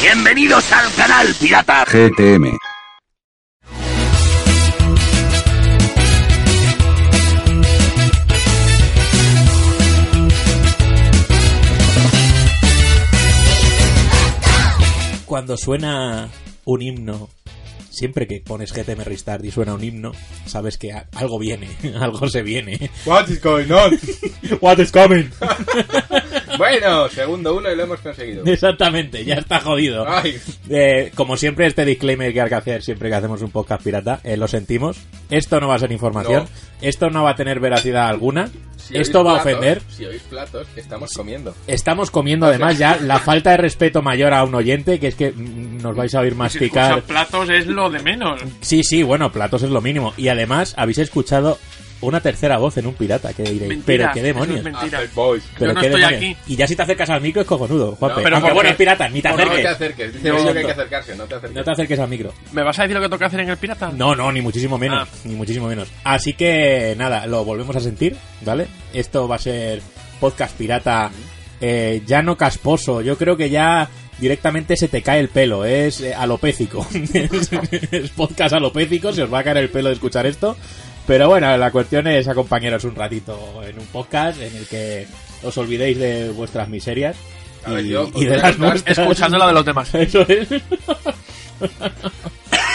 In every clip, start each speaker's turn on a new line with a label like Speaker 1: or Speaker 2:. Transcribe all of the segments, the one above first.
Speaker 1: Bienvenidos al canal Pirata
Speaker 2: GTM.
Speaker 3: Cuando suena un himno, siempre que pones GTM Restart y suena un himno, sabes que a- algo viene, algo se viene.
Speaker 4: What is going on?
Speaker 3: What is coming?
Speaker 4: bueno, segundo uno y lo hemos conseguido.
Speaker 3: Exactamente, ya está jodido.
Speaker 4: Ay,
Speaker 3: Eh, como siempre, este disclaimer que hay que hacer siempre que hacemos un podcast pirata, eh, lo sentimos. Esto no va a ser información,
Speaker 4: No.
Speaker 3: esto no va a tener veracidad alguna,
Speaker 4: si
Speaker 3: esto
Speaker 4: oís
Speaker 3: va a
Speaker 4: platos,
Speaker 3: ofender.
Speaker 4: Si oís platos, estamos comiendo.
Speaker 3: Estamos comiendo además ya la falta de respeto mayor a un oyente, que es que mm, nos vais a oír
Speaker 5: Si escuchas
Speaker 3: masticar.
Speaker 5: platos es lo de menos.
Speaker 3: Sí, sí, bueno, platos es lo mínimo. Y además habéis escuchado una tercera voz en un pirata, que diréis,
Speaker 5: Mentira,
Speaker 3: pero qué
Speaker 5: eso es
Speaker 3: demonios.
Speaker 5: mentira.
Speaker 4: After Boys.
Speaker 3: Pero
Speaker 5: Yo no
Speaker 3: qué
Speaker 5: estoy
Speaker 3: demonios.
Speaker 5: aquí.
Speaker 3: Y ya si te acercas al micro es cojonudo, Juanpe.
Speaker 4: pero
Speaker 3: Aunque
Speaker 5: porque-
Speaker 3: bueno, es pirata, ni te
Speaker 4: No, no te
Speaker 3: acerques.
Speaker 4: acerques. Dice Bollo que hay que acercarse, no te acerques.
Speaker 3: No te acerques al micro.
Speaker 5: ¿Me vas a decir lo que toca hacer en el pirata?
Speaker 3: No, no, ni muchísimo menos,
Speaker 5: Ah.
Speaker 3: ni muchísimo menos. Así que nada, lo volvemos a sentir, ¿vale? Esto va a ser podcast pirata, eh, ya no casposo, yo creo que ya directamente se te cae el pelo, es eh, alopécico, es, es podcast alopécico, se os va a caer el pelo de escuchar esto. Pero bueno, la cuestión es acompañaros un ratito en un podcast en el que os olvidéis de vuestras miserias.
Speaker 4: A ver, yo
Speaker 3: y
Speaker 4: os
Speaker 3: de
Speaker 4: voy a
Speaker 3: las
Speaker 4: contar-
Speaker 3: nuestras.
Speaker 5: Escuchando la de los demás.
Speaker 3: Eso es.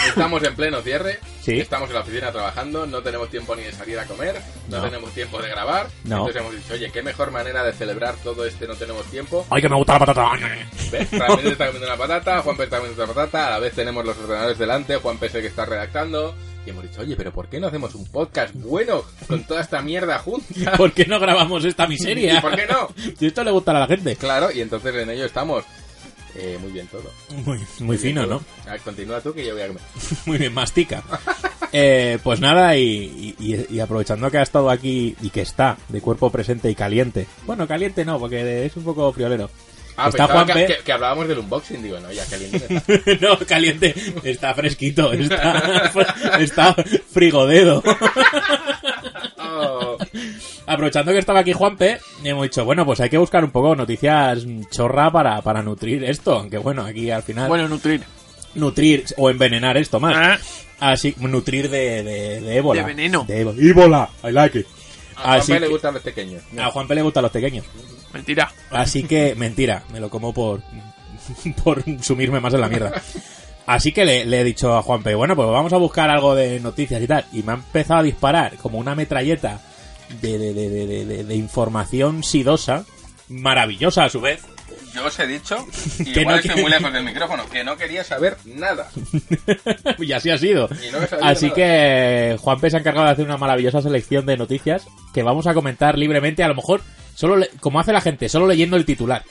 Speaker 4: Estamos en pleno cierre.
Speaker 3: Sí.
Speaker 4: Estamos en la oficina trabajando. No tenemos tiempo ni de salir a comer. No,
Speaker 3: No.
Speaker 4: tenemos tiempo de grabar.
Speaker 3: No.
Speaker 4: Entonces hemos dicho, oye, qué mejor manera de celebrar todo este no tenemos tiempo.
Speaker 3: Ay, que me gusta la patata.
Speaker 4: ¿Ves? Ramírez está comiendo una patata, Juan Pérez está comiendo otra patata, a la vez tenemos los ordenadores delante, Juan Pérez el que está redactando. Y hemos dicho, oye, pero ¿por qué no hacemos un podcast bueno con toda esta mierda junta?
Speaker 3: ¿Por qué no grabamos esta miseria?
Speaker 4: ¿Y por qué no?
Speaker 3: Si esto le gustará a la gente.
Speaker 4: Claro, y entonces en ello estamos. Eh, muy bien todo.
Speaker 3: Muy, muy fino, ¿no?
Speaker 4: A ver, continúa tú que yo voy a comer.
Speaker 3: Muy bien, mastica. Eh, pues nada, y, y- y aprovechando que ha estado aquí y que está de cuerpo presente y caliente. Bueno, caliente no, porque es un poco friolero.
Speaker 4: Ah,
Speaker 3: está
Speaker 4: pensaba que,
Speaker 3: Juanpe.
Speaker 4: que- que hablábamos del unboxing, digo, no, ya caliente. me está.
Speaker 3: no, caliente. Está fresquito. Está, está frigodedo.
Speaker 4: Oh,
Speaker 3: Aprovechando que estaba aquí Juanpe, hemos dicho, bueno, pues hay que buscar un poco noticias chorra para, para nutrir esto. Aunque bueno, aquí al final
Speaker 5: Bueno, nutrir.
Speaker 3: nutrir o envenenar esto más.
Speaker 5: Ah,
Speaker 3: Así, nutrir de, de, de ébola.
Speaker 5: De veneno.
Speaker 3: De ébola. Ébola, I like it.
Speaker 4: a
Speaker 3: Así
Speaker 4: Juanpe le
Speaker 3: Ah, que-
Speaker 4: gustan los pequeños.
Speaker 3: A Juanpe le gustan los pequeños.
Speaker 5: mentira.
Speaker 3: Así que, mentira, me lo como por, por sumirme más en la mierda. Así que le, le he dicho a Juanpe, bueno, pues vamos a buscar algo de noticias y tal. Y me ha empezado a disparar como una metralleta de, de, de, de- de- de- de información sidosa, maravillosa a su vez.
Speaker 4: Yo os he dicho,
Speaker 3: Que igual no estoy que- muy
Speaker 4: lejos del micrófono, que no quería saber nada.
Speaker 3: y así ha sido.
Speaker 4: Y no me sabía
Speaker 3: Así
Speaker 4: nada.
Speaker 3: que Juanpe se ha encargado de hacer una maravillosa selección de noticias que vamos a comentar libremente, a lo mejor, solo le- como hace la gente, solo leyendo el titular.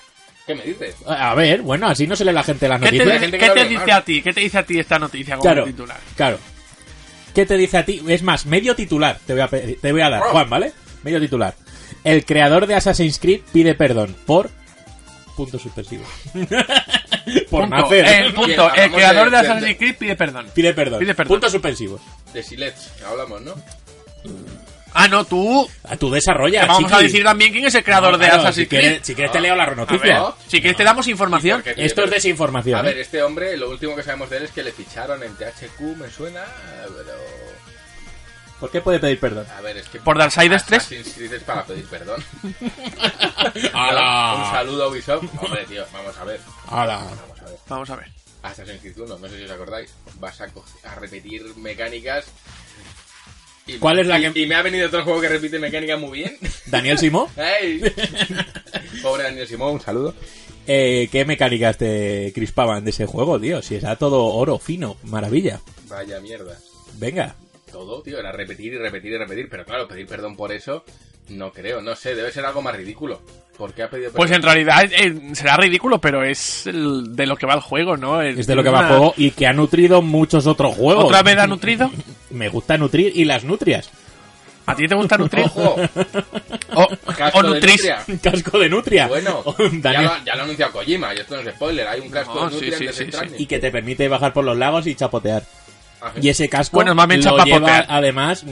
Speaker 4: ¿Qué me dices?
Speaker 3: A ver, bueno, así no se lee la gente las
Speaker 5: ¿Qué
Speaker 3: noticias.
Speaker 4: Hay
Speaker 5: te,
Speaker 4: gente que
Speaker 5: qué
Speaker 4: no
Speaker 5: te
Speaker 4: lee
Speaker 5: dice
Speaker 4: más.
Speaker 5: a ti? ¿Qué te dice a ti esta noticia como
Speaker 3: Claro,
Speaker 5: titular?
Speaker 3: claro. ¿Qué te dice a ti? Es más, medio titular te voy a, pe- te voy a dar,
Speaker 4: Oh.
Speaker 3: Juan, ¿vale? Medio titular. El creador de Assassin's Creed pide perdón por... Punto suspensivo. por
Speaker 5: Punto. Eh,
Speaker 3: nacer.
Speaker 5: El,
Speaker 4: Bien,
Speaker 5: punto.
Speaker 4: hablamos
Speaker 5: el creador
Speaker 4: de-
Speaker 5: de
Speaker 4: de-
Speaker 5: Assassin's Creed pide perdón.
Speaker 3: Pide perdón.
Speaker 5: Pide perdón.
Speaker 3: Puntos suspensivos.
Speaker 4: De Silets, hablamos, ¿no?
Speaker 5: Ah, no, tú.
Speaker 3: A tu desarrollo.
Speaker 5: Te vamos a decir también quién es el creador de
Speaker 3: Claro,
Speaker 5: Assassin's
Speaker 3: si quieres,
Speaker 5: Creed.
Speaker 3: si quieres te leo la
Speaker 5: A ver,
Speaker 3: noticia.
Speaker 4: No.
Speaker 5: si quieres te damos información.
Speaker 4: Porque-
Speaker 3: Esto es
Speaker 4: A
Speaker 3: desinformación.
Speaker 4: ver,
Speaker 3: ¿eh?
Speaker 4: este hombre, lo último que sabemos de él es que le ficharon en THQ, me suena, pero...
Speaker 3: ¿Por qué puede pedir perdón?
Speaker 4: A ver, es que...
Speaker 5: ¿Por Darksiders 3?
Speaker 4: Assassin's Creed es para pedir perdón.
Speaker 3: ¡Hala!
Speaker 4: Un saludo a Ubisoft. Hombre, tío, vamos a ver,
Speaker 3: ¡Hala!
Speaker 4: vamos a ver.
Speaker 5: Vamos a ver.
Speaker 4: Assassin's Creed 1, no sé si os acordáis. Vas a, co- a repetir mecánicas... Y,
Speaker 3: ¿Cuál es la
Speaker 4: y-
Speaker 3: que-
Speaker 4: Y me ha venido otro juego que repite mecánicas muy bien.
Speaker 3: Daniel Simó,
Speaker 4: ¡Ey! Pobre Daniel Simón, un saludo.
Speaker 3: eh, ¿qué mecánicas te crispaban de ese juego, tío? Si era todo oro fino, maravilla.
Speaker 4: Vaya mierda.
Speaker 3: Venga.
Speaker 4: todo, tío, era repetir y repetir y repetir, pero claro, pedir perdón por eso, no creo, no sé, debe ser algo más ridículo. ¿Por qué ha pedido perdón?
Speaker 5: Pues en realidad eh, será ridículo, pero es el- de lo que va el juego, ¿no?
Speaker 3: Es de lo que
Speaker 5: una-
Speaker 3: va a juego y que ha nutrido muchos otros juegos.
Speaker 5: ¿Otra vez ha nutrido?
Speaker 3: Me gusta nutrir y las nutrias.
Speaker 5: ¿A ti te gusta nutrir?
Speaker 4: ¡Ojo!
Speaker 5: O,
Speaker 4: Gasto
Speaker 5: o
Speaker 4: de
Speaker 5: nutris.
Speaker 4: Nutria.
Speaker 3: Casco de nutria.
Speaker 4: Bueno, ya
Speaker 3: Daniel-
Speaker 4: lo, ya lo ha anunciado Kojima, y esto no es spoiler, hay un casco
Speaker 5: Oh, No,
Speaker 4: de Nutria
Speaker 5: sí,
Speaker 4: en
Speaker 5: sí,
Speaker 4: Death
Speaker 5: sí,
Speaker 4: Stranding.
Speaker 3: Y que te permite bajar por los lagos y chapotear.
Speaker 4: Ah, sí.
Speaker 3: Y ese casco
Speaker 5: Bueno, más bien
Speaker 3: lo
Speaker 5: chapapotear.
Speaker 3: lleva además mm,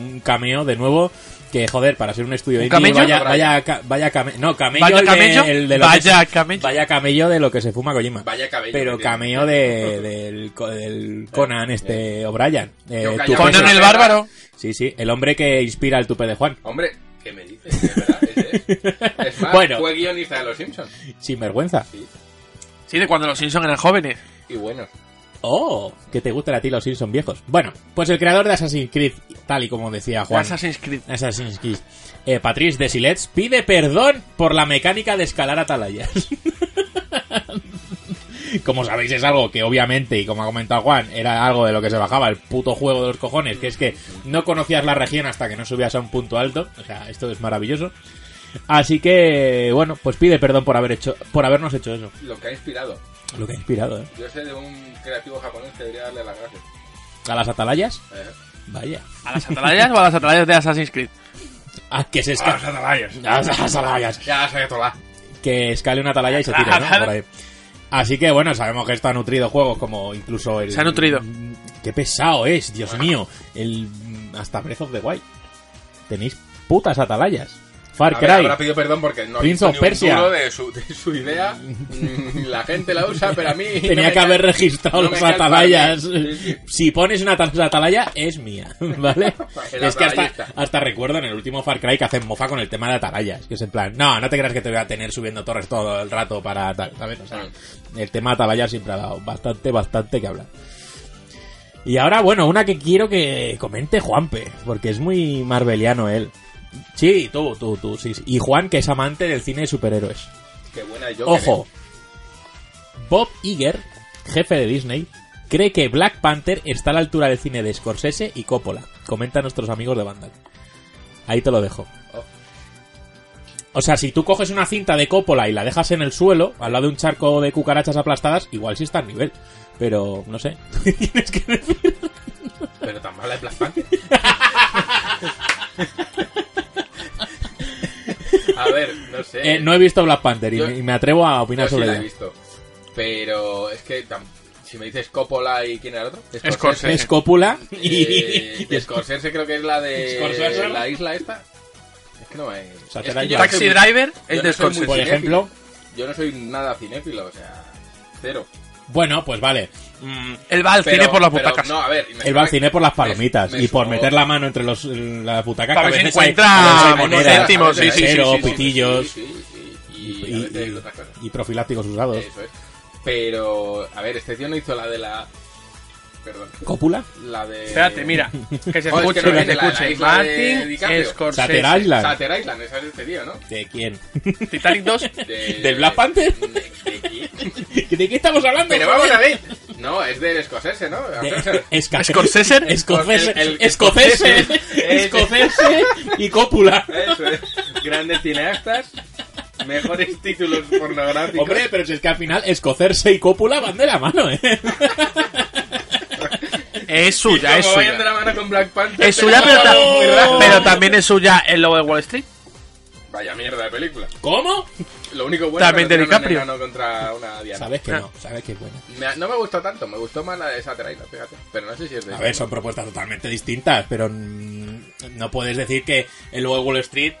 Speaker 3: un cameo de nuevo Que joder, para ser un estudio
Speaker 5: ¿Un
Speaker 3: indie,
Speaker 5: camello?
Speaker 3: vaya, vaya, ca- vaya came- no, camello,
Speaker 5: ¿Vaya
Speaker 3: el de-
Speaker 5: camello?
Speaker 3: el de lo que
Speaker 5: Vaya
Speaker 3: se-
Speaker 5: camello.
Speaker 3: vaya camello de lo que se fuma Kojima.
Speaker 4: Vaya cabello.
Speaker 3: Pero
Speaker 4: que tiene.
Speaker 3: cameo de, del, co- del Conan, este O'Brien. Eh,
Speaker 4: Eh, Yo callado.
Speaker 3: tu
Speaker 5: Conan
Speaker 3: peso.
Speaker 5: el bárbaro.
Speaker 3: Sí, sí, el hombre que inspira el tupe de Juan.
Speaker 4: Hombre, ¿qué me dices? ¿De verdad? ¿Ese es? Es más,
Speaker 3: Bueno.
Speaker 4: fue guionista de Los Simpsons.
Speaker 3: Sin vergüenza.
Speaker 5: Sí, de cuando los Simpson eran jóvenes.
Speaker 4: Y bueno.
Speaker 3: Oh, que te gustan a ti los Simpsons viejos. Bueno, pues el creador de Assassin's Creed, tal y como decía Juan.
Speaker 5: Assassin's Creed.
Speaker 3: Assassin's Creed. Eh, Patrice Desilets pide perdón por la mecánica de escalar atalayas. como sabéis, es algo que obviamente, y como ha comentado Juan, era algo de lo que se bajaba el puto juego de los cojones, que es que no conocías la región hasta que no subías a un punto alto. O sea, esto es maravilloso. Así que, bueno, pues pide perdón por haber hecho, por habernos hecho eso.
Speaker 4: lo que ha inspirado.
Speaker 3: Lo que ha inspirado, ¿eh?
Speaker 4: Yo sé de un creativo japonés que debería darle las gracias.
Speaker 3: A las atalayas,
Speaker 4: Eh,
Speaker 3: vaya.
Speaker 5: ¿A las atalayas o a las atalayas de Assassin's Creed?
Speaker 3: Ah, que se escala.
Speaker 4: Ya se tola.
Speaker 3: Que escale una atalaya y se tire, ¿no? Por ahí. Así que bueno, sabemos que esto ha nutrido juegos como incluso el.
Speaker 5: Se ha nutrido.
Speaker 3: Qué pesado es, Dios mío. El. Hasta Breath of the Wild. Tenéis putas atalayas. Far
Speaker 4: A ver, habrá
Speaker 3: Cry.
Speaker 4: pedido perdón porque no
Speaker 3: Prince
Speaker 4: hizo
Speaker 3: of
Speaker 4: ni
Speaker 3: Persia.
Speaker 4: un duro de su, de su idea. Mm, la gente la usa, pero a mí... no
Speaker 3: Tenía
Speaker 4: me
Speaker 3: que haber
Speaker 4: cae.
Speaker 3: registrado
Speaker 4: no me
Speaker 3: las
Speaker 4: cae el
Speaker 3: atalayas.
Speaker 4: Far Cry. Sí, sí.
Speaker 3: Si pones una tal- atalaya, es mía, ¿vale?
Speaker 4: El
Speaker 3: es que
Speaker 4: atalayista.
Speaker 3: hasta, hasta recuerdo en el último Far Cry que hacen mofa con el tema de atalayas. Que es en plan, no, no te creas que te voy a tener subiendo torres todo el rato para tal, ¿sabes? O sea,
Speaker 4: Mm.
Speaker 3: el tema atalaya siempre ha dado bastante, bastante que hablar. Y ahora, bueno, una que quiero que comente Juanpe, porque es muy marbeliano él. Sí, tú, tú, tú, sí. sí. Y Juan, que es amante del cine de superhéroes.
Speaker 4: Qué buena yo.
Speaker 3: Ojo. Bob Iger, jefe de Disney, cree que Black Panther está a la altura del cine de Scorsese y Coppola. Comenta nuestros amigos de Vandal. Ahí te lo dejo.
Speaker 4: Oh.
Speaker 3: O sea, si tú coges una cinta de Coppola y la dejas en el suelo, al lado de un charco de cucarachas aplastadas, igual sí está al nivel. Pero, no sé. Tienes que decir.
Speaker 4: Pero tan mala es Black Panther. a ver, no sé.
Speaker 3: Eh, no he visto Black Panther y,
Speaker 4: yo-
Speaker 3: me- y me atrevo a
Speaker 4: Yo
Speaker 3: opinar
Speaker 4: sí
Speaker 3: sobre
Speaker 4: la he
Speaker 3: ella.
Speaker 4: visto. Pero es que tam- si me dices Coppola y quién era el otro.
Speaker 5: Scorsese.
Speaker 3: Es Coppola y...
Speaker 4: Eh, de Scorsese creo que es la de
Speaker 3: Scorsese.
Speaker 4: la isla esta. Es que no me...
Speaker 3: O sea, te
Speaker 4: es que
Speaker 3: la llevas.
Speaker 4: yo no soy
Speaker 5: Taxi
Speaker 4: muy-
Speaker 5: Driver
Speaker 4: yo
Speaker 5: es
Speaker 4: no
Speaker 5: de
Speaker 4: soy muy
Speaker 5: Scorsese.
Speaker 3: Por ejemplo.
Speaker 4: Yo no soy nada cinéfilo, o sea, cero.
Speaker 3: Bueno, pues vale.
Speaker 5: Él va al
Speaker 4: Pero-
Speaker 5: cine por las
Speaker 4: pero
Speaker 5: butacas.
Speaker 4: No, a ver, me-
Speaker 3: Él va al cine por las palomitas
Speaker 4: me-
Speaker 3: y por
Speaker 4: me-
Speaker 3: meter la mano entre los, las butacas.
Speaker 5: Para
Speaker 3: que
Speaker 5: ver
Speaker 3: a
Speaker 5: si
Speaker 3: veces hay-
Speaker 5: encuentra
Speaker 3: a veces hay
Speaker 5: unos
Speaker 3: monedas
Speaker 5: Ah, céntimos, sí, sí, sí,
Speaker 3: cero,
Speaker 5: sí, sí.
Speaker 3: pitillos
Speaker 4: Sí, sí, sí,
Speaker 3: y,
Speaker 4: y, a veces
Speaker 3: y-
Speaker 4: otras cosas.
Speaker 3: y profilácticos usados.
Speaker 4: Eso es. Pero, a ver, este tío no hizo la de la... Perdón.
Speaker 3: ¿Cópula?
Speaker 4: La de...
Speaker 5: Espérate, mira. Que se
Speaker 4: Joder,
Speaker 5: escuche,
Speaker 4: es que no
Speaker 5: que se
Speaker 4: viene la- la
Speaker 5: escuche.
Speaker 4: isla de
Speaker 5: Martin
Speaker 4: DiCaprio.
Speaker 5: Scorsese.
Speaker 3: ¿Sater Island?
Speaker 4: Shutter Island, esa es este tío, ¿no?
Speaker 3: ¿De quién?
Speaker 5: Titanic 2.
Speaker 4: De-
Speaker 3: ¿Del Black Panther?
Speaker 4: de- de quién?
Speaker 3: ¿De qué estamos hablando?
Speaker 4: Pero vamos a ver. No, es del escocese, ¿no?
Speaker 3: De- esca-
Speaker 5: ¿Scorsese?
Speaker 3: Escocese,
Speaker 4: El- el-
Speaker 3: escocese,
Speaker 4: escocese.
Speaker 3: escocese y cópula.
Speaker 4: Eso es. Grandes cineastas, mejores títulos pornográficos.
Speaker 3: Hombre, pero si es que al final escocerse y cópula van de la mano, ¿eh?
Speaker 5: Es
Speaker 4: Y
Speaker 5: suya, es
Speaker 4: como vayan de
Speaker 5: suya.
Speaker 4: la mano con Black Panther.
Speaker 5: Es suya, pero,
Speaker 4: tenemos algo
Speaker 5: ta-
Speaker 4: muy raro.
Speaker 5: pero también es suya el lobo de Wall Street.
Speaker 4: Vaya mierda de película.
Speaker 3: ¿Cómo?
Speaker 4: Lo único bueno
Speaker 5: También
Speaker 4: es que tiene
Speaker 5: de
Speaker 4: un
Speaker 5: DiCaprio.
Speaker 4: enano contra una diana.
Speaker 3: Sabes que no, sabes que es buena.
Speaker 4: Me ha- no me gustó tanto, me gustó más la de esa traila, fíjate. Pero no sé si es de
Speaker 3: A ver, son propuestas totalmente distintas, pero mm, no puedes decir que el lobo de Wall Street.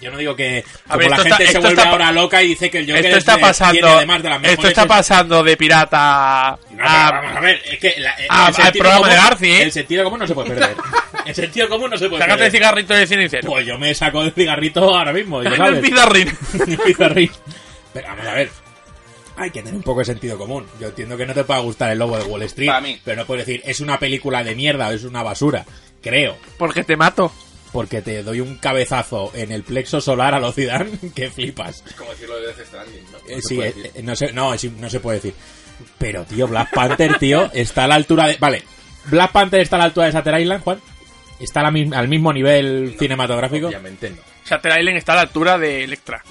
Speaker 3: Yo no digo que como
Speaker 5: ver,
Speaker 3: la
Speaker 5: esto
Speaker 3: gente
Speaker 5: está-
Speaker 3: se
Speaker 5: esto
Speaker 3: vuelve
Speaker 5: está-
Speaker 3: ahora loca y dice que el Joker
Speaker 5: Esto está
Speaker 3: es de- tiene
Speaker 5: pasando.
Speaker 3: además de las
Speaker 5: Esto
Speaker 3: mejores-
Speaker 5: está pasando de pirata a.
Speaker 3: No, pero vamos a ver, es que la- el
Speaker 5: Ah, al
Speaker 3: sentido
Speaker 5: programa
Speaker 3: común-
Speaker 5: de Garci, ¿eh?
Speaker 3: El sentido común no se puede perder. el sentido común no se puede
Speaker 5: Sácate el
Speaker 3: perder.
Speaker 5: cigarrito de cine y cero.
Speaker 3: Pues yo me saco el cigarrito ahora mismo, y lo
Speaker 5: El
Speaker 3: sabes.
Speaker 5: pizarrín.
Speaker 3: Pizarrín. Pero vamos a ver. Hay que tener un poco de sentido común. Yo entiendo que no te pueda gustar el lobo de Wall Street,
Speaker 4: Pa' mí.
Speaker 3: pero no puedes decir es una película de mierda o es una basura. Creo.
Speaker 5: Porque te mato.
Speaker 3: porque te doy un cabezazo en el plexo solar a lo Zidane que flipas.
Speaker 4: Es como decirlo de Death Stranding, ¿no?
Speaker 3: Eh,
Speaker 4: No se
Speaker 3: sí,
Speaker 4: puede
Speaker 3: eh,
Speaker 4: decir.
Speaker 3: eh, no, se, no, sí, no se puede decir. Pero, tío, Black Panther, tío, está a la altura de... Vale, Black Panther está a la altura de Sater Island, Juan. Está a la mi- al mismo nivel
Speaker 4: No,
Speaker 3: cinematográfico.
Speaker 4: Obviamente no.
Speaker 5: Shutter Island está a la altura de Electra.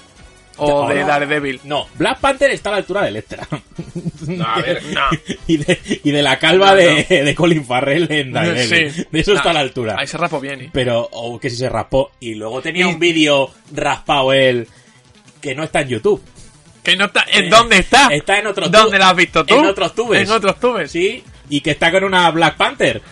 Speaker 5: O de
Speaker 3: Hola.
Speaker 5: Daredevil.
Speaker 3: No, Black Panther está a la altura de Electra.
Speaker 4: No, a ver,
Speaker 5: No.
Speaker 3: y, de, y de la calva
Speaker 5: No,
Speaker 3: de, de Colin Farrell en Daredevil.
Speaker 5: Sí.
Speaker 3: De eso está
Speaker 5: Ah,
Speaker 3: a la altura.
Speaker 5: Ahí se rapó bien, ¿eh?
Speaker 3: Pero, o que si se raspó. Y luego tenía un vídeo raspado él que no está en YouTube.
Speaker 5: Que no está, ¿En dónde está?
Speaker 3: Eh, Está en otros
Speaker 5: ¿Dónde
Speaker 3: tubes.
Speaker 5: la has visto tú?
Speaker 3: En otros tubes.
Speaker 5: En otros tubes.
Speaker 3: Sí, y que está con una Black Panther.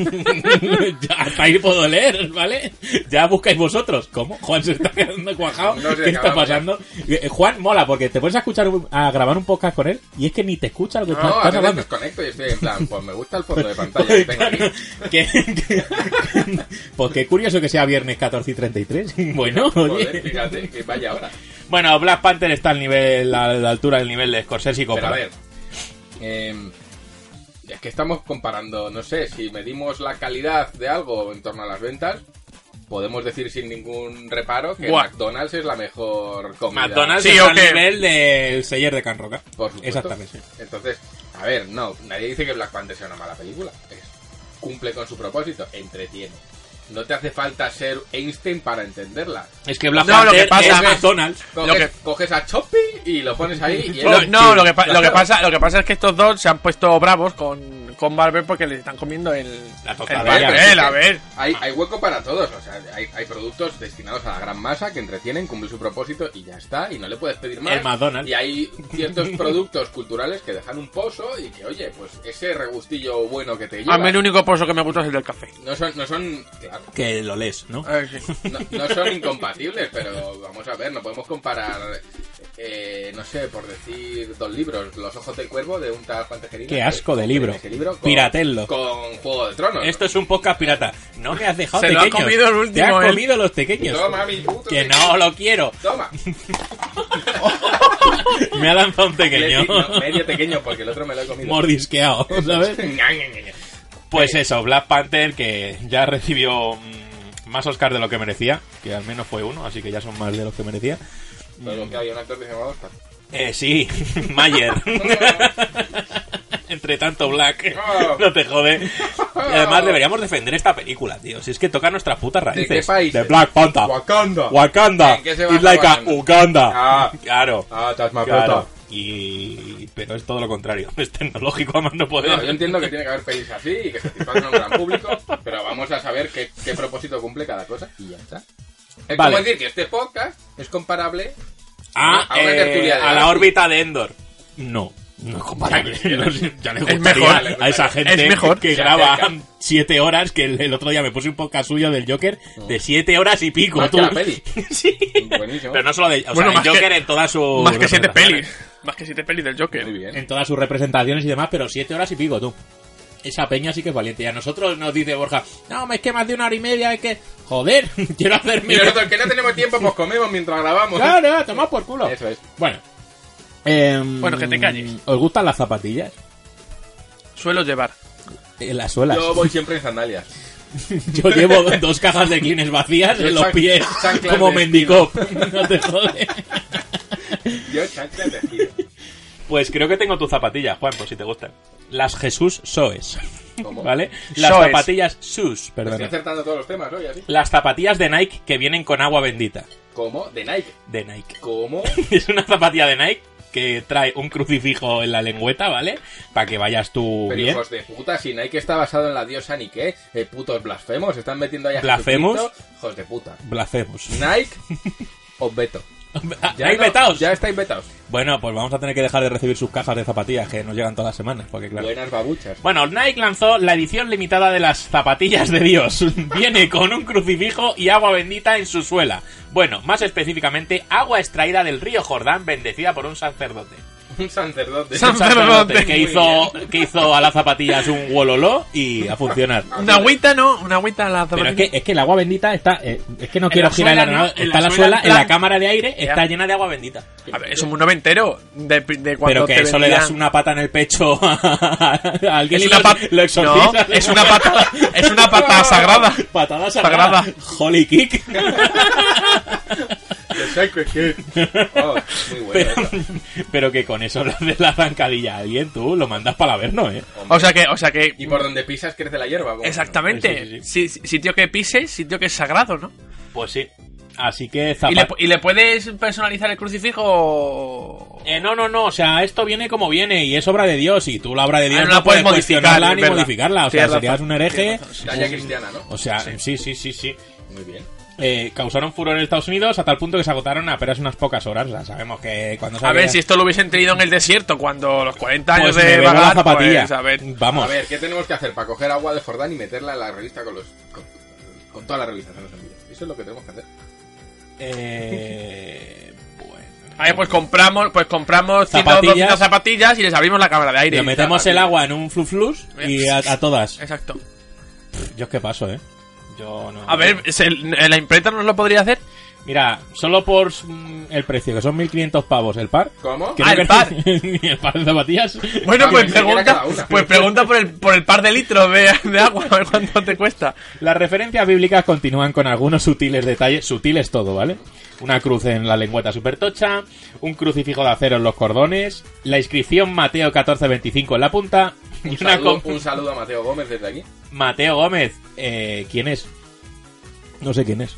Speaker 3: ya, hasta ahí puedo leer, ¿vale? Ya buscáis vosotros. ¿Cómo? Juan se está quedando cuajado.
Speaker 4: No sé,
Speaker 3: ¿Qué está
Speaker 4: acabamos ya.
Speaker 3: pasando? Eh, Juan mola porque te pones a escuchar un- a grabar un podcast con él y es que ni te escucha lo que
Speaker 4: No,
Speaker 3: estás
Speaker 4: a
Speaker 3: estás
Speaker 4: veces
Speaker 3: hablando.
Speaker 4: desconecto y estoy en plan, pues me gusta el fondo de pantalla que tengo aquí.
Speaker 3: Que- que- pues qué curioso que sea viernes 14 y 33. Bueno,
Speaker 4: Joder,
Speaker 3: oye.
Speaker 4: fíjate, que vaya ahora.
Speaker 3: Bueno, Black Panther está al nivel, a la altura del nivel de Scorsese y
Speaker 4: Pero a
Speaker 3: Coppola.
Speaker 4: ver, eh, es que estamos comparando, no sé, si medimos la calidad de algo en torno a las ventas, podemos decir sin ningún reparo que
Speaker 5: Buah.
Speaker 4: McDonald's es la mejor comida.
Speaker 3: McDonald's
Speaker 5: Sí,
Speaker 3: está
Speaker 5: ok.
Speaker 3: al nivel del seller de Can Roca.
Speaker 4: Por supuesto.
Speaker 3: Exactamente.
Speaker 4: Entonces, a ver, no, nadie dice que Black Panther sea una mala película. Es- cumple con su propósito, entretiene. No te hace falta ser Einstein para entenderla.
Speaker 3: Es que Black
Speaker 5: No, lo
Speaker 3: Panther
Speaker 5: que pasa-
Speaker 3: es McDonald's.
Speaker 4: Coges,
Speaker 5: Lo que-
Speaker 4: coges a Choppy y lo pones ahí y
Speaker 5: Lo- no, lo que, pa- lo, que
Speaker 4: Claro.
Speaker 5: pasa, lo que pasa es que estos dos se han puesto bravos con, con Marvel porque les están comiendo el,
Speaker 3: La
Speaker 5: el
Speaker 3: tostada, ya,
Speaker 5: papel,
Speaker 4: ya.
Speaker 5: a ver.
Speaker 4: Hay, hay hueco para todos, o sea, hay, hay productos destinados a la gran masa que entretienen, cumplen su propósito y ya está, y no le puedes pedir más.
Speaker 3: El McDonald's.
Speaker 4: Y hay ciertos productos culturales que dejan un pozo y que, oye, pues ese regustillo bueno que te lleva.
Speaker 5: A mí el único pozo que me gusta es el del café.
Speaker 4: No son, no son, claro,
Speaker 3: Que lo lees, ¿no?
Speaker 5: A ver, sí.
Speaker 4: no, no son incompatibles, pero vamos a ver, no podemos comparar, eh, no sé, por decir dos libros, Los ojos del cuervo de un tal Juan Tejerina.
Speaker 3: Qué asco de
Speaker 4: que-
Speaker 3: libro.
Speaker 4: ese libro con,
Speaker 3: Piratello.
Speaker 4: Con Juego de Tronos.
Speaker 3: Esto es un podcast pirata. No me has dejado
Speaker 5: Se lo ha
Speaker 3: pequeños.
Speaker 5: comido el último,
Speaker 3: Te has
Speaker 5: él.
Speaker 3: comido los pequeños.
Speaker 4: Toma, mi puto
Speaker 3: que
Speaker 4: tequeño.
Speaker 3: no lo quiero.
Speaker 4: Toma.
Speaker 3: Me ha lanzado un pequeño.
Speaker 4: Medio- no, medio pequeño, porque el otro me lo he comido.
Speaker 3: Mordisqueado, ¿sabes? Pues eso, Black Panther que ya recibió mm, más Oscar de lo que merecía, que al menos fue uno, así que ya son más de los que merecía.
Speaker 4: Pero que había un actor que se llamaba Oscar.
Speaker 3: Eh, sí, Mayer. Entre tanto, Black.
Speaker 4: Oh.
Speaker 3: No te jode. Y además deberíamos defender esta película, tío. Si es que toca nuestras putas raíces.
Speaker 4: qué país?
Speaker 3: De Black Panther.
Speaker 4: Wakanda.
Speaker 3: Wakanda.
Speaker 4: ¿En qué se basa
Speaker 3: It's like a
Speaker 4: Wakanda?
Speaker 3: Uganda.
Speaker 4: Ah.
Speaker 3: Claro.
Speaker 4: Ah,
Speaker 3: claro. Y... Pero es todo lo contrario. Es tecnológico, además no poder.
Speaker 4: yo entiendo que tiene que haber pelis así y que satisfacen a un gran público, pero vamos a saber qué, qué propósito cumple cada cosa y ya está. Es
Speaker 3: Vale.
Speaker 4: como decir que este podcast es comparable
Speaker 3: Ah,
Speaker 4: A una
Speaker 3: eh,
Speaker 4: tertulia de
Speaker 3: a la
Speaker 4: Galaxy.
Speaker 3: órbita de Endor. No, no es comparable. Yo sí- ya le
Speaker 5: Es
Speaker 3: gustaría
Speaker 5: mejor.
Speaker 3: a esa gente
Speaker 5: Es mejor.
Speaker 3: que
Speaker 4: Se
Speaker 3: graba
Speaker 4: acerca.
Speaker 3: siete horas, que el, el otro día me puse un podcast suyo del Joker, de siete horas y pico.
Speaker 4: Más
Speaker 3: tú.
Speaker 4: que la peli.
Speaker 3: sí.
Speaker 4: Buenísimo.
Speaker 3: Pero no solo de o
Speaker 5: Bueno,
Speaker 3: sea, el
Speaker 5: más que-
Speaker 3: Joker en todas sus...
Speaker 5: Más que siete
Speaker 3: representaciones.
Speaker 5: pelis. Más que siete pelis del Joker.
Speaker 4: Muy bien.
Speaker 3: En todas sus representaciones y demás, pero siete horas y pico, tú. Esa peña sí que es valiente. Y a nosotros nos dice Borja, no, es que más de una hora y media, es que... Joder, quiero hacerme...
Speaker 4: Y nosotros que no tenemos tiempo, pues comemos mientras grabamos.
Speaker 3: Claro, tomad por culo.
Speaker 4: Eso es.
Speaker 3: Bueno. Eh,
Speaker 5: Bueno, que te calles.
Speaker 3: ¿Os gustan las zapatillas?
Speaker 5: Suelo llevar.
Speaker 3: Eh, las suelas.
Speaker 4: Yo
Speaker 3: Yo,
Speaker 4: voy siempre en sandalias.
Speaker 3: llevo dos cajas de clines vacías en los
Speaker 4: San-
Speaker 3: pies,
Speaker 4: chanclas
Speaker 3: como
Speaker 4: de
Speaker 3: mendicop. No te jode.
Speaker 4: Yo chanclas de estilo.
Speaker 3: Pues creo que tengo tus zapatillas, Juan, por si te gustan. Las Jesús Soes.
Speaker 4: ¿Cómo?
Speaker 3: ¿Vale? Las
Speaker 5: Soes.
Speaker 3: zapatillas Sus,
Speaker 4: Estoy
Speaker 3: perdón.
Speaker 4: acertando todos los temas hoy, así.
Speaker 3: Las zapatillas de Nike que vienen con agua bendita.
Speaker 4: Como de Nike.
Speaker 3: De Nike.
Speaker 4: Como
Speaker 3: Es una zapatilla de Nike que trae un crucifijo en la lengüeta, ¿vale? Para que vayas tú
Speaker 4: Pero
Speaker 3: bien.
Speaker 4: hijos de puta, si Nike está basado en la diosa Nike, eh, putos blasfemos, están metiendo ahí a
Speaker 3: ¿Blasfemos?
Speaker 4: Jesucristo, Hijos de puta.
Speaker 3: Blacemos.
Speaker 4: Nike o Beto.
Speaker 3: Ah, ¿Hay
Speaker 4: no,
Speaker 3: vetaos?
Speaker 4: Ya estáis vetados.
Speaker 3: Bueno, pues vamos a tener que dejar de recibir sus cajas de zapatillas que nos llegan todas las semanas, porque claro.
Speaker 4: Buenas babuchas.
Speaker 3: Bueno, Nike lanzó la edición limitada de las zapatillas de Dios. Viene con un crucifijo y agua bendita en su suela. Bueno, más específicamente, agua extraída del río Jordán bendecida por un sacerdote.
Speaker 4: Un sacerdote.
Speaker 5: San-
Speaker 3: Un sacerdote
Speaker 5: Sacerdote.
Speaker 3: que
Speaker 5: Muy
Speaker 3: hizo, que hizo a las zapatillas un wololó y a funcionar.
Speaker 5: Una agüita no, una agüita a la
Speaker 3: Pero es
Speaker 5: zapatilla.
Speaker 3: que, es que el agua bendita está... eh, es que no
Speaker 5: En
Speaker 3: quiero
Speaker 5: la
Speaker 3: girar el
Speaker 5: suela, ¿no?
Speaker 3: ordenador,
Speaker 5: En
Speaker 3: Está
Speaker 5: la
Speaker 3: la
Speaker 5: suela,
Speaker 3: suela, en la
Speaker 5: plan-
Speaker 3: cámara de aire
Speaker 5: Ya.
Speaker 3: está llena de agua bendita.
Speaker 5: A ver, es un mundo entero de, de
Speaker 3: Pero
Speaker 5: cuando
Speaker 3: que
Speaker 5: te
Speaker 3: eso le
Speaker 5: vendían-
Speaker 3: das una pata en el pecho a a alguien
Speaker 5: Es
Speaker 3: y
Speaker 5: una
Speaker 3: lo-
Speaker 5: pata.
Speaker 3: lo exorcizas.
Speaker 5: No, es una pata. Es una pata sagrada.
Speaker 3: Patada sagrada.
Speaker 5: Sagrada.
Speaker 3: Holy kick.
Speaker 4: The Sacred Kid. Oh, muy bueno.
Speaker 3: Pero, pero que con eso le haces la zancadilla a alguien, tú lo mandas para verno, ¿eh?
Speaker 4: Hombre.
Speaker 5: O sea que, o sea que.
Speaker 4: y por donde pisas crece la hierba. ¿cómo?
Speaker 5: Exactamente.
Speaker 3: Sí, sí,
Speaker 5: Si- sitio que pises, sitio que es sagrado, ¿no?
Speaker 3: Pues sí. Así que
Speaker 5: Y le,
Speaker 3: zapat-
Speaker 5: y le puedes personalizar el crucifijo.
Speaker 3: Eh, no, no, no, o sea, esto viene como viene y es obra de Dios y tú la obra de Dios
Speaker 5: Ah,
Speaker 3: no, la puedes cuestionarla
Speaker 5: modificar,
Speaker 3: ni
Speaker 5: es verdad.
Speaker 3: modificarla, o sea,
Speaker 5: Tienes
Speaker 3: serías
Speaker 5: razón,
Speaker 3: un hereje.
Speaker 5: tienes razón,
Speaker 4: Talla cristiana, ¿no?
Speaker 3: O sea, sí, sí, sí, sí.
Speaker 4: Muy bien.
Speaker 3: eh, causaron furor en Estados Unidos a tal punto que se agotaron a apenas unas pocas horas. O sea, sabemos que cuando se
Speaker 5: A ver,
Speaker 3: agotan-
Speaker 5: si esto lo hubiesen tenido en el desierto, cuando los 40 años
Speaker 3: pues me
Speaker 5: de
Speaker 3: vengo la
Speaker 5: Bagat,
Speaker 3: zapatilla.
Speaker 5: pues, a ver.
Speaker 3: Vamos.
Speaker 4: A ver, ¿qué tenemos que hacer para coger agua de Fordán y meterla en la revista con los. con, con toda la revista que nos envíen? Eso es lo que tenemos que hacer.
Speaker 3: Eh, bueno.
Speaker 5: A ver, pues compramos, pues compramos 100 o
Speaker 3: Zapatillas.
Speaker 5: 200 zapatillas y les abrimos la cámara de aire.
Speaker 3: Le metemos el agua en un fluflus y a, a todas.
Speaker 5: Exacto.
Speaker 3: Yo es que paso, ¿eh? Yo no.
Speaker 5: A ver, ¿se- ¿la imprenta nos lo podría hacer?
Speaker 3: Mira, solo por mm, el precio, que son 1.500 pavos el par.
Speaker 4: ¿Cómo?
Speaker 3: Creo
Speaker 5: Ah, el
Speaker 3: que-
Speaker 5: par.
Speaker 3: ni el par de zapatillas.
Speaker 5: Bueno,
Speaker 4: Ah,
Speaker 5: pues
Speaker 4: pensé que era
Speaker 5: pregunta,
Speaker 4: cada una.
Speaker 5: pues pregunta por el, por el par de litros de, de agua, a ver cuánto te cuesta.
Speaker 3: Las referencias bíblicas continúan con algunos sutiles detalles, sutiles todo, ¿vale? Una cruz en la lengüeta supertocha, un crucifijo de acero en los cordones, la inscripción Mateo 1425 en la punta
Speaker 4: Un
Speaker 3: y una
Speaker 4: saludo,
Speaker 3: con-
Speaker 4: un saludo a Mateo Gómez desde aquí.
Speaker 3: Mateo Gómez, eh, ¿quién es? No sé quién es.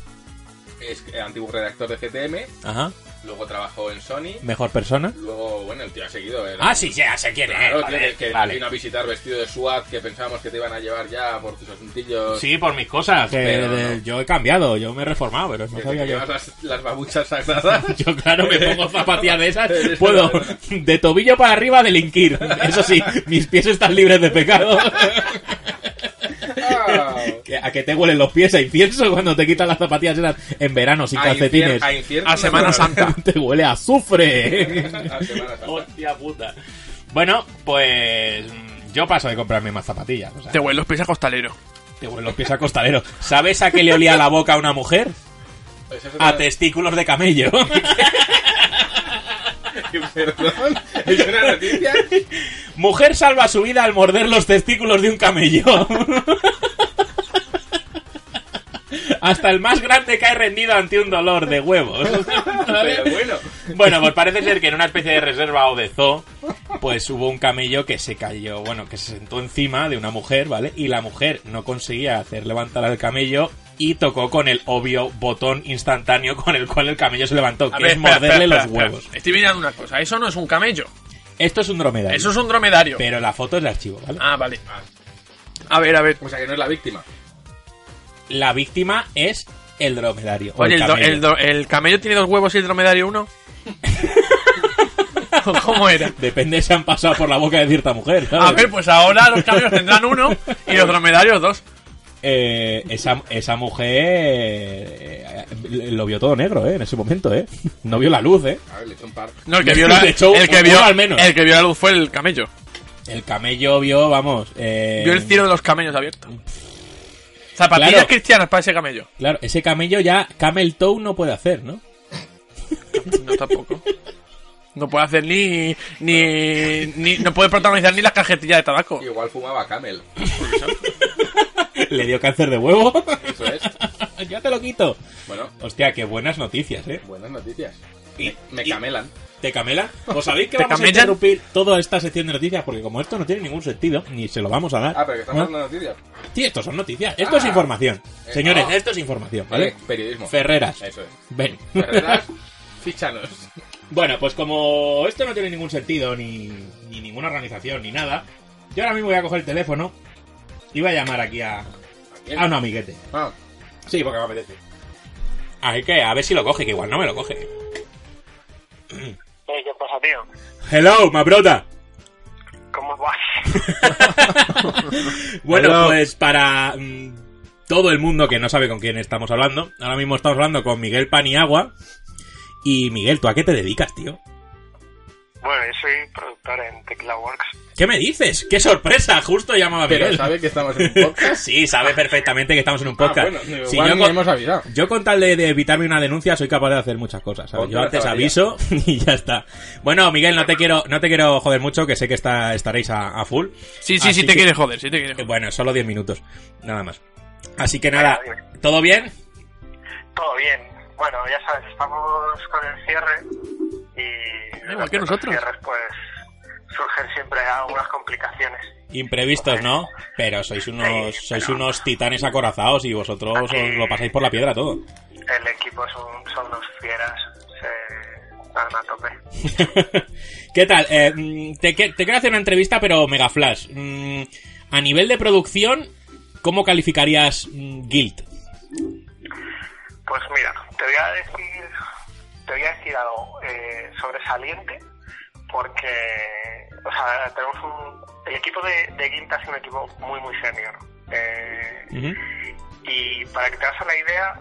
Speaker 4: Es eh, antiguo redactor de GTM,
Speaker 3: Ajá,
Speaker 4: luego trabajó en Sony,
Speaker 3: mejor persona.
Speaker 4: luego, bueno, el tío ha seguido. eh,
Speaker 3: Ah, sí, ya sé quién es.
Speaker 4: Claro,
Speaker 3: vale,
Speaker 4: tío, que, que
Speaker 3: vale.
Speaker 4: vino a visitar vestido de SWAT que pensábamos que te iban a llevar ya por tus asuntillos.
Speaker 3: Sí, por mis cosas. que
Speaker 4: Pero no.
Speaker 3: de- Yo he cambiado, yo me he reformado, pero no
Speaker 4: Que te
Speaker 3: sabía yo.
Speaker 4: llevas las, las babuchas sagradas.
Speaker 3: Yo, claro, me pongo zapatillas de esas. Puedo, de tobillo para arriba, delinquir. Eso sí, mis pies están libres de pecado.
Speaker 4: Ah.
Speaker 3: Que- ¿A que te huelen los pies a incienso cuando te quitan las zapatillas esas en verano sin
Speaker 4: A
Speaker 3: calcetines?
Speaker 4: infier- a infierno
Speaker 5: A Semana
Speaker 4: natural.
Speaker 5: Santa. infier-
Speaker 3: Te huele a azufre.
Speaker 4: A Semana Santa.
Speaker 3: Hostia puta. Bueno, pues mm, yo paso de comprarme más zapatillas. O sea,
Speaker 5: Te huelen los pies a costalero.
Speaker 3: te huelen los pies a costalero. ¿Sabes a qué le olía la boca a una mujer?
Speaker 4: Pues eso
Speaker 3: A
Speaker 4: te-
Speaker 3: testículos de camello.
Speaker 4: Perdón, es una noticia.
Speaker 3: Mujer salva su vida al morder los testículos de un camello. Hasta el más grande cae rendido ante un dolor de huevos.
Speaker 4: Pero bueno,
Speaker 3: Bueno, pues parece ser que en una especie de reserva o de zoo, pues hubo un camello que se cayó, bueno, que se sentó encima de una mujer, ¿vale? Y la mujer no conseguía hacer levantar al camello y tocó con el obvio botón instantáneo con el cual el camello se levantó, que es
Speaker 5: espera,
Speaker 3: morderle
Speaker 5: espera,
Speaker 3: los
Speaker 5: espera,
Speaker 3: huevos.
Speaker 5: espera. Estoy mirando una cosa. Eso no es un camello.
Speaker 3: Esto es un dromedario.
Speaker 5: Eso es un dromedario.
Speaker 3: Pero la foto es de archivo, ¿vale?
Speaker 5: Ah, vale. A ver, a ver.
Speaker 3: Pues,
Speaker 4: o sea que no es la víctima.
Speaker 3: La víctima es el dromedario. o
Speaker 5: Oye,
Speaker 3: el
Speaker 5: el, do-
Speaker 3: pues camello.
Speaker 5: el do- el camello tiene dos huevos y el dromedario uno. ¿Cómo era?
Speaker 3: Depende si han pasado por la boca de cierta mujer. ¿sabes?
Speaker 5: A ver, pues ahora los camellos tendrán uno y los dromedarios dos.
Speaker 3: Eh, esa, esa mujer eh, lo vio todo negro, ¿eh? En ese momento, ¿eh. No vio la luz, ¿eh.
Speaker 4: A ver, le echo un par.
Speaker 5: No, el que vio la,
Speaker 3: De hecho,
Speaker 5: el que
Speaker 3: uno
Speaker 5: vio,
Speaker 3: al menos.
Speaker 5: El que vio la luz fue el camello.
Speaker 3: El camello vio, vamos. eh,
Speaker 5: Vio el cielo de los camellos abierto. Zapatillas
Speaker 3: Claro.
Speaker 5: cristianas para ese camello.
Speaker 3: Claro, ese camello ya Camel Toe no puede hacer, ¿no?
Speaker 5: No, tampoco. No puede hacer ni, ni, ni- No puede protagonizar ni las cajetillas de tabaco.
Speaker 4: Igual fumaba Camel.
Speaker 3: Le dio cáncer de huevo.
Speaker 4: Eso es.
Speaker 3: ya te lo quito.
Speaker 4: Bueno,
Speaker 3: Hostia, qué buenas noticias, ¿eh?
Speaker 4: buenas noticias.
Speaker 3: Y-
Speaker 4: Me
Speaker 3: y-
Speaker 4: camelan.
Speaker 3: ¿Te camela? ¿Os sabéis que
Speaker 5: ¿Te
Speaker 3: vamos a
Speaker 5: camellan?
Speaker 3: interrumpir toda esta sección de noticias? Porque como esto no tiene ningún sentido, ni se lo vamos a dar. ¿Eh?
Speaker 4: Ah, pero que estamos
Speaker 3: ¿no?
Speaker 4: dando noticias.
Speaker 3: Sí, esto son noticias. Esto es
Speaker 4: Ah.
Speaker 3: información.
Speaker 4: Eh,
Speaker 3: Señores,
Speaker 4: no.
Speaker 3: esto es información, ¿vale?
Speaker 4: Vale, Eh, periodismo.
Speaker 3: Ferreras.
Speaker 4: Eso es.
Speaker 3: Ven.
Speaker 4: Ferreras, fichanos.
Speaker 3: Bueno, pues como esto no tiene ningún sentido, ni, ni ninguna organización, ni nada, yo ahora mismo voy a coger el teléfono y voy a llamar aquí a, a un amiguete.
Speaker 4: Ah,
Speaker 3: Sí, porque me apetece. Así que a ver si lo coge, que igual no me lo coge.
Speaker 2: Eh, ¿Qué pasa, tío?
Speaker 3: Hello, mabrota.
Speaker 2: ¿Cómo vas?
Speaker 3: Bueno,
Speaker 5: Hello.
Speaker 3: pues para mm, todo el mundo que no sabe con quién estamos hablando, ahora mismo estamos hablando con Miguel Paniagua. Y Miguel, ¿tú a qué te dedicas, tío?
Speaker 2: Bueno, yo soy productor en Tequila Works.
Speaker 3: ¿Qué me dices? ¡Qué sorpresa! Justo llamaba a
Speaker 4: pero
Speaker 3: Miguel.
Speaker 4: sabe que estamos en un podcast.
Speaker 3: Sí, sabe perfectamente que estamos en un podcast.
Speaker 4: Ah, bueno,
Speaker 3: Si
Speaker 4: igual
Speaker 3: yo,
Speaker 4: ni
Speaker 3: con,
Speaker 4: hemos avisado.
Speaker 3: yo con tal de, de evitarme una denuncia soy capaz de hacer muchas cosas. ¿sabes?
Speaker 4: Ponte
Speaker 3: Yo
Speaker 4: la
Speaker 3: antes
Speaker 4: zapatilla.
Speaker 3: aviso y ya está. Bueno, Miguel, no te quiero, no te quiero joder mucho, que sé que está, estaréis a, a full.
Speaker 5: Sí, sí,
Speaker 3: Así
Speaker 5: sí te
Speaker 3: que- Eh,
Speaker 5: quiere joder, sí te quiere joder.
Speaker 3: Bueno, solo 10 minutos, nada más. Así que nada,
Speaker 2: Venga,
Speaker 3: ¿todo bien?
Speaker 2: Todo bien. Bueno, ya sabes, estamos con el cierre y...
Speaker 5: Ah, igual que
Speaker 2: durante los
Speaker 5: nosotros.
Speaker 2: cierres, pues surgen siempre algunas complicaciones.
Speaker 3: Imprevistos, ¿no? Pero sois unos,
Speaker 2: Sí,
Speaker 3: sois
Speaker 2: pero-
Speaker 3: unos titanes acorazados y vosotros os lo pasáis por la piedra todo.
Speaker 2: El equipo son, son los fieras, se dan a tope.
Speaker 3: ¿Qué tal? Eh, mm, te, que- te quiero hacer una entrevista, pero mega flash. Mm, a nivel de producción, ¿cómo calificarías mm, Guild?
Speaker 2: Pues mira, te voy a decir, te voy a decir algo eh, sobresaliente, porque, o sea, tenemos un, el equipo de, de Quinta es un equipo muy, muy senior. Eh, y para que te hagas una idea,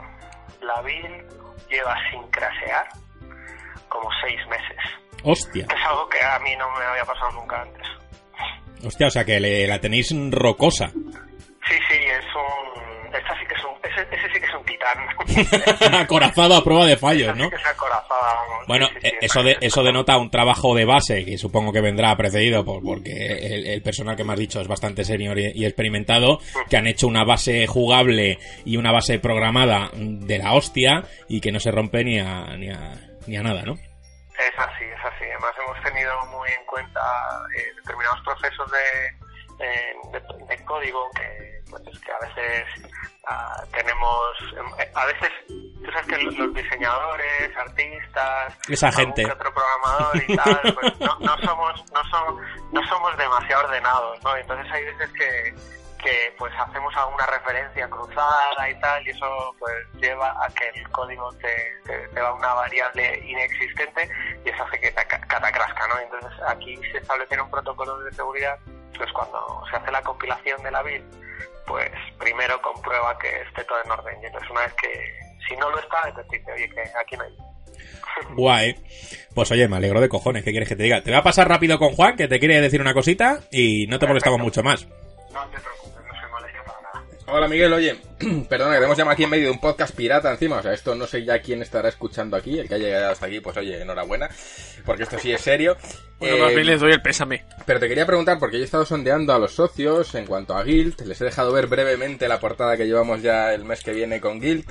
Speaker 2: la Bill lleva sin crasear como seis meses.
Speaker 3: Hostia.
Speaker 2: Que es algo que a mí no me había pasado nunca antes.
Speaker 3: Hostia, o sea que le- la tenéis rocosa.
Speaker 2: Sí, sí, es un. Esta sí que es un. Ese, ese sí que es un titán.
Speaker 3: Acorazado a prueba de fallos, ¿no?
Speaker 2: Esa sí que es acorazada, vamos.
Speaker 3: Bueno,
Speaker 2: Sí, sí, sí,
Speaker 3: eh,
Speaker 2: esa
Speaker 3: eso, de,
Speaker 2: sí que es
Speaker 3: eso denota un trabajo de base que supongo que vendrá precedido por, porque el, el personal que me has dicho es bastante senior y, y experimentado, que han hecho una base jugable y una base programada de la hostia y que no se rompe ni a, ni a, ni a nada, ¿no?
Speaker 2: Es así, es así. Además hemos tenido muy en cuenta eh, determinados procesos de, eh, de- de código que, pues, que a veces ah, tenemos, eh, a veces, tú sabes que los los diseñadores, artistas,
Speaker 3: Esa
Speaker 2: algún
Speaker 3: gente.
Speaker 2: que otro programador y tal, pues no, no somos, no somos, no somos demasiado ordenados, ¿no? Entonces hay veces que que pues hacemos alguna referencia cruzada y tal, y eso pues lleva a que el código te, te, te va a una variable inexistente y eso hace que te aca- catacrasca, ¿no? Entonces aquí se establecieron protocolos de seguridad, pues cuando se hace la compilación de la build, pues primero comprueba que esté todo en orden, y entonces una vez que si no lo está, entonces dice, oye, que aquí no hay.
Speaker 3: Guay. Pues oye, me alegro de cojones, ¿qué quieres que te diga? Te voy a pasar rápido con Juan, que te quiere decir una cosita y no te molestamos mucho más.
Speaker 2: No te preocupes, no soy molestia para nada.
Speaker 4: Hola Miguel, oye, perdona, que te hemos llamado aquí en medio de un podcast pirata encima, o sea, esto no sé ya quién estará escuchando aquí, el que haya llegado hasta aquí, pues oye, enhorabuena, porque esto sí es serio.
Speaker 5: Bueno,
Speaker 4: Eh,
Speaker 5: más bien les doy el pésame.
Speaker 4: pero te quería preguntar, porque yo he estado sondeando a los socios en cuanto a Guild, les he dejado ver brevemente la portada que llevamos ya el mes que viene con Guild,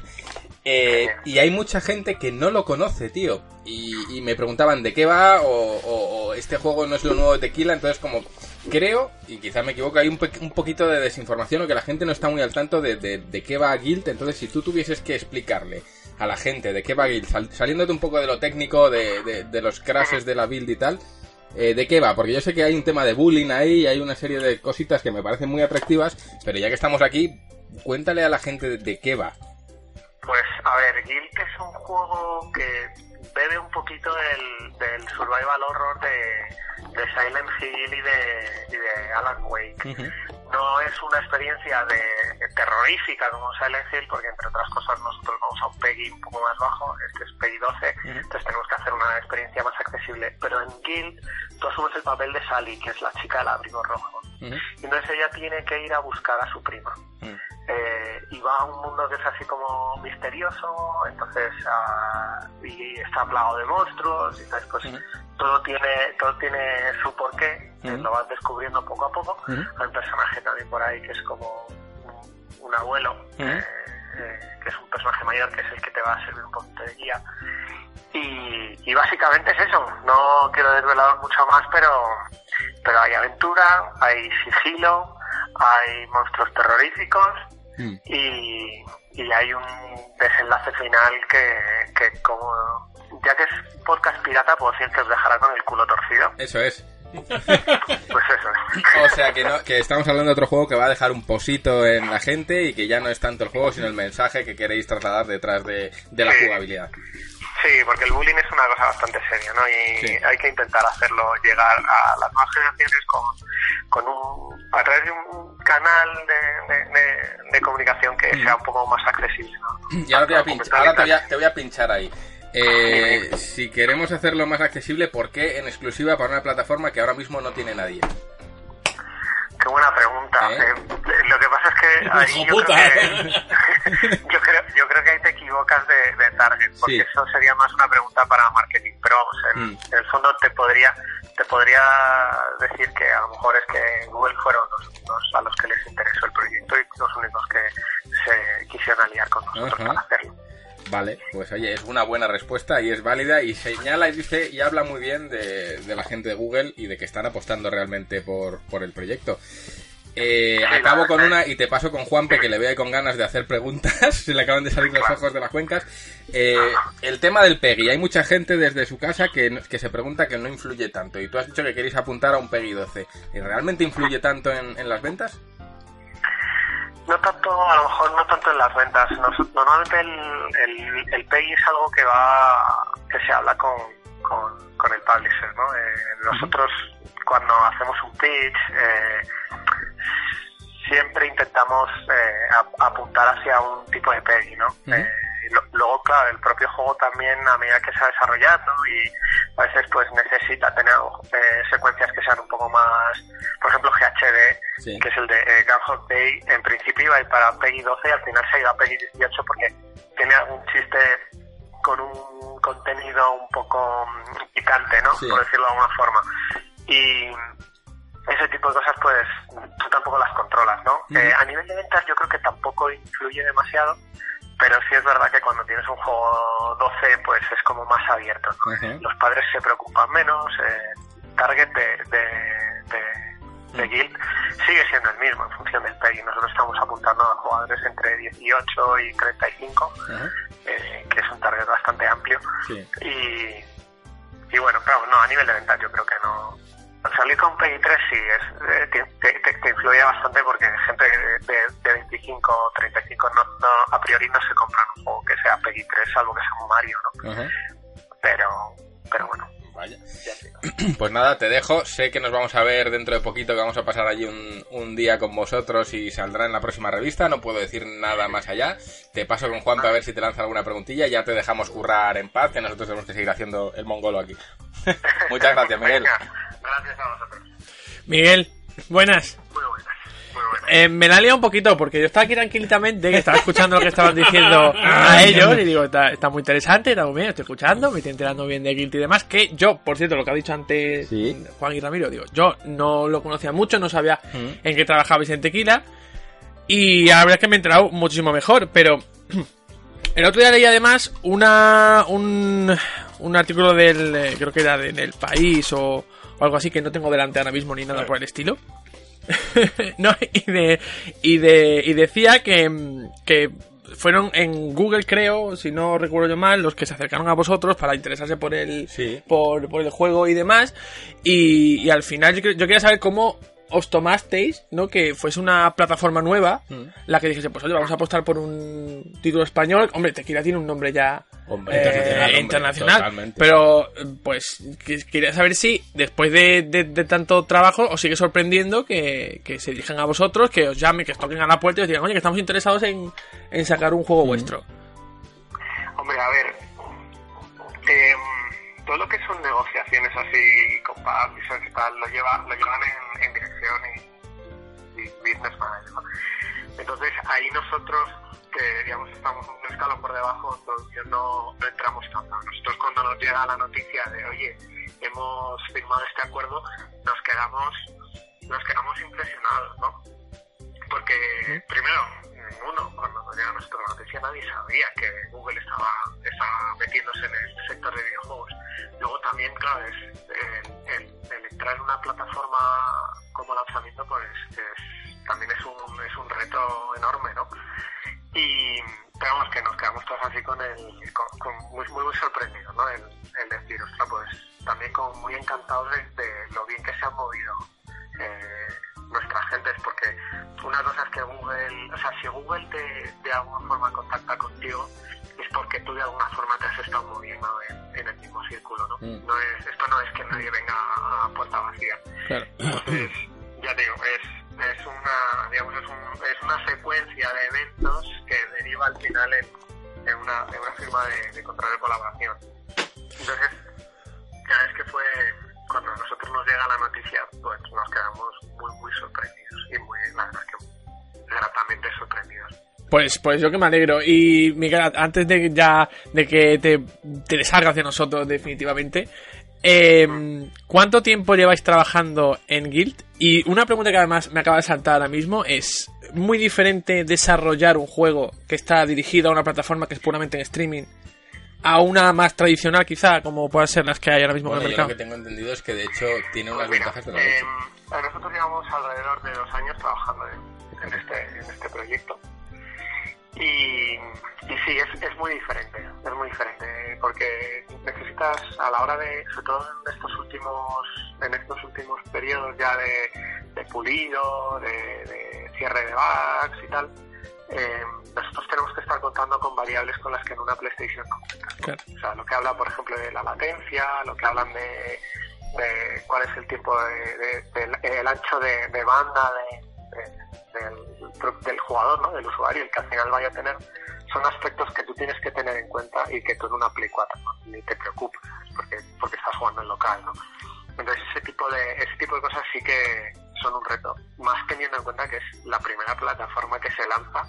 Speaker 4: eh, y hay mucha gente que no lo conoce, tío, y, y me preguntaban de qué va, o, o- o este juego no es lo nuevo de Tequila, entonces como creo, y quizás me equivoco, hay un, pe- un poquito de desinformación o que la gente no está muy al tanto de, de- de qué va Guild, entonces si tú tuvieses que explicarle a la gente de qué va Guild, sal- saliéndote un poco de lo técnico, de, de- de los crashes de la build y tal, eh, ¿de qué va? Porque yo sé que hay un tema de bullying ahí, hay una serie de cositas que me parecen muy atractivas, pero ya que estamos aquí, cuéntale a la gente de, de qué va.
Speaker 2: Pues a ver, Guild es un juego que bebe un poquito del, del survival horror de, de Silent Hill y de, y de Alan Wake. No es una experiencia de, terrorífica como Silent Hill, porque entre otras cosas nosotros vamos a un PEGI un poco más bajo, este es PEGI 12, entonces tenemos que hacer una experiencia más accesible. Pero en Guild tú asumes el papel de Sally, que es la chica del abrigo rojo. Y entonces ella tiene que ir a buscar a su prima. Eh, y va a un mundo que es así como misterioso, entonces ah, y está plagado de monstruos, y entonces pues todo tiene todo tiene su porqué, que lo vas descubriendo poco a poco. Hay un personaje también por ahí que es como un, un abuelo, eh, eh, que es un personaje mayor que es el que te va a servir un poquito de guía. Y, y básicamente es eso. No quiero desvelar mucho más, pero, pero hay aventura, hay sigilo, hay monstruos terroríficos y, y hay un desenlace final que, que como... Ya que es podcast pirata, puedo decir que os dejará con el culo torcido.
Speaker 4: Eso es.
Speaker 2: Pues eso.
Speaker 4: O sea que, no- que estamos hablando de otro juego que va a dejar un posito en la gente y que ya no es tanto el juego, sino el mensaje que queréis trasladar detrás de, de la
Speaker 2: Sí.
Speaker 4: jugabilidad.
Speaker 2: Sí, porque el bullying es una cosa bastante seria, ¿no? Y
Speaker 4: Sí.
Speaker 2: hay que intentar hacerlo llegar a las nuevas generaciones con, con un, a través de un canal de, de- de- de comunicación que sea un poco más accesible, ¿no?
Speaker 4: Y ahora te voy a,
Speaker 2: Tanto
Speaker 4: pinch- ahora te voy
Speaker 2: documental
Speaker 4: a- te voy a pinchar ahí. Eh, si queremos hacerlo más accesible, ¿por qué en exclusiva para una plataforma que ahora mismo no tiene nadie?
Speaker 2: y tal. Qué buena pregunta.
Speaker 4: ¿Eh?
Speaker 2: Eh, lo que pasa es que ahí
Speaker 3: Hijo
Speaker 2: yo,
Speaker 3: puta,
Speaker 2: creo que, yo, creo, yo creo que ahí te equivocas de, de target, porque
Speaker 4: Sí.
Speaker 2: eso sería más una pregunta para marketing. Pero vamos, en,
Speaker 4: Mm.
Speaker 2: en el fondo te podría te podría decir que a lo mejor es que Google fueron los únicos a los que les interesó el proyecto y los únicos que se quisieron aliar con nosotros
Speaker 4: Ajá.
Speaker 2: para hacerlo.
Speaker 4: Vale, pues oye, es una buena respuesta y es válida y señala y dice y habla muy bien de, de la gente de Google y de que están apostando realmente por, por el proyecto. Eh, acabo con una y te paso con Juanpe que le veo ahí con ganas de hacer preguntas, se le acaban de salir los ojos de las cuencas. Eh, el tema del PEGI, hay mucha gente desde su casa que, no- que se pregunta que no influye tanto y tú has dicho que queréis apuntar a un PEGI 12. ¿Y ¿Realmente influye tanto en, en las ventas?
Speaker 2: No tanto, a lo mejor no tanto en las ventas. Nos- normalmente el, el, el PEGI es algo que va, que se habla con, con, con el publisher, ¿no? Eh, nosotros cuando hacemos un pitch, eh, siempre intentamos eh, ap- apuntar hacia un tipo de PEGI, ¿no?
Speaker 4: Ujú.
Speaker 2: Eh, y lo- luego, claro, el propio juego también a medida que se va desarrollando y a veces pues necesita tener eh, secuencias que sean un poco más, por ejemplo, GHD,
Speaker 4: Sí.
Speaker 2: que es el de eh, Gunhawk Bay, en principio iba a ir para Peggy 12 y al final se ha ido a Peggy 18 porque tiene algún chiste con un contenido un poco mm, picante, ¿no?
Speaker 4: Sí.
Speaker 2: Por decirlo de alguna forma. Y ese tipo de cosas, pues tú tampoco las controlas, ¿no?
Speaker 4: Ujú.
Speaker 2: Eh, a nivel de ventas, yo creo que tampoco influye demasiado, pero sí es verdad que cuando tienes un juego 12, pues es como más abierto, ¿no?
Speaker 4: Ajá.
Speaker 2: los padres se preocupan menos, el target de, de, de, de Guild sigue siendo el mismo en función del PEGI. Nosotros estamos apuntando a jugadores entre 18 y 35,
Speaker 4: Ajá.
Speaker 2: eh, que es un target bastante amplio.
Speaker 4: Sí.
Speaker 2: Y, y bueno, claro, no, a nivel de venta yo creo que no. Al salir con PEGI 3 sí, es, eh, te, te- te- te influye bastante porque gente de, de 25 o 35 no, no, a priori no se compra un juego que sea PEGI 3, salvo que sea un Mario, ¿no?
Speaker 4: Ajá.
Speaker 2: Pero, pero bueno.
Speaker 4: Vaya.
Speaker 2: ya te digo.
Speaker 4: Pues nada, te dejo. Sé que nos vamos a ver dentro de poquito, que vamos a pasar allí un, un día con vosotros y saldrá en la próxima revista. No puedo decir nada más allá. Te paso con Juan para ver si te lanza alguna preguntilla. Ya te dejamos currar en paz, que nosotros tenemos que seguir haciendo el mongolo aquí. Muchas gracias, Miguel.
Speaker 2: Venga, gracias a vosotros.
Speaker 5: Miguel, buenas.
Speaker 2: Muy buenas, muy buenas.
Speaker 5: Eh, me la he liado un poquito porque yo estaba aquí tranquilamente, que estaba escuchando lo que estaban diciendo a ellos y digo, está, está muy interesante, está muy bien, estoy escuchando, me estoy enterando bien de Guilty y demás, que yo, por cierto, lo que ha dicho antes
Speaker 4: Sí.
Speaker 5: Juan y Ramiro, digo, yo no lo conocía mucho, no sabía
Speaker 4: Ujú.
Speaker 5: en qué trabajabais en Tequila y la verdad es que me he enterado muchísimo mejor, pero el otro día leí además una, un, un artículo del, eh, creo que era del El País o, o algo así, que no tengo delante ahora mismo ni nada por el estilo. no, y, de, y, de, y decía que, mm, que fueron en Google, creo, si no recuerdo yo mal, los que se acercaron a vosotros para interesarse por el,
Speaker 4: Sí.
Speaker 5: por, por el juego y demás. Y, y al final yo, cre- yo quería saber cómo os tomasteis, ¿no? Que fuese una plataforma nueva,
Speaker 4: Mm.
Speaker 5: la que dijese, pues oye, vamos a apostar por un título español. Hombre, Tequila tiene un nombre ya
Speaker 4: Hombre,
Speaker 5: eh,
Speaker 4: internacional, hombre,
Speaker 5: internacional,
Speaker 4: totalmente.
Speaker 5: pero eh, pues que- quería saber si después de, de- de tanto trabajo os sigue sorprendiendo que, que se dirijan a vosotros, que os llamen, que os toquen a la puerta y os digan, oye, que estamos interesados en, en sacar un
Speaker 4: Mm.
Speaker 5: juego vuestro.
Speaker 2: Hombre, a ver. em, todo lo que son negociaciones así con publishers y tal, lo, lleva, lo llevan en, en dirección y, y business manager. ¿no? Entonces ahí nosotros, que digamos estamos un escalón por debajo, entonces no, no entramos tanto. Nosotros cuando nos llega la noticia de, oye, hemos firmado este acuerdo, nos quedamos, nos quedamos impresionados, ¿no? Porque, primero, uno, cuando nos llega nuestra noticia, nadie sabía que Google estaba, estaba metiéndose en el sector de videojuegos. Luego también, claro, es, el, el- el entrar en una plataforma como lanzamiento, pues es- también es un, es un reto enorme, ¿no? Y, pero vamos, que nos quedamos todos así con el, con, con muy, muy, muy sorprendidos, ¿no? El, el decir, ostras, pues también como muy encantados de, de lo bien que se han movido eh, nuestras gentes, porque una cosa es que Google, o sea, si Google te, de alguna forma contacta contigo, es porque tú de alguna forma te has estado moviendo en, en el mismo círculo, ¿no?
Speaker 4: Mm.
Speaker 2: no es, esto no es que nadie venga a puerta vacía.
Speaker 5: Claro.
Speaker 2: Entonces, ya te digo, es, es una digamos, es, un- es una secuencia de eventos que deriva al final en, en una, en una firma de, de contrato de colaboración. Entonces, ya es que fue cuando a nosotros nos llega la noticia, pues nos quedamos muy, muy sorprendidos y muy, la verdad que gratamente sorprendidos.
Speaker 5: Pues, pues yo que me alegro. Y Miguel, a- antes de que ya de que te, te salgas de nosotros definitivamente, eh, ¿cuánto tiempo lleváis trabajando en Guild? Y una pregunta que además me acaba de saltar ahora mismo es muy diferente desarrollar un juego que está dirigido a una plataforma que es puramente en streaming a una más tradicional quizá, como puedan ser las que hay ahora mismo en
Speaker 4: Bueno,
Speaker 5: el
Speaker 4: yo lo
Speaker 5: mercado.
Speaker 4: que tengo entendido es que de hecho tiene
Speaker 2: Pues
Speaker 4: unas
Speaker 2: mira,
Speaker 4: ventajas de la leche.
Speaker 2: em, nosotros llevamos alrededor de dos años trabajando en, en este, en este proyecto. Y, y sí, es, es muy diferente, es muy diferente, porque necesitas a la hora de, sobre todo en estos últimos, en estos últimos periodos ya de, de pulido, de, de cierre de bugs y tal, eh, nosotros tenemos que estar contando con variables con las que en una PlayStation no cuentas.
Speaker 5: Claro.
Speaker 2: O sea, lo que habla, por ejemplo, de la latencia, lo que hablan de, de cuál es el tiempo, de, de- del- el ancho de, de banda de- de- del, del jugador, ¿no? del usuario, el que al final vaya a tener, son aspectos que tú tienes que tener en cuenta y que tú en una Play 4 ¿no? ni te preocupas, porque, porque estás jugando en local. ¿no? Entonces, ese tipo, de, ese tipo de cosas sí que son un reto, más teniendo en cuenta que es la primera plataforma que se lanza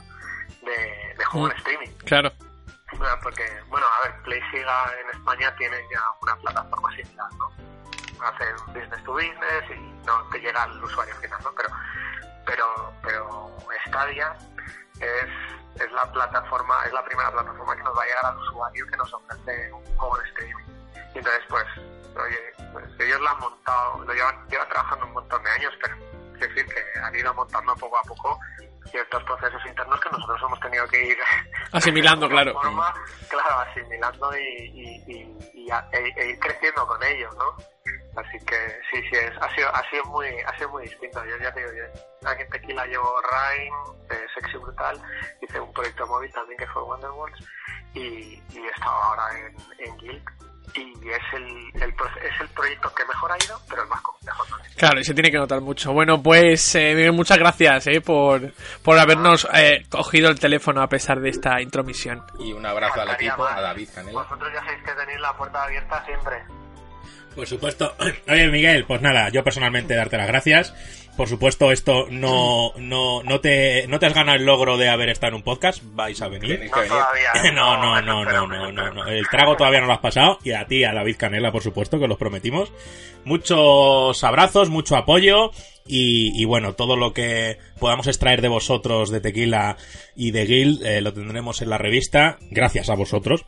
Speaker 2: de, de juego en
Speaker 5: Mm.
Speaker 2: streaming.
Speaker 5: Claro.
Speaker 2: Ah, Porque, bueno, a ver, PlaySiga en España tiene ya una plataforma similar, ¿no? Hacen business to business y no te llega al usuario final, ¿no? Pero, pero, pero Stadia es, es la plataforma, es la primera plataforma que nos va a llegar al usuario que nos ofrece un juego de streaming. Y entonces, pues, oye, pues ellos la han montado, lo llevan, llevan trabajando un montón de años, pero es decir, que han ido montando poco a poco ciertos procesos internos que nosotros hemos tenido que ir
Speaker 5: Asimilando,
Speaker 2: de alguna
Speaker 5: claro.
Speaker 2: forma, claro, asimilando y, y- y- y a- e- e ir creciendo con ellos, ¿no? Así que sí, sí, es, ha, sido, ha, sido muy, ha sido muy distinto. Yo ya te digo, yo aquí en Tequila llevo Rhyme, eh, Sexy Brutal, hice un proyecto móvil también que fue Wonderworlds y, y he estado ahora en, en Guild y es el, el, pro- es el proyecto que mejor ha ido, pero el más complejo también.
Speaker 5: Claro, y se tiene que notar mucho. Bueno, pues eh, Miguel, muchas gracias eh, por, por habernos eh, cogido el teléfono a pesar de esta intromisión.
Speaker 4: Y un abrazo al
Speaker 2: Faltaría
Speaker 4: equipo,
Speaker 2: más.
Speaker 4: a David Canela.
Speaker 2: Vosotros ya sabéis que tenéis la puerta abierta siempre.
Speaker 3: Por supuesto. Oye, Miguel, pues nada, yo personalmente darte las gracias. Por supuesto, esto no, no, no te, no te has ganado el logro de haber estado en un podcast. Vais a venir.
Speaker 4: Tenéis que
Speaker 2: No
Speaker 4: venir.
Speaker 2: todavía. ¿eh?
Speaker 3: No, no,
Speaker 2: eso
Speaker 3: no, no,
Speaker 2: espero,
Speaker 3: no,
Speaker 2: eso
Speaker 3: no,
Speaker 2: espero.
Speaker 3: no. El trago todavía no lo has pasado. Y a ti, a David Canela, por supuesto, que los prometimos. Muchos abrazos, mucho apoyo. Y, y bueno, todo lo que podamos extraer de vosotros, de Tequila y de Guild, eh, lo tendremos en la revista. Gracias a vosotros.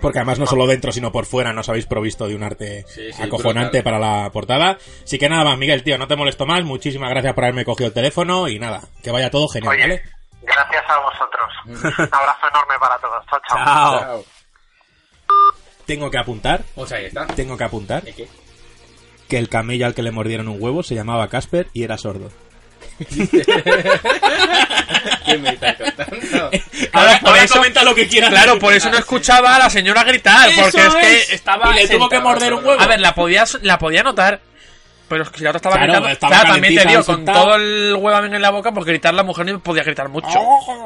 Speaker 3: Porque además no solo dentro, sino por fuera nos habéis provisto de un arte
Speaker 4: Sí, sí,
Speaker 3: acojonante
Speaker 4: brutal.
Speaker 3: para la portada. Así que nada más, Miguel, tío, no te molesto más. Muchísimas gracias por haberme cogido el teléfono y nada, que vaya todo genial,
Speaker 2: Oye,
Speaker 3: ¿vale?
Speaker 2: gracias a vosotros. Un abrazo enorme para todos. Chao, chao.
Speaker 4: Chao.
Speaker 3: Tengo que apuntar,
Speaker 4: Pues ahí está.
Speaker 3: tengo que apuntar
Speaker 4: ¿Eh, qué?
Speaker 3: que el camello al que le mordieron un huevo se llamaba Casper y era sordo.
Speaker 4: ¿Qué me estás contando?
Speaker 5: Ahora- ahora comenta
Speaker 3: lo que quieras.
Speaker 5: Claro, por eso no escuchaba a la señora gritar, porque es, que estaba.
Speaker 3: Y le tuvo que
Speaker 4: sentado
Speaker 3: morder un
Speaker 4: sobre-
Speaker 3: huevo.
Speaker 5: A ver, la podía, la podía notar. Pero es que si la otra estaba
Speaker 3: Claro,
Speaker 5: gritando.
Speaker 3: estaba
Speaker 5: claro, también te
Speaker 3: calentita,
Speaker 5: digo, con
Speaker 3: sentada.
Speaker 5: todo el huevo en la boca, porque gritar la mujer no podía gritar mucho.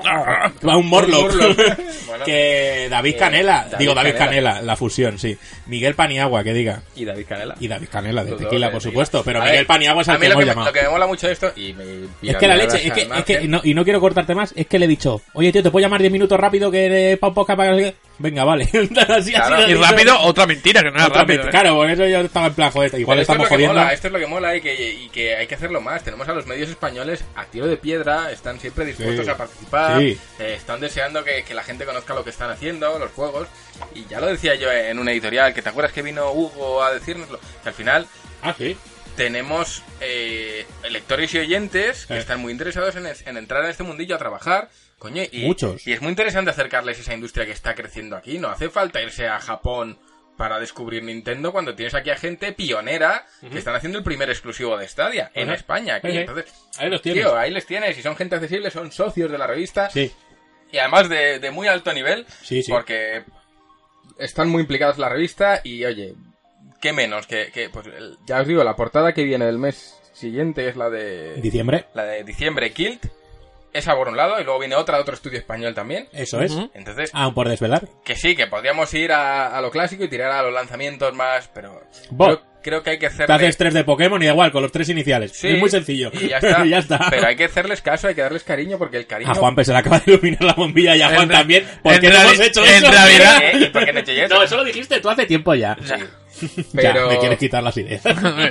Speaker 3: Oh, Va un Morlock.
Speaker 4: Un Morlock. Bueno.
Speaker 3: que David
Speaker 4: Eh,
Speaker 3: Canela,
Speaker 4: David
Speaker 3: digo David
Speaker 4: Canela.
Speaker 3: Canela. la fusión, sí. Miguel Paniagua, que diga.
Speaker 4: Y David Canela.
Speaker 3: Y David Canela, de
Speaker 4: Los dos,
Speaker 3: tequila,
Speaker 4: eh,
Speaker 3: por
Speaker 4: sí.
Speaker 3: supuesto. Pero
Speaker 4: A
Speaker 3: Miguel
Speaker 4: ver,
Speaker 3: Paniagua es
Speaker 4: a
Speaker 3: al
Speaker 4: mí
Speaker 3: que
Speaker 4: lo
Speaker 3: hemos
Speaker 4: que, me-
Speaker 3: llamado.
Speaker 4: Lo que me mola mucho de esto. Y me
Speaker 3: Es que la leche, es que, es que- no, y no quiero cortarte más, es que le he dicho, oye tío, te puedo llamar 10 minutos rápido que eh, pa' un podcast para que-". Venga, vale. así, así
Speaker 4: Claro. ah,
Speaker 3: lo he
Speaker 5: Y
Speaker 3: dicho.
Speaker 5: rápido, otra mentira, que no era
Speaker 3: Otra
Speaker 5: rápido.
Speaker 3: vez.
Speaker 5: ¿eh?
Speaker 3: Claro, por eso yo estaba en plan, joder, igual
Speaker 4: Pero esto
Speaker 3: estamos
Speaker 4: es lo que
Speaker 3: jodiendo.
Speaker 4: mola, eh. esto es lo que mola y que, y que hay que hacerlo más. Tenemos a los medios españoles a tiro de piedra, están siempre dispuestos
Speaker 3: Sí.
Speaker 4: a participar,
Speaker 3: Sí.
Speaker 4: eh, están deseando que, que la gente conozca lo que están haciendo, los juegos. Y ya lo decía yo en una editorial, que te acuerdas que vino Hugo a decírnoslo, que al final
Speaker 3: Ah, sí.
Speaker 4: tenemos eh, lectores y oyentes que
Speaker 3: Eh.
Speaker 4: están muy interesados en, es- en entrar en este mundillo a trabajar. Coño, y,
Speaker 3: Muchos.
Speaker 4: y es muy interesante acercarles esa industria que está creciendo aquí. No hace falta irse a Japón para descubrir Nintendo cuando tienes aquí a gente pionera que están haciendo el primer exclusivo de Stadia en
Speaker 3: Ajá.
Speaker 4: España. aquí.
Speaker 3: Ajá.
Speaker 4: Entonces,
Speaker 3: Ahí los tienes.
Speaker 4: tío, ah. ahí les tienes. Y son gente accesible, son socios de la revista
Speaker 3: Sí.
Speaker 4: y además de, de muy alto nivel,
Speaker 3: Sí, sí.
Speaker 4: porque están muy implicados en la revista y oye, qué menos que, que, pues el- ya os digo, la portada que viene del mes siguiente es la de
Speaker 3: Diciembre.
Speaker 4: la de diciembre Kilt, esa por un lado y luego viene otra de otro estudio español también.
Speaker 3: Eso es.
Speaker 5: Ujú.
Speaker 4: Entonces,
Speaker 3: Aún por desvelar.
Speaker 4: que sí, que podríamos ir a, a lo clásico y tirar a los lanzamientos más, pero
Speaker 3: Bo.
Speaker 4: creo, creo que hay que
Speaker 3: Te
Speaker 4: hacerle
Speaker 3: haces tres de Pokémon y da igual, con los tres iniciales.
Speaker 4: Sí,
Speaker 3: es muy sencillo.
Speaker 4: Y ya está.
Speaker 3: Ya está.
Speaker 4: Pero hay que hacerles caso, hay que darles cariño porque el cariño
Speaker 3: A Juan pues, se le acaba de iluminar la bombilla y a
Speaker 5: En
Speaker 3: Juan
Speaker 5: re-
Speaker 3: también. ¿Por
Speaker 5: en
Speaker 3: qué no
Speaker 5: reali-
Speaker 3: hemos hecho
Speaker 5: en
Speaker 3: eso?
Speaker 5: realidad-
Speaker 4: ¿Eh? ¿Por qué no he hecho yo eso?
Speaker 3: No, eso lo dijiste tú hace tiempo ya.
Speaker 4: Sí.
Speaker 3: Ya,
Speaker 4: Pero
Speaker 3: me quieres quitar las ideas.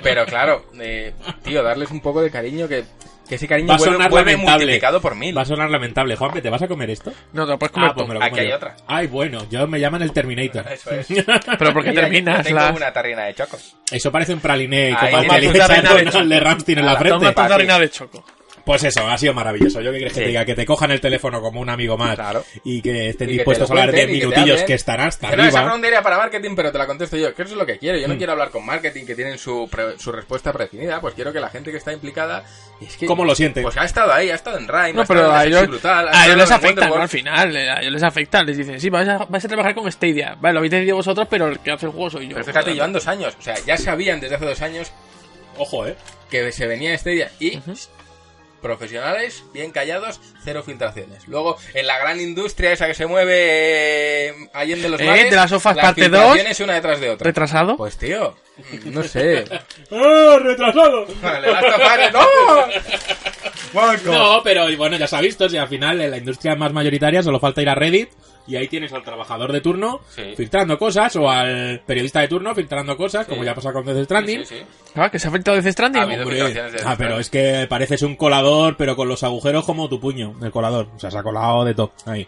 Speaker 4: Pero claro, eh, tío, darles un poco de cariño que, que ese cariño
Speaker 3: Va a
Speaker 4: vuelve,
Speaker 3: sonar
Speaker 4: vuelve
Speaker 3: lamentable.
Speaker 4: multiplicado por mil.
Speaker 3: Va a sonar lamentable. Juan, ¿te vas a comer esto?
Speaker 5: ¿eh? No, te lo puedes comer
Speaker 3: Ah, pues me lo
Speaker 5: tú.
Speaker 3: como
Speaker 4: Aquí hay
Speaker 3: yo.
Speaker 4: otra.
Speaker 3: Ay, bueno, yo me llaman el Terminator.
Speaker 4: Eso es.
Speaker 5: Pero porque
Speaker 4: Mira, yo
Speaker 5: terminas
Speaker 4: Tengo
Speaker 5: las.
Speaker 4: una tarrina de chocos.
Speaker 3: Eso parece un praliné
Speaker 4: Ahí
Speaker 3: como el
Speaker 4: tienes
Speaker 3: que le echas
Speaker 5: una arena de
Speaker 3: Donald de Ramstein en la
Speaker 5: Toma
Speaker 3: frente.
Speaker 5: tu
Speaker 4: Papi.
Speaker 5: tarrina de choco.
Speaker 3: Pues eso, ha sido maravilloso. Yo qué crees que
Speaker 4: Sí.
Speaker 3: te diga, que te cojan el teléfono como un amigo más
Speaker 4: Claro.
Speaker 3: y que estén
Speaker 4: Y que
Speaker 3: dispuestos
Speaker 4: te
Speaker 3: a
Speaker 4: lo
Speaker 3: hablar
Speaker 4: cuenten
Speaker 3: 10
Speaker 4: y que te
Speaker 3: minutillos
Speaker 4: hablen.
Speaker 3: que estarán hasta
Speaker 4: Que no, esa
Speaker 3: arriba. Mm.
Speaker 4: ronda era para marketing, pero te la contesto yo. Que eso es lo que quiero. Yo no quiero hablar con marketing que tienen su, pre- su respuesta predefinida. Pues quiero que la gente que está implicada. Es que,
Speaker 3: ¿Cómo lo siente?
Speaker 4: Pues ha estado ahí, ha estado en Rhyme.
Speaker 5: No,
Speaker 4: ha estado
Speaker 5: pero
Speaker 4: en
Speaker 5: a
Speaker 4: Sexy
Speaker 5: ellos,
Speaker 4: Brutal, ha
Speaker 5: a
Speaker 4: estado
Speaker 5: ellos les
Speaker 4: en
Speaker 5: afecta,
Speaker 4: Wonderworld.
Speaker 5: ¿no? Al final, eh, a ellos les afecta. Les dicen, sí, vais a, vais a trabajar con Stadia. Vale, lo habéis decidido vosotros, pero el que hace el juego soy yo.
Speaker 4: Pero fíjate, llevan dos años. O sea, ya sabían desde hace dos años
Speaker 3: Ojo, eh.
Speaker 4: que se venía este día. Y profesionales, bien callados, cero filtraciones. Luego, en la gran industria esa que se mueve eh, allende los
Speaker 5: Eh,
Speaker 4: mares,
Speaker 5: de las sofas
Speaker 4: las
Speaker 5: parte dos.
Speaker 4: filtraciones una detrás de otra.
Speaker 5: ¿Retrasado?
Speaker 4: Pues tío, no sé.
Speaker 3: ¡Ah, retrasado!
Speaker 4: Vale, Last of Us, ¡no! Marco.
Speaker 3: No, pero y bueno, ya se ha visto, si al final en la industria más mayoritaria solo falta ir a Reddit y ahí tienes al trabajador de turno
Speaker 4: Sí.
Speaker 3: filtrando cosas o al periodista de turno filtrando cosas, como
Speaker 4: Sí.
Speaker 3: ya pasa con Death Stranding.
Speaker 4: Sí, sí, sí.
Speaker 5: Ah, que se ha afectado desde Stranding.
Speaker 4: Ha habido
Speaker 3: Hombre,
Speaker 4: filtraciones de
Speaker 3: ah,
Speaker 4: Death
Speaker 3: pero
Speaker 4: Stranding.
Speaker 3: es que pareces un colador, pero con los agujeros como tu puño, el colador. O sea, se ha colado de top, ahí.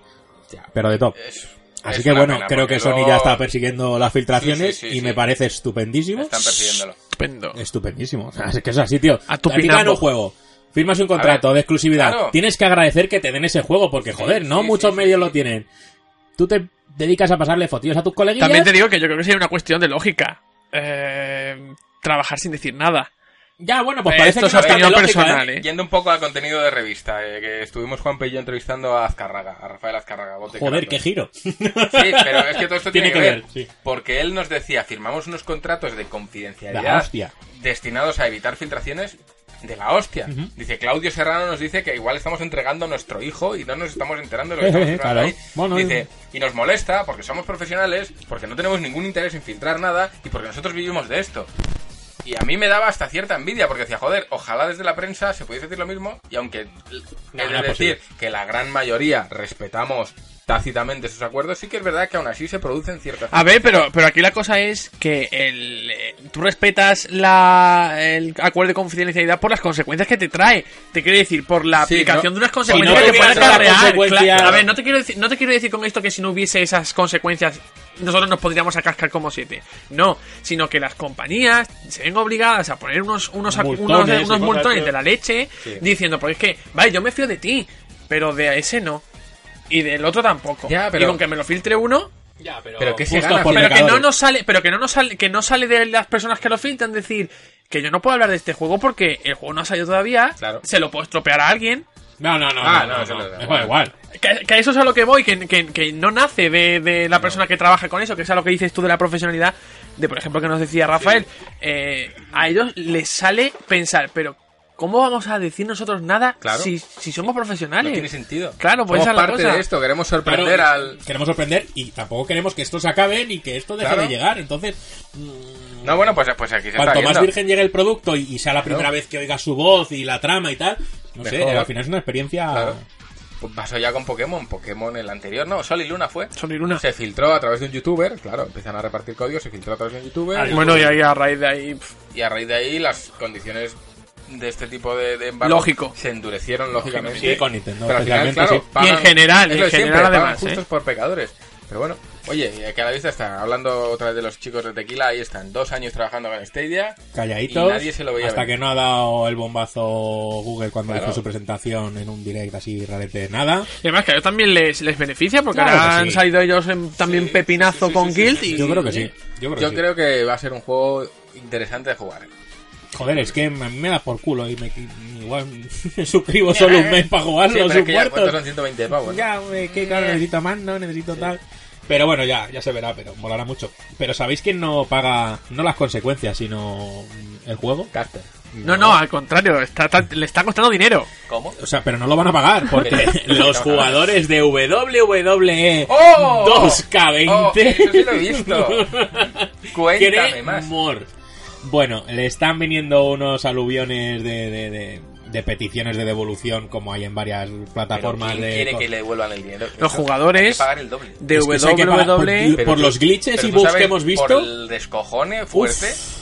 Speaker 3: Pero de top.
Speaker 4: Es-
Speaker 3: Así
Speaker 4: es
Speaker 3: que
Speaker 4: una
Speaker 3: bueno,
Speaker 4: pena,
Speaker 3: creo
Speaker 4: porque
Speaker 3: que Sony
Speaker 4: luego
Speaker 3: ya está persiguiendo las filtraciones
Speaker 4: Sí, sí, sí,
Speaker 3: y me
Speaker 4: sí.
Speaker 3: parece estupendísimo.
Speaker 4: Están persiguiendo
Speaker 5: Estupendo.
Speaker 3: Eh. Estupendísimo. O sea, es que es así, tío.
Speaker 5: A
Speaker 3: A
Speaker 5: tu
Speaker 3: ti te
Speaker 5: pinambo.
Speaker 3: dan un juego. Firmas un contrato
Speaker 4: A ver,
Speaker 3: de exclusividad.
Speaker 4: claro.
Speaker 3: Tienes que agradecer que te den ese juego, porque joder,
Speaker 4: sí,
Speaker 3: no
Speaker 4: sí,
Speaker 3: muchos
Speaker 4: sí,
Speaker 3: medios
Speaker 4: sí.
Speaker 3: lo tienen. Tú te dedicas a pasarle fotillos a tus coleguillas.
Speaker 5: También te digo que yo creo que sería una cuestión de lógica. Eh, trabajar sin decir nada.
Speaker 3: Ya, bueno, pues
Speaker 5: Eh,
Speaker 3: parece
Speaker 5: esto
Speaker 3: que
Speaker 5: es
Speaker 3: no está
Speaker 5: opinión
Speaker 3: de lógica,
Speaker 5: personal,
Speaker 3: ¿eh?
Speaker 5: ¿eh?
Speaker 4: Yendo un poco al contenido de revista, eh, que estuvimos Juanpe y yo entrevistando a Azcarraga, a Rafael Azcarraga. voz de
Speaker 3: Joder,
Speaker 4: Caracol.
Speaker 3: qué giro.
Speaker 4: Sí, pero es que todo esto tiene,
Speaker 3: Tiene que ver, sí.
Speaker 4: Porque él nos decía, firmamos unos contratos de confidencialidad
Speaker 3: La hostia.
Speaker 4: destinados a evitar filtraciones de la hostia. Dice, Claudio Serrano nos dice que igual estamos entregando a nuestro hijo y no nos estamos enterando de lo que
Speaker 3: Eh,
Speaker 4: estamos
Speaker 3: eh,
Speaker 4: firmando
Speaker 3: claro.
Speaker 4: ahí.
Speaker 3: Bueno,
Speaker 4: dice,
Speaker 3: eh.
Speaker 4: y nos molesta porque somos profesionales, porque no tenemos ningún interés en filtrar nada y porque nosotros vivimos de esto. Y a mí me daba hasta cierta envidia porque decía, joder, ojalá desde la prensa se pudiese decir lo mismo. Y aunque
Speaker 3: No,
Speaker 4: he de
Speaker 3: no es
Speaker 4: decir
Speaker 3: posible.
Speaker 4: que la gran mayoría respetamos tácitamente esos acuerdos, sí que es verdad que aún así se producen ciertas.
Speaker 5: A ver, pero, pero aquí la cosa es que el, eh, tú respetas la, el acuerdo de confidencialidad por las consecuencias que te trae. Te quiero decir, por la
Speaker 4: Sí,
Speaker 5: aplicación
Speaker 4: no-
Speaker 5: de unas
Speaker 4: no
Speaker 5: consecuencias que te
Speaker 4: tuvieras
Speaker 5: pueden
Speaker 4: esa
Speaker 5: acarrear.
Speaker 3: consecuencia-
Speaker 5: Cla- A ver, no te, quiero decir, no te quiero decir con esto que si no hubiese esas consecuencias nosotros nos podríamos acascar como siete. No, sino que las compañías se ven obligadas a poner unos, unos, ac-
Speaker 3: Multones
Speaker 5: unos,
Speaker 3: y
Speaker 5: unos
Speaker 3: cosas
Speaker 5: multones
Speaker 3: así.
Speaker 5: de la leche
Speaker 4: Sí.
Speaker 5: diciendo, porque es que, vale, yo me fío de ti, pero de ese no. Y del otro tampoco.
Speaker 4: Ya, pero-
Speaker 5: Y con que me lo filtre uno,
Speaker 4: Pero que se
Speaker 3: Justo
Speaker 4: gana
Speaker 3: por
Speaker 5: pero que no
Speaker 3: pecadores.
Speaker 5: nos sale pero que no nos sale que no sale de las personas que lo filtran decir que yo no puedo hablar de este juego porque el juego no ha salido todavía
Speaker 4: Claro.
Speaker 5: se lo puedo estropear a alguien
Speaker 3: No, no, no.
Speaker 4: Ah,
Speaker 3: no,
Speaker 4: no,
Speaker 3: no,
Speaker 4: eso
Speaker 3: no.
Speaker 4: le da
Speaker 3: Me
Speaker 4: igual.
Speaker 3: da igual.
Speaker 5: que, que a eso es a lo que voy que, que- que no nace de, de la persona que trabaja con eso que es a lo que dices tú de la profesionalidad de por ejemplo que nos decía Rafael eh, a ellos les sale pensar pero ¿Cómo vamos a decir nosotros nada
Speaker 4: Claro.
Speaker 5: si, si somos
Speaker 4: No
Speaker 5: profesionales?
Speaker 4: tiene sentido.
Speaker 5: Claro, pues
Speaker 4: Somos
Speaker 5: esa es la
Speaker 4: parte
Speaker 5: cosa.
Speaker 4: de esto, queremos sorprender
Speaker 3: Claro,
Speaker 4: al.
Speaker 3: Queremos sorprender y tampoco queremos que esto se acabe ni que esto deje
Speaker 4: Claro.
Speaker 3: de llegar. Entonces, mm,
Speaker 4: No, bueno, pues, pues aquí se
Speaker 3: cuanto
Speaker 4: está
Speaker 3: más
Speaker 4: viendo.
Speaker 3: virgen llegue el producto y, y sea la primera vez que oigas su voz y la trama y tal, no sé,
Speaker 4: Mejor.
Speaker 3: al final es una experiencia...
Speaker 4: Claro.
Speaker 5: ah.
Speaker 4: Pues pasó ya con Pokémon. Pokémon el anterior, no, Sol y Luna fue.
Speaker 5: Sol y Luna.
Speaker 4: Se filtró a través de un youtuber, claro, empiezan a repartir código, se filtró a través de un youtuber.
Speaker 5: Bueno, y ahí a raíz de ahí... pf,
Speaker 4: Y a raíz de ahí las condiciones de este tipo de, de embargo
Speaker 5: Lógico.
Speaker 4: se endurecieron lógicamente.
Speaker 3: Sí, con Nintendo
Speaker 4: Pero al final,
Speaker 3: especialmente,
Speaker 4: claro,
Speaker 3: sí.
Speaker 4: pagan-
Speaker 5: Y en general,
Speaker 4: es
Speaker 5: en
Speaker 4: lo de siempre,
Speaker 5: general
Speaker 4: pagan
Speaker 5: además,
Speaker 4: justos
Speaker 5: ¿eh?
Speaker 4: por pecadores. Pero bueno, oye, eh, que a la vista está hablando otra vez de los chicos de Tequila, ahí están, dos años trabajando con Stadia.
Speaker 3: Calladitos,
Speaker 4: Y nadie se lo veía
Speaker 3: hasta
Speaker 4: venir.
Speaker 3: que no ha dado el bombazo Google cuando
Speaker 4: Claro.
Speaker 3: hizo su presentación en un direct así rarete de nada.
Speaker 5: Y además que a ellos también les, les beneficia porque
Speaker 3: Claro
Speaker 5: ahora
Speaker 3: que
Speaker 5: han
Speaker 3: sí.
Speaker 5: salido ellos en- también
Speaker 4: Sí, sí,
Speaker 5: pepinazo
Speaker 4: sí,
Speaker 5: con
Speaker 4: sí, sí,
Speaker 5: Guild
Speaker 4: sí,
Speaker 5: y...
Speaker 3: Yo creo que sí. Yo creo
Speaker 4: Yo
Speaker 3: que
Speaker 4: creo que va a ser un juego interesante de jugar.
Speaker 3: sí. Joder, es que me, me da por culo y me igual me suscribo solo un mes para jugarlo,
Speaker 4: eh. Sí, pero es que ya, pues, ¿cuántos
Speaker 3: supuesto.
Speaker 4: son 120 pavos? ¿no?
Speaker 3: Ya, eh, que claro, necesito más, no necesito tal. Pero bueno, ya, ya se verá, pero molará mucho. Pero ¿sabéis quién no paga, no las consecuencias, sino mm, el juego?
Speaker 4: Caster.
Speaker 5: No, no, al contrario, está, está- le está costando dinero.
Speaker 4: ¿Cómo?
Speaker 3: O sea, pero no lo van a pagar, porque
Speaker 4: Pero-
Speaker 3: los jugadores de E WWE
Speaker 4: ¡Oh!
Speaker 3: 2K20
Speaker 4: Oh, eso sí lo he visto. Cuéntame
Speaker 3: quiere
Speaker 4: más.
Speaker 3: more. Bueno, le están viniendo unos aluviones de, de, de- de peticiones de devolución, como hay en varias
Speaker 4: Pero
Speaker 3: plataformas
Speaker 4: ¿quién
Speaker 3: de...
Speaker 4: quiere que le devuelvan el dinero?
Speaker 5: Los
Speaker 4: Eso,
Speaker 5: jugadores-
Speaker 4: hay que pagar el doble.
Speaker 5: De E,
Speaker 3: Es que eso hay que pagar por-
Speaker 5: WWE...
Speaker 3: por los glitches
Speaker 4: pero
Speaker 3: y
Speaker 4: tú
Speaker 3: bugs que
Speaker 4: sabes,
Speaker 3: hemos
Speaker 4: Por
Speaker 3: visto.
Speaker 4: el descojone fuerte.
Speaker 3: Uf,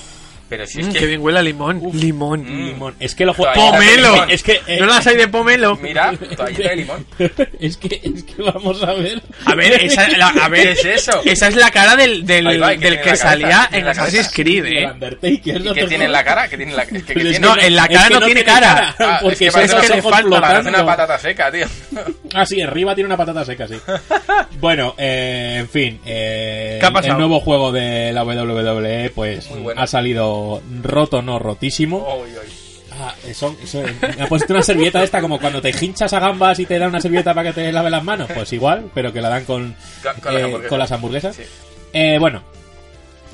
Speaker 4: Pero si es
Speaker 5: Mm,
Speaker 4: que.
Speaker 5: Qué bien huele a limón. limón.
Speaker 4: Mm.
Speaker 3: Limón. Es que lo juego.
Speaker 4: Toallita de
Speaker 5: ¡Pomelo!
Speaker 4: limón.
Speaker 3: Es que. eh,
Speaker 5: ¿No las hay de pomelo?
Speaker 4: Mira, toallita de limón.
Speaker 3: es que. Es que vamos a ver.
Speaker 5: A ver, esa, la- a ver,
Speaker 4: ¿Qué es eso?
Speaker 5: Esa es la cara del, del,
Speaker 4: Ahí va, que
Speaker 5: del
Speaker 4: tiene
Speaker 5: que
Speaker 4: la cabeza,
Speaker 5: salía
Speaker 4: tiene
Speaker 5: en
Speaker 4: la
Speaker 5: Assassin's
Speaker 4: cabeza.
Speaker 5: Creed,
Speaker 3: El
Speaker 5: eh.
Speaker 3: Undertaker.
Speaker 4: ¿Y qué tiene en la cara? ¿Qué tiene en la, es que, ¿qué
Speaker 3: Pues es
Speaker 4: tiene?
Speaker 5: No, en la cara no, tiene cara.
Speaker 4: Ah,
Speaker 3: porque
Speaker 4: es que parece
Speaker 3: son los
Speaker 4: que le
Speaker 3: ojos
Speaker 5: falta,
Speaker 4: Parece una
Speaker 3: flotando.
Speaker 4: patata seca, tío.
Speaker 3: Ah, sí, arriba tiene una patata seca, sí. Bueno, eh, en fin. eh,
Speaker 5: ¿Qué ha
Speaker 3: el-
Speaker 5: pasado?
Speaker 3: El nuevo juego de la WWE, pues
Speaker 4: Muy bueno. Oh.
Speaker 3: ha salido roto, no rotísimo.
Speaker 4: Uy, uy.
Speaker 3: Ah, eso, eso, me ha puesto una servilleta esta, como cuando te hinchas a gambas y te dan una servilleta para que te laves las manos. Pues igual, pero que la dan con,
Speaker 4: Con- con las
Speaker 3: eh,
Speaker 4: hamburguesas.
Speaker 3: con las hamburguesas.
Speaker 4: Sí.
Speaker 3: Eh, bueno,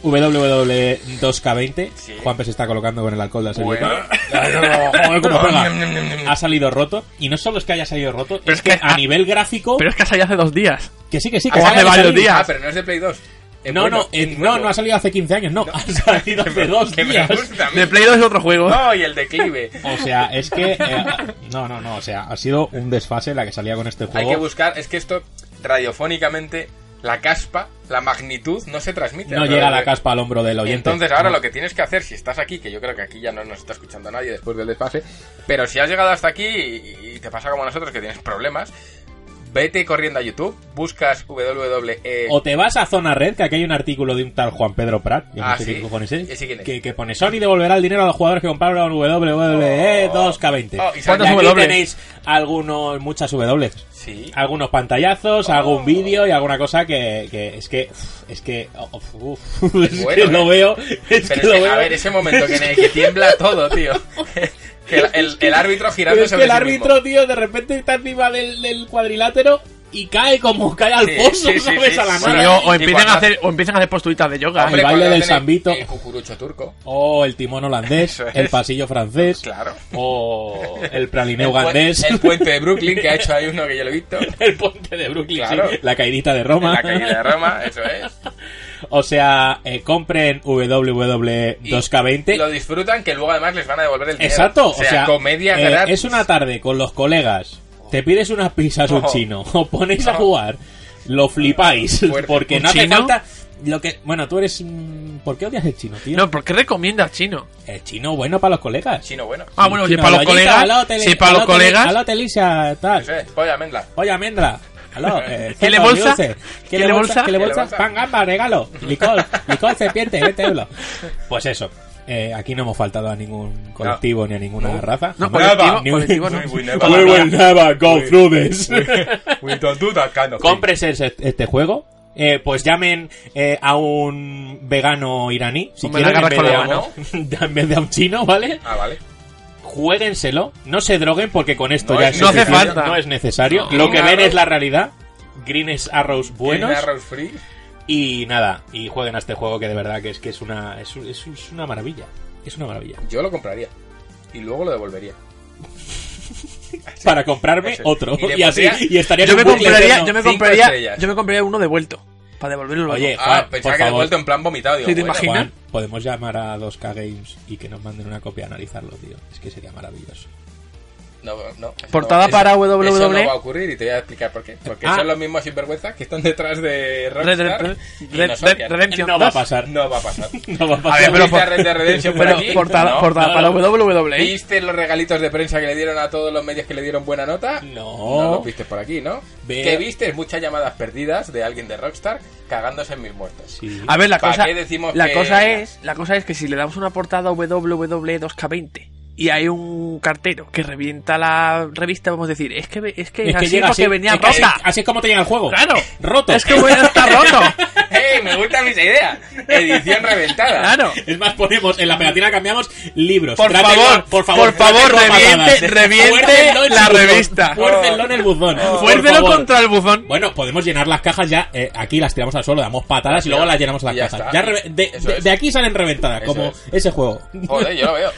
Speaker 3: WWE 2K20.
Speaker 4: Sí.
Speaker 3: Juanpe se está colocando con el alcohol de la
Speaker 4: Bueno.
Speaker 3: servilleta. Joder, cómo pega.
Speaker 4: Nom, nom, nom, nom, nom.
Speaker 3: Ha salido roto. Y no solo es que haya salido roto,
Speaker 5: Pero
Speaker 3: es
Speaker 5: es
Speaker 3: que,
Speaker 5: que-
Speaker 3: a
Speaker 5: ah,
Speaker 3: nivel gráfico.
Speaker 5: Pero es que salió hace dos días.
Speaker 3: que sí, que sí,
Speaker 5: o
Speaker 3: que
Speaker 5: hace
Speaker 3: sale-
Speaker 5: varios
Speaker 3: salido-
Speaker 5: días.
Speaker 4: Ah, pero no es de Play 2. Es
Speaker 3: No,
Speaker 4: bueno,
Speaker 3: no, eh,
Speaker 4: es
Speaker 3: no,
Speaker 4: nuevo.
Speaker 3: no ha salido hace 15 años, no. Ha salido hace dos
Speaker 4: que me
Speaker 3: días.
Speaker 4: gusta a mí.
Speaker 5: De Play 2 es otro juego.
Speaker 4: No, y el declive.
Speaker 3: O sea, es que. eh, no, no, no. O sea, ha sido un desfase la que salía con este
Speaker 4: Hay
Speaker 3: juego.
Speaker 4: que buscar, es que esto radiofónicamente, la caspa, la magnitud no Eh, se transmite.
Speaker 3: no
Speaker 4: Pero
Speaker 3: llega
Speaker 4: de-
Speaker 3: la caspa al hombro del oyente.
Speaker 4: Entonces ahora lo que tienes que hacer, si estás aquí, que yo creo que aquí ya no nos está escuchando nadie después del desfase, pero si has llegado hasta aquí y, y te pasa como nosotros que tienes problemas, vete corriendo a YouTube, buscas E WWE...
Speaker 3: O te vas a Zona Red, que aquí hay un artículo de un tal Juan Pedro Prat, yo no
Speaker 4: Ah,
Speaker 3: sé
Speaker 4: ¿sí?
Speaker 3: qué cojones es,
Speaker 4: ¿Ese quién es?
Speaker 3: Que, que pone Sony devolverá el dinero a los jugadores que compraron WWE 2K20.
Speaker 4: Oh, ¿y
Speaker 3: y
Speaker 5: ¿Cuántas
Speaker 3: aquí
Speaker 5: W?
Speaker 3: tenéis algunos, muchas W.
Speaker 4: Sí.
Speaker 3: Algunos
Speaker 4: Oh.
Speaker 3: pantallazos, algún vídeo y alguna cosa que, que es que uf, es que, oh, uf, uf, es que
Speaker 4: bueno,
Speaker 3: lo
Speaker 4: eh.
Speaker 3: veo, es
Speaker 4: Pero
Speaker 3: que
Speaker 4: es
Speaker 3: lo
Speaker 4: que,
Speaker 3: veo.
Speaker 4: a ver, ese momento que, en el que tiembla todo, tío. Que el, el- el árbitro girando
Speaker 3: Pero es que
Speaker 4: sobre
Speaker 3: el
Speaker 4: sí
Speaker 3: árbitro,
Speaker 4: mismo.
Speaker 3: tío, de repente está encima del, del cuadrilátero y cae como cae al
Speaker 4: Sí,
Speaker 3: pozo,
Speaker 4: sí, sí,
Speaker 3: ¿sabes?
Speaker 4: sí.
Speaker 3: a la
Speaker 5: Sí,
Speaker 3: nada.
Speaker 4: Bueno,
Speaker 5: o, o
Speaker 4: y
Speaker 5: empiezan a
Speaker 4: cuando-
Speaker 5: hacer, o empiezan a hacer postulitas de yoga.
Speaker 3: Hombre, el baile
Speaker 4: cuando
Speaker 3: del
Speaker 4: hacen el-
Speaker 3: sambito.
Speaker 4: El cucurucho turco.
Speaker 3: O Oh, el timón holandés,
Speaker 4: Eso es.
Speaker 3: el pasillo francés,
Speaker 4: Claro.
Speaker 3: o el praliné
Speaker 4: El pu-
Speaker 3: ugandés,
Speaker 4: El puente de Brooklyn, que ha hecho ahí uno que yo lo he visto.
Speaker 3: el puente de Brooklyn,
Speaker 4: Claro.
Speaker 3: sí, la caidita de
Speaker 4: En
Speaker 3: Roma.
Speaker 4: la caída de Roma, eso es.
Speaker 3: O sea, eh, compren WWE
Speaker 4: Y
Speaker 3: 2K20.
Speaker 4: Lo disfrutan, que luego además les van a devolver el dinero.
Speaker 3: Exacto,
Speaker 4: O sea, comedia
Speaker 3: eh,
Speaker 4: gratis.
Speaker 3: es una tarde con los colegas, te pides unas pizzas un
Speaker 4: Oh.
Speaker 3: chino, os ponéis a
Speaker 4: No.
Speaker 3: jugar, lo flipáis,
Speaker 4: Fuerte.
Speaker 3: porque
Speaker 5: ¿Un
Speaker 3: no hace
Speaker 5: chino?
Speaker 3: falta lo que, bueno, tú eres, mm, ¿por qué odias el chino, tío?
Speaker 5: No, ¿por qué recomiendas chino?
Speaker 3: El chino bueno para los colegas.
Speaker 4: Chino bueno.
Speaker 5: Ah, bueno, si
Speaker 3: Chino,
Speaker 5: para los
Speaker 3: alote,
Speaker 5: colegas.
Speaker 3: alote,
Speaker 5: Si para los
Speaker 3: alote,
Speaker 5: colegas.
Speaker 3: alote, Lisa, tal.
Speaker 4: Eso es, polla almendra.
Speaker 3: Oye, almendra. Aló, eh,
Speaker 5: ¿Qué le
Speaker 3: cerdo,
Speaker 5: bolsa?
Speaker 3: dulce. ¿Qué le bolsa? ¿Qué le bolsa? Pan, gamba, regalo. Licor, licor, serpiente, 20 euros. Pues eso. Eh, aquí no hemos faltado a ningún colectivo ni a ninguna raza.
Speaker 5: No,
Speaker 3: Jamás.
Speaker 5: colectivo,
Speaker 3: Ni un-
Speaker 5: colectivo no.
Speaker 4: Muy
Speaker 3: We
Speaker 4: buena.
Speaker 3: will never go through this.
Speaker 4: We don't do that kind of thing.
Speaker 3: Cómprese ese- este juego. Eh, pues llamen eh, a un vegano iraní, si
Speaker 5: Hombre,
Speaker 3: quieren,
Speaker 5: la
Speaker 3: en vez,
Speaker 5: agarras
Speaker 3: de
Speaker 5: con
Speaker 3: a un- en vez de a un chino, ¿vale?
Speaker 4: Ah, vale.
Speaker 3: juéguenselo, no se droguen porque con esto
Speaker 4: No
Speaker 3: ya
Speaker 4: es
Speaker 3: es
Speaker 5: No hace
Speaker 3: suficiente,
Speaker 5: falta.
Speaker 3: no es necesario.
Speaker 4: No.
Speaker 3: Lo que
Speaker 4: Green
Speaker 3: ven
Speaker 4: Arrows.
Speaker 3: es la realidad. Green es arrows buenos
Speaker 4: Tiene arroz free.
Speaker 3: y nada, y jueguen a este juego que de verdad que es que es una es, un- es un- es una maravilla. Es una maravilla.
Speaker 4: Yo lo compraría. Y luego lo devolvería.
Speaker 3: Para comprarme
Speaker 4: Eso es.
Speaker 3: otro
Speaker 4: Y le
Speaker 3: y, así
Speaker 4: pondría-
Speaker 3: y estaría
Speaker 5: Yo
Speaker 3: en
Speaker 5: me
Speaker 3: un bucle
Speaker 5: compraría,
Speaker 3: eterno.
Speaker 5: yo me
Speaker 4: Cinco
Speaker 5: compraría,
Speaker 4: estrellas.
Speaker 5: yo me compraría uno devuelto. Para devolverlo luego.
Speaker 3: Oye, Eh,
Speaker 4: Ah,
Speaker 3: Juan,
Speaker 4: pensaba
Speaker 3: por
Speaker 4: que
Speaker 3: favor.
Speaker 4: devuelto en plan vomitado. Digo,
Speaker 5: Sí, te
Speaker 4: bueno,
Speaker 5: imagino.
Speaker 3: Juan, podemos llamar a 2K Games y que nos manden una copia a analizarlo, tío. Es que sería maravilloso.
Speaker 4: No, no, eso
Speaker 5: Portada
Speaker 4: no-
Speaker 5: para E.
Speaker 4: eso-
Speaker 5: WWE.
Speaker 4: Eso no va a ocurrir y te voy a explicar por qué. Porque
Speaker 3: Ah.
Speaker 4: son los mismos sinvergüenzas que están detrás de
Speaker 5: Red Dead
Speaker 4: Rockstar y
Speaker 5: Red-
Speaker 4: nos
Speaker 5: Red-
Speaker 4: odian.
Speaker 5: Redemption
Speaker 3: No va a
Speaker 5: 2.
Speaker 3: pasar.
Speaker 4: No va a pasar.
Speaker 3: No va a
Speaker 5: A
Speaker 3: pasar.
Speaker 5: ver, pero
Speaker 4: ¿Viste
Speaker 5: por-
Speaker 4: Red Dead Redemption por
Speaker 5: Pero
Speaker 4: aquí?
Speaker 5: portada,
Speaker 4: No.
Speaker 5: portada para E. WWE.
Speaker 4: ¿Viste los regalitos de prensa que le dieron a todos los medios que le dieron buena nota?
Speaker 3: No.
Speaker 4: No los viste por aquí, ¿no?
Speaker 3: Veo-
Speaker 4: ¿Qué viste? Muchas llamadas perdidas de alguien de Rockstar cagándose en mis muertos.
Speaker 3: Sí.
Speaker 5: A ver, la
Speaker 4: ¿Para
Speaker 5: cosa,
Speaker 4: qué decimos
Speaker 5: la
Speaker 4: que-
Speaker 5: cosa es, la cosa es que si le damos una portada WWE 2K20 y hay un cartero que revienta la revista, vamos a decir, es que ve- es que es
Speaker 3: es que
Speaker 5: así
Speaker 3: llega
Speaker 5: porque
Speaker 3: así,
Speaker 5: venía
Speaker 3: es que así-
Speaker 5: rota.
Speaker 3: Así es como te llega el juego.
Speaker 5: Claro.
Speaker 3: Roto.
Speaker 5: Es que bueno, está roto.
Speaker 4: ¡Ey! Eh, Me gustan mis ideas. Edición reventada.
Speaker 5: Claro.
Speaker 3: Es más, ponemos en la pegatina cambiamos libros.
Speaker 5: Por
Speaker 3: Trátenlo-
Speaker 5: favor,
Speaker 3: por favor,
Speaker 5: por favor,
Speaker 3: trátenlo a
Speaker 5: reviente-
Speaker 3: patadas.
Speaker 5: reviente
Speaker 3: Fuércenlo en
Speaker 5: la
Speaker 3: el buzón.
Speaker 5: revista.
Speaker 3: Fuércenlo en el buzón.
Speaker 4: Oh.
Speaker 3: por
Speaker 5: Fuérdelo
Speaker 3: favor.
Speaker 5: contra el buzón.
Speaker 3: Bueno, podemos llenar las cajas ya. eh, aquí las tiramos al suelo, damos patadas y luego las llenamos a las
Speaker 4: Y ya
Speaker 3: cajas.
Speaker 4: está.
Speaker 3: Ya reve- de,
Speaker 4: Eso
Speaker 3: de-
Speaker 4: es.
Speaker 3: de aquí salen reventadas,
Speaker 4: Eso
Speaker 3: como
Speaker 4: es.
Speaker 3: ese juego.
Speaker 4: Joder, yo lo veo.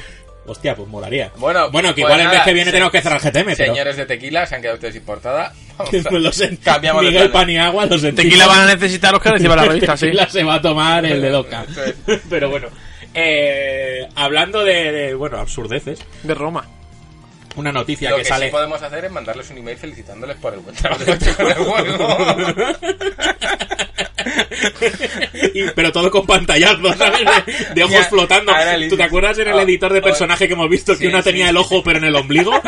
Speaker 3: Hostia, pues molaría.
Speaker 4: Bueno,
Speaker 3: que
Speaker 4: pues
Speaker 3: igual el mes
Speaker 4: nada,
Speaker 3: que viene
Speaker 4: se-
Speaker 3: tenemos que cerrar GTM, pero.
Speaker 4: Señores de tequila, se han quedado ustedes sin portada. Vamos a-
Speaker 3: Pues lo sen-
Speaker 4: Cambiamos de
Speaker 3: Miguel
Speaker 4: planes.
Speaker 3: Paniagua, los
Speaker 5: Tequila van a necesitar los que reciban la revista, sí.
Speaker 3: Tequila se va a tomar el de loca.
Speaker 4: Eso es.
Speaker 3: Pero bueno, eh, hablando de, de, bueno, absurdeces,
Speaker 5: De Roma.
Speaker 3: una noticia
Speaker 4: Lo
Speaker 3: que
Speaker 4: que
Speaker 3: sale
Speaker 4: sí podemos hacer es mandarles un email felicitándoles por el buen trabajo que han hecho con el juego.
Speaker 3: Y- pero todo con pantallazos, ¿sabes? De, de ojos
Speaker 4: Ya,
Speaker 3: flotando.
Speaker 4: ahora le
Speaker 3: ¿Tú te
Speaker 4: dices,
Speaker 3: acuerdas en el
Speaker 4: oh,
Speaker 3: editor de
Speaker 4: oh,
Speaker 3: personaje que hemos visto que
Speaker 4: sí,
Speaker 3: una
Speaker 4: sí.
Speaker 3: tenía el ojo pero en el ombligo?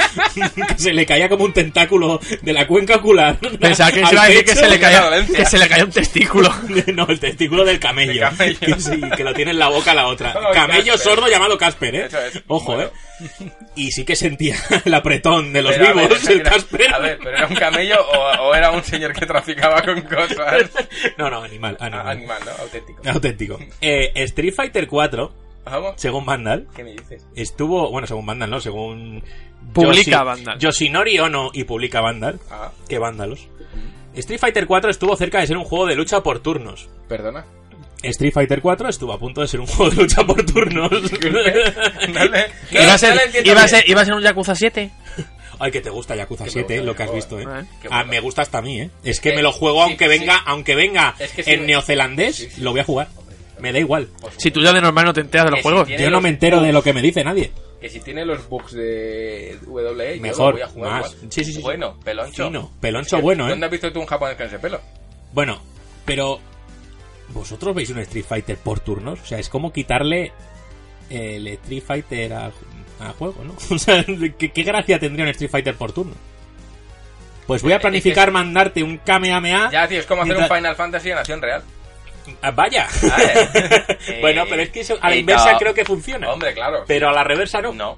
Speaker 3: Que se le caía como un tentáculo de la cuenca ocular.
Speaker 5: Pensaba que
Speaker 3: al
Speaker 5: se iba a decir que
Speaker 3: pecho.
Speaker 5: se le
Speaker 4: Una
Speaker 5: caía,
Speaker 4: dolencia.
Speaker 5: que se le caía un testículo.
Speaker 3: No, el testículo del camello.
Speaker 4: Del camello.
Speaker 3: Sí, que lo tiene en la boca la otra.
Speaker 4: Como
Speaker 3: Camello
Speaker 4: Casper.
Speaker 3: sordo llamado Casper, ¿eh?
Speaker 4: Eso es.
Speaker 3: Ojo,
Speaker 4: Bueno.
Speaker 3: ¿eh? Y sí que sentía el apretón de los
Speaker 4: Pero, a ver,
Speaker 3: vivos,
Speaker 4: esa
Speaker 3: el
Speaker 4: era-
Speaker 3: Casper.
Speaker 4: A ver, pero era un camello o, o era un señor que traficaba con cosas.
Speaker 3: No, no, animal, animal.
Speaker 4: Ah, Animal, ¿no? Auténtico.
Speaker 3: Auténtico. Eh, Street Fighter 4,
Speaker 4: Vamos.
Speaker 3: según Vandal,
Speaker 4: ¿Qué me dices?
Speaker 3: estuvo. Bueno, según Vandal, no, según.
Speaker 5: Publica
Speaker 3: Yoshi-
Speaker 5: Vandal.
Speaker 3: Yoshinori Ono y publica Vandal.
Speaker 4: Ah,
Speaker 3: Qué vándalos. Street Fighter 4 estuvo cerca de ser un juego de lucha por turnos.
Speaker 4: perdona.
Speaker 3: Street Fighter 4 estuvo a punto de ser un juego de lucha por turnos.
Speaker 4: No le- no-
Speaker 5: Iba a ser,
Speaker 4: no le entiendo
Speaker 5: iba a
Speaker 4: bien.
Speaker 5: ser, iba a ser un Yakuza 7.
Speaker 3: Ay, que te gusta Yakuza
Speaker 4: Que me
Speaker 3: 7,
Speaker 4: gusta,
Speaker 3: lo que has
Speaker 4: joder.
Speaker 3: visto, ¿eh?
Speaker 5: Ah,
Speaker 4: qué
Speaker 3: Ah,
Speaker 4: bueno.
Speaker 3: me gusta hasta a mí, ¿eh? Es que
Speaker 4: Eh,
Speaker 3: me lo juego
Speaker 4: sí,
Speaker 3: aunque venga,
Speaker 4: sí.
Speaker 3: aunque venga
Speaker 4: Es que sí
Speaker 3: en
Speaker 4: me-
Speaker 3: neozelandés,
Speaker 4: Sí, sí.
Speaker 3: lo voy a jugar. Me da igual.
Speaker 4: Pues,
Speaker 5: Si tú ya de normal no te enteras de los
Speaker 4: Que si
Speaker 5: juegos.
Speaker 4: tiene-
Speaker 3: Yo no me entero de lo que me dice nadie.
Speaker 4: Que si tiene los bugs de WWE, yo
Speaker 3: Mejor,
Speaker 4: voy a jugar
Speaker 3: más.
Speaker 4: igual.
Speaker 3: Sí, sí, sí.
Speaker 4: Bueno, peloncho.
Speaker 3: Fino, peloncho bueno,
Speaker 4: ¿Dónde
Speaker 3: ¿eh?
Speaker 4: has visto tú un japonés con ese pelo?
Speaker 3: Bueno, pero vosotros veis un Street Fighter por turnos, o sea, es como quitarle el Street Fighter a, a juego, ¿no? O sea, ¿qué, qué gracia tendría un Street Fighter por turno? Pues voy a planificar mandarte un Kamehameha.
Speaker 4: Ya, tío, es como hacer un
Speaker 3: Ah. Mientras-
Speaker 4: Final Fantasy en acción real.
Speaker 3: Ah, Vaya.
Speaker 4: Vale. Eh,
Speaker 3: bueno, pero es que eso, a la inversa creo que funciona.
Speaker 4: Hombre, claro.
Speaker 3: Pero a la reversa no.
Speaker 4: No.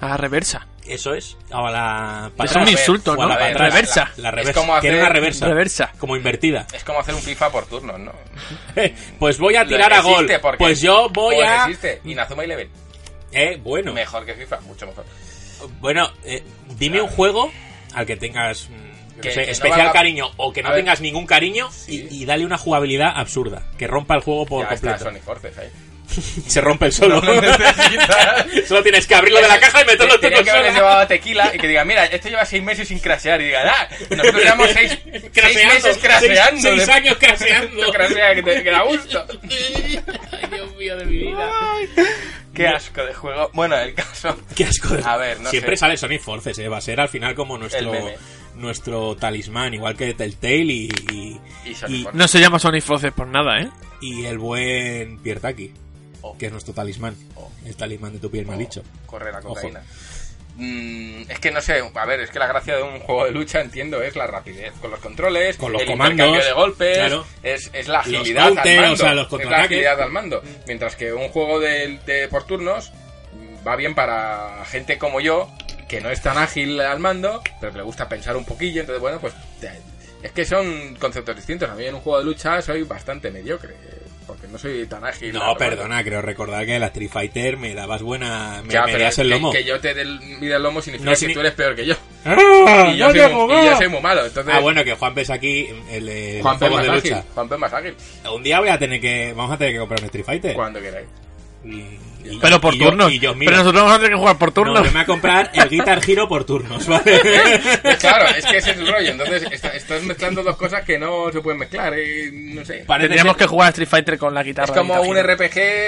Speaker 5: A la reversa.
Speaker 3: Eso es. O a la
Speaker 5: Es un
Speaker 4: revés,
Speaker 5: insulto,
Speaker 3: o a
Speaker 5: ¿no?
Speaker 3: la
Speaker 4: revés,
Speaker 3: patada.
Speaker 5: Reversa.
Speaker 3: La
Speaker 4: Es
Speaker 3: reversa.
Speaker 4: como
Speaker 3: Quiero
Speaker 4: hacer-
Speaker 3: una reversa.
Speaker 5: Reversa.
Speaker 3: Como invertida.
Speaker 4: Es como hacer un FIFA por turnos, ¿no?
Speaker 3: pues voy a tirar a gol.
Speaker 4: Existe Mm. porque-
Speaker 3: Pues yo voy
Speaker 4: porque
Speaker 3: a.
Speaker 4: Existe. Inazuma Eleven.
Speaker 3: Eh, bueno.
Speaker 4: Mejor que FIFA, mucho mejor.
Speaker 3: Bueno, eh, dime un juego al que tengas mm, yo
Speaker 4: Que-
Speaker 3: no sé,
Speaker 4: que no
Speaker 3: especial
Speaker 4: valga-
Speaker 3: cariño o que
Speaker 4: A
Speaker 3: no
Speaker 4: ver.
Speaker 3: tengas ningún cariño
Speaker 4: Sí.
Speaker 3: y, y dale una jugabilidad absurda. Que rompa el juego por
Speaker 4: ya está
Speaker 3: completo.
Speaker 4: Sonic Forces ahí.
Speaker 3: Se rompe el solo.
Speaker 4: No necesitas.
Speaker 3: Solo tienes que abrirlo de la caja y meterlo en tu
Speaker 4: Tenía que haberle
Speaker 3: consola.
Speaker 4: llevado tequila y que diga, mira, esto lleva seis meses sin crashear. Y diga, ah, nosotros llevamos seis, seis
Speaker 3: Craseando.
Speaker 4: meses crasheando.
Speaker 3: Seis, seis años
Speaker 4: Esto
Speaker 3: craseando.
Speaker 4: crasea, que te que da gusto.
Speaker 3: Ay, Dios mío de mi vida.
Speaker 4: Qué asco de juego. Bueno, el caso.
Speaker 3: Qué asco de...
Speaker 4: A ver, no
Speaker 3: Siempre
Speaker 4: sé.
Speaker 3: sale Sonic Forces, ¿eh? Va a ser al final como nuestro,
Speaker 4: El meme.
Speaker 3: nuestro talismán, igual que Telltale y, y,
Speaker 4: Y Sonic Forces.
Speaker 5: No se llama Sonic Forces por nada, ¿eh?
Speaker 3: y el buen Piertaki,
Speaker 4: Oh.
Speaker 3: que es nuestro talismán.
Speaker 4: Oh.
Speaker 3: El talismán de tu piel, me ha dicho.
Speaker 4: Corre la cocaína. Mm, es que no sé, a ver, es que la gracia de un juego de lucha, entiendo, es la rapidez con los controles,
Speaker 3: Con los
Speaker 4: el
Speaker 3: comandos,
Speaker 4: intercambio de golpes,
Speaker 3: claro.
Speaker 4: es, es la
Speaker 3: Los
Speaker 4: agilidad
Speaker 3: counters,
Speaker 4: al mando,
Speaker 3: o sea, los
Speaker 4: es la
Speaker 3: contraataques.
Speaker 4: agilidad al mando. Mientras que un juego de, de por turnos mm, va bien para gente como yo, que no es tan ágil al mando, pero que le gusta pensar un poquillo, entonces bueno, pues te- es que son conceptos distintos. A mí en un juego de lucha soy bastante mediocre, porque no soy tan ágil. al
Speaker 3: No,
Speaker 4: mando.
Speaker 3: perdona, creo recordar que la Street Fighter me dabas buena... Me,
Speaker 4: Ya,
Speaker 3: me
Speaker 4: pero
Speaker 3: das el
Speaker 4: que-
Speaker 3: lomo.
Speaker 4: Que, yo te dé el, mida el lomo significa
Speaker 3: No
Speaker 4: que
Speaker 3: signi-
Speaker 4: tú eres peor que yo.
Speaker 3: ¡Ah,
Speaker 4: Y yo,
Speaker 3: vaya
Speaker 4: soy muy, y yo
Speaker 3: abogado!
Speaker 4: soy muy malo, entonces...
Speaker 3: Ah, bueno, que Juan es aquí el, de
Speaker 4: Juan P.
Speaker 3: juegos
Speaker 4: más
Speaker 3: de
Speaker 4: ágil.
Speaker 3: lucha.
Speaker 4: Juan P. más ágil.
Speaker 3: Un día voy a tener que... Vamos a tener que comprar un Street Fighter.
Speaker 4: Cuando queráis.
Speaker 3: Y- y-
Speaker 5: Pero por
Speaker 3: y yo-
Speaker 5: turnos.
Speaker 3: y yo, mira,
Speaker 5: Pero nosotros vamos a tener que jugar por
Speaker 3: no,
Speaker 5: turnos.
Speaker 3: yo me voy a comprar el Guitar Hero por turnos, ¿vale?
Speaker 4: Pues Claro, es que ese es el rollo. Entonces, está- estás mezclando dos cosas que no se pueden mezclar. eh, no sé.
Speaker 3: Parece
Speaker 5: Tendríamos
Speaker 3: ser
Speaker 5: que jugar a Street Fighter con la
Speaker 4: Es
Speaker 5: guitarra.
Speaker 4: como
Speaker 5: de
Speaker 4: un
Speaker 5: Guitar Hero.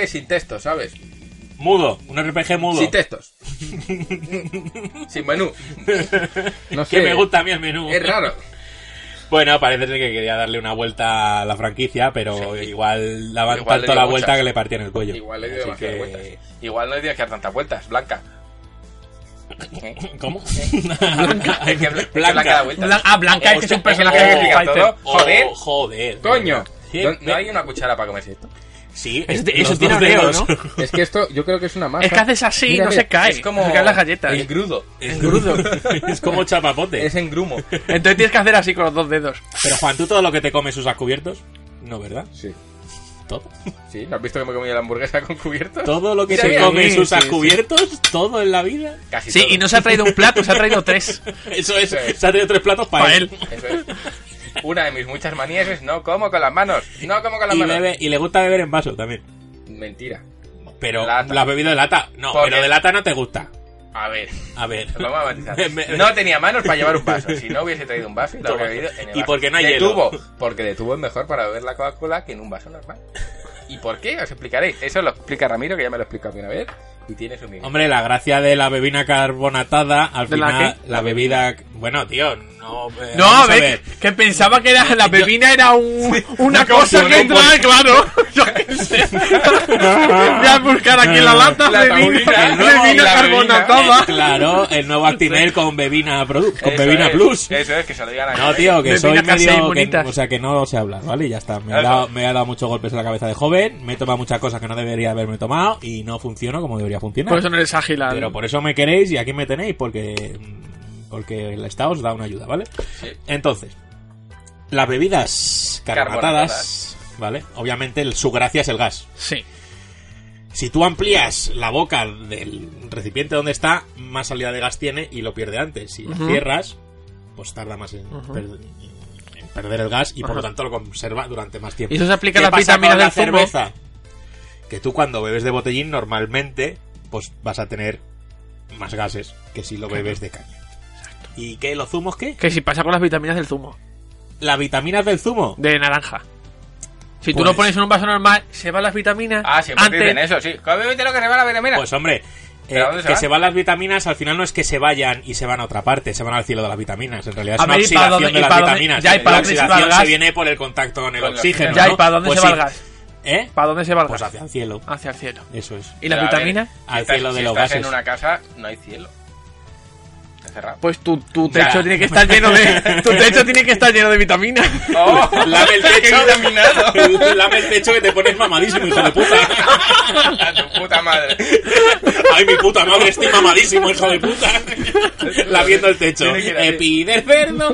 Speaker 4: RPG sin texto, ¿sabes?
Speaker 3: Mudo, un RPG mudo.
Speaker 4: Sin textos. sin menú. No sé.
Speaker 3: que me gusta a mí el menú.
Speaker 4: Es raro.
Speaker 3: Bueno, parece ser que quería darle una vuelta a la franquicia, pero
Speaker 4: Sí.
Speaker 3: igual daban
Speaker 4: Igual le
Speaker 3: tanto
Speaker 4: dio
Speaker 3: la
Speaker 4: muchas.
Speaker 3: vuelta que le partían el cuello.
Speaker 4: Igual le dio
Speaker 3: Así
Speaker 4: demasiadas
Speaker 3: que-
Speaker 4: vueltas. Igual no le tienes que dar tantas vueltas, Blanca.
Speaker 3: ¿Cómo?
Speaker 4: Es que Blanca da vueltas.
Speaker 5: Blan- ah, Blanca es que es
Speaker 3: Hostia,
Speaker 5: un personaje
Speaker 4: que
Speaker 5: de Street
Speaker 4: explica
Speaker 5: Fighter.
Speaker 4: todo.
Speaker 3: Oh,
Speaker 4: Joder.
Speaker 3: joder.
Speaker 4: Coño.
Speaker 3: Sí,
Speaker 4: ¿No, no hay una cuchara para comerse esto?
Speaker 3: Sí,
Speaker 5: Es de-
Speaker 3: los
Speaker 5: eso tiene
Speaker 3: dos
Speaker 5: un dedo,
Speaker 3: dedos.
Speaker 5: ¿no?
Speaker 4: Es que esto yo creo que es una masa.
Speaker 5: Es que haces así y no se cae.
Speaker 4: Es como
Speaker 5: Se caen las galletas.
Speaker 4: Engrudo.
Speaker 3: Es grudo. es como chapapote.
Speaker 4: Es engrumo.
Speaker 5: Entonces tienes que hacer así con los dos dedos.
Speaker 3: Pero Juan, ¿tú todo lo que te comes usas cubiertos? No, ¿verdad?
Speaker 4: Sí.
Speaker 3: Todo.
Speaker 4: Sí, ¿no has visto que me he comido la hamburguesa con cubierto?
Speaker 3: Todo lo que
Speaker 4: Sí,
Speaker 3: se
Speaker 4: sí,
Speaker 3: come
Speaker 5: sí,
Speaker 3: usas
Speaker 5: sí.
Speaker 3: cubiertos, todo en la vida.
Speaker 4: Casi
Speaker 5: Sí,
Speaker 4: todo.
Speaker 5: y no se ha traído un plato, se ha traído tres.
Speaker 3: Eso es,
Speaker 4: Eso es.
Speaker 3: se ha traído tres platos para
Speaker 5: Pa'
Speaker 3: él.
Speaker 4: Eso es. Una de mis muchas manías es no como con las manos. No como con las
Speaker 3: Y,
Speaker 4: manos.
Speaker 3: bebe- y le gusta beber en vaso también.
Speaker 4: Mentira.
Speaker 3: Pero
Speaker 4: Lata.
Speaker 3: la has bebido de lata. No,
Speaker 4: Porque-
Speaker 3: pero de lata no te gusta.
Speaker 4: A ver.
Speaker 3: A ver.
Speaker 4: Lo vamos a matizar.
Speaker 3: Me-
Speaker 4: No tenía manos para llevar un vaso. Si no hubiese traído un vaso, lo habría bebido en el
Speaker 3: ¿Y
Speaker 4: vaso.
Speaker 3: por qué no hay
Speaker 4: de
Speaker 3: hielo?
Speaker 4: tubo. Porque de tubo es mejor para beber la Coca-Cola que en un vaso normal. ¿Y por qué? Os explicaré. Eso lo explica Ramiro, que ya me lo explicó a mí una vez. Y tiene su mini.
Speaker 3: Hombre, la gracia de la bebida carbonatada, al
Speaker 5: ¿De la
Speaker 3: final,
Speaker 5: qué?
Speaker 3: la bebida... Bueno, tío, no... eh,
Speaker 5: No,
Speaker 3: vamos
Speaker 5: a ver, que pensaba que era, la bebina era un, una
Speaker 4: una
Speaker 5: cosa
Speaker 4: cosa,
Speaker 5: que
Speaker 4: ¿no?
Speaker 5: entraba, claro. Yo qué sé. Voy a buscar aquí la lata
Speaker 4: La
Speaker 5: de vino,
Speaker 4: taurina, ¿no?
Speaker 5: de vino
Speaker 4: La
Speaker 5: carbonatada.
Speaker 3: Claro, el nuevo Actimel con bebina, Produ- con
Speaker 4: Eso
Speaker 3: bebina
Speaker 4: es,
Speaker 3: Plus.
Speaker 4: Eso es, que se lo digan a
Speaker 3: No, tío, que
Speaker 5: Bebida
Speaker 3: soy
Speaker 5: casera y
Speaker 3: medio... que-
Speaker 5: bonita.
Speaker 3: o sea, que no sé hablar, ¿vale? Y ya está. Me ha,
Speaker 4: Eso.
Speaker 3: dado, me ha dado muchos golpes en la cabeza de joven, me he tomado muchas cosas que no debería haberme tomado y no funciono como debería funcionar.
Speaker 5: Por eso no eres ágil. Al...
Speaker 3: Pero por eso me queréis y aquí me tenéis, porque, porque el Estado os da una ayuda, ¿vale?
Speaker 4: Sí.
Speaker 3: Entonces, las bebidas carbonatadas, ¿vale? Obviamente el- su gracia es el gas.
Speaker 5: Sí.
Speaker 3: Si tú amplías la boca del recipiente donde está, más salida de gas tiene y lo pierde antes. Si la
Speaker 5: Ujú.
Speaker 3: cierras, pues tarda más en,
Speaker 5: Ujú.
Speaker 3: per- en perder el gas y por
Speaker 5: Ajá.
Speaker 3: lo tanto lo conserva durante más tiempo.
Speaker 5: Y eso se aplica
Speaker 3: ¿Qué
Speaker 5: a las
Speaker 3: pasa
Speaker 5: vitaminas
Speaker 3: con la
Speaker 5: del zumo.
Speaker 3: cerveza? Que tú cuando bebes de botellín normalmente pues vas a tener más gases que si lo bebes de caña. ¿Y qué? ¿Los zumos qué?
Speaker 5: Que si pasa con las vitaminas del zumo,
Speaker 3: Las vitaminas del zumo.
Speaker 5: de naranja. Si tú
Speaker 3: Pues-
Speaker 5: lo pones en un vaso normal, se van las vitaminas.
Speaker 4: Ah, siempre
Speaker 5: antes,
Speaker 4: dicen eso, sí. Obviamente lo que se va a la venemina.
Speaker 3: Pues hombre,
Speaker 4: ¿Pero
Speaker 3: eh,
Speaker 4: dónde se
Speaker 3: que
Speaker 4: van?
Speaker 3: se van las vitaminas, al final no es que se vayan y se van a otra parte, se van al cielo de las vitaminas. En realidad es
Speaker 5: A
Speaker 3: una
Speaker 5: ver, ¿y para
Speaker 3: oxidación
Speaker 5: dónde-
Speaker 3: de
Speaker 5: y
Speaker 3: las
Speaker 5: para dónde-
Speaker 3: vitaminas.
Speaker 5: ya, ¿y para
Speaker 3: la
Speaker 5: dónde se va el
Speaker 3: oxidación se
Speaker 5: gas?
Speaker 3: viene por el contacto con el
Speaker 4: Con el
Speaker 3: oxígeno.
Speaker 5: Ya,
Speaker 3: ¿no?
Speaker 5: ¿y para dónde
Speaker 3: Pues
Speaker 5: se va
Speaker 3: sí.
Speaker 5: el gas?
Speaker 3: ¿Eh?
Speaker 5: ¿Para dónde se va el
Speaker 3: Pues
Speaker 5: gas? Ah.
Speaker 3: hacia el cielo.
Speaker 5: Hacia el cielo.
Speaker 3: Eso es.
Speaker 5: ¿Y
Speaker 4: Pero,
Speaker 5: las
Speaker 4: a ver,
Speaker 5: vitaminas?
Speaker 3: Al
Speaker 4: estás-
Speaker 3: cielo de
Speaker 4: si
Speaker 3: los
Speaker 4: estás
Speaker 3: gases.
Speaker 4: en una casa, no hay cielo. Está cerrado.
Speaker 5: Pues tu, tu
Speaker 3: Ya.
Speaker 5: techo tiene que estar lleno de. Tu techo tiene que estar lleno de vitaminas.
Speaker 4: ¡Oh!
Speaker 3: Lame el
Speaker 4: ¡Qué
Speaker 3: techo.
Speaker 4: vitaminado!
Speaker 3: Lame el techo que te pones mamadísimo, hijo de puta.
Speaker 4: ¡A tu puta madre!
Speaker 3: Ay, mi puta madre, estoy mamadísimo, hijo de puta. La viendo el techo.
Speaker 4: Tiene que ir así.
Speaker 3: Epiderferno.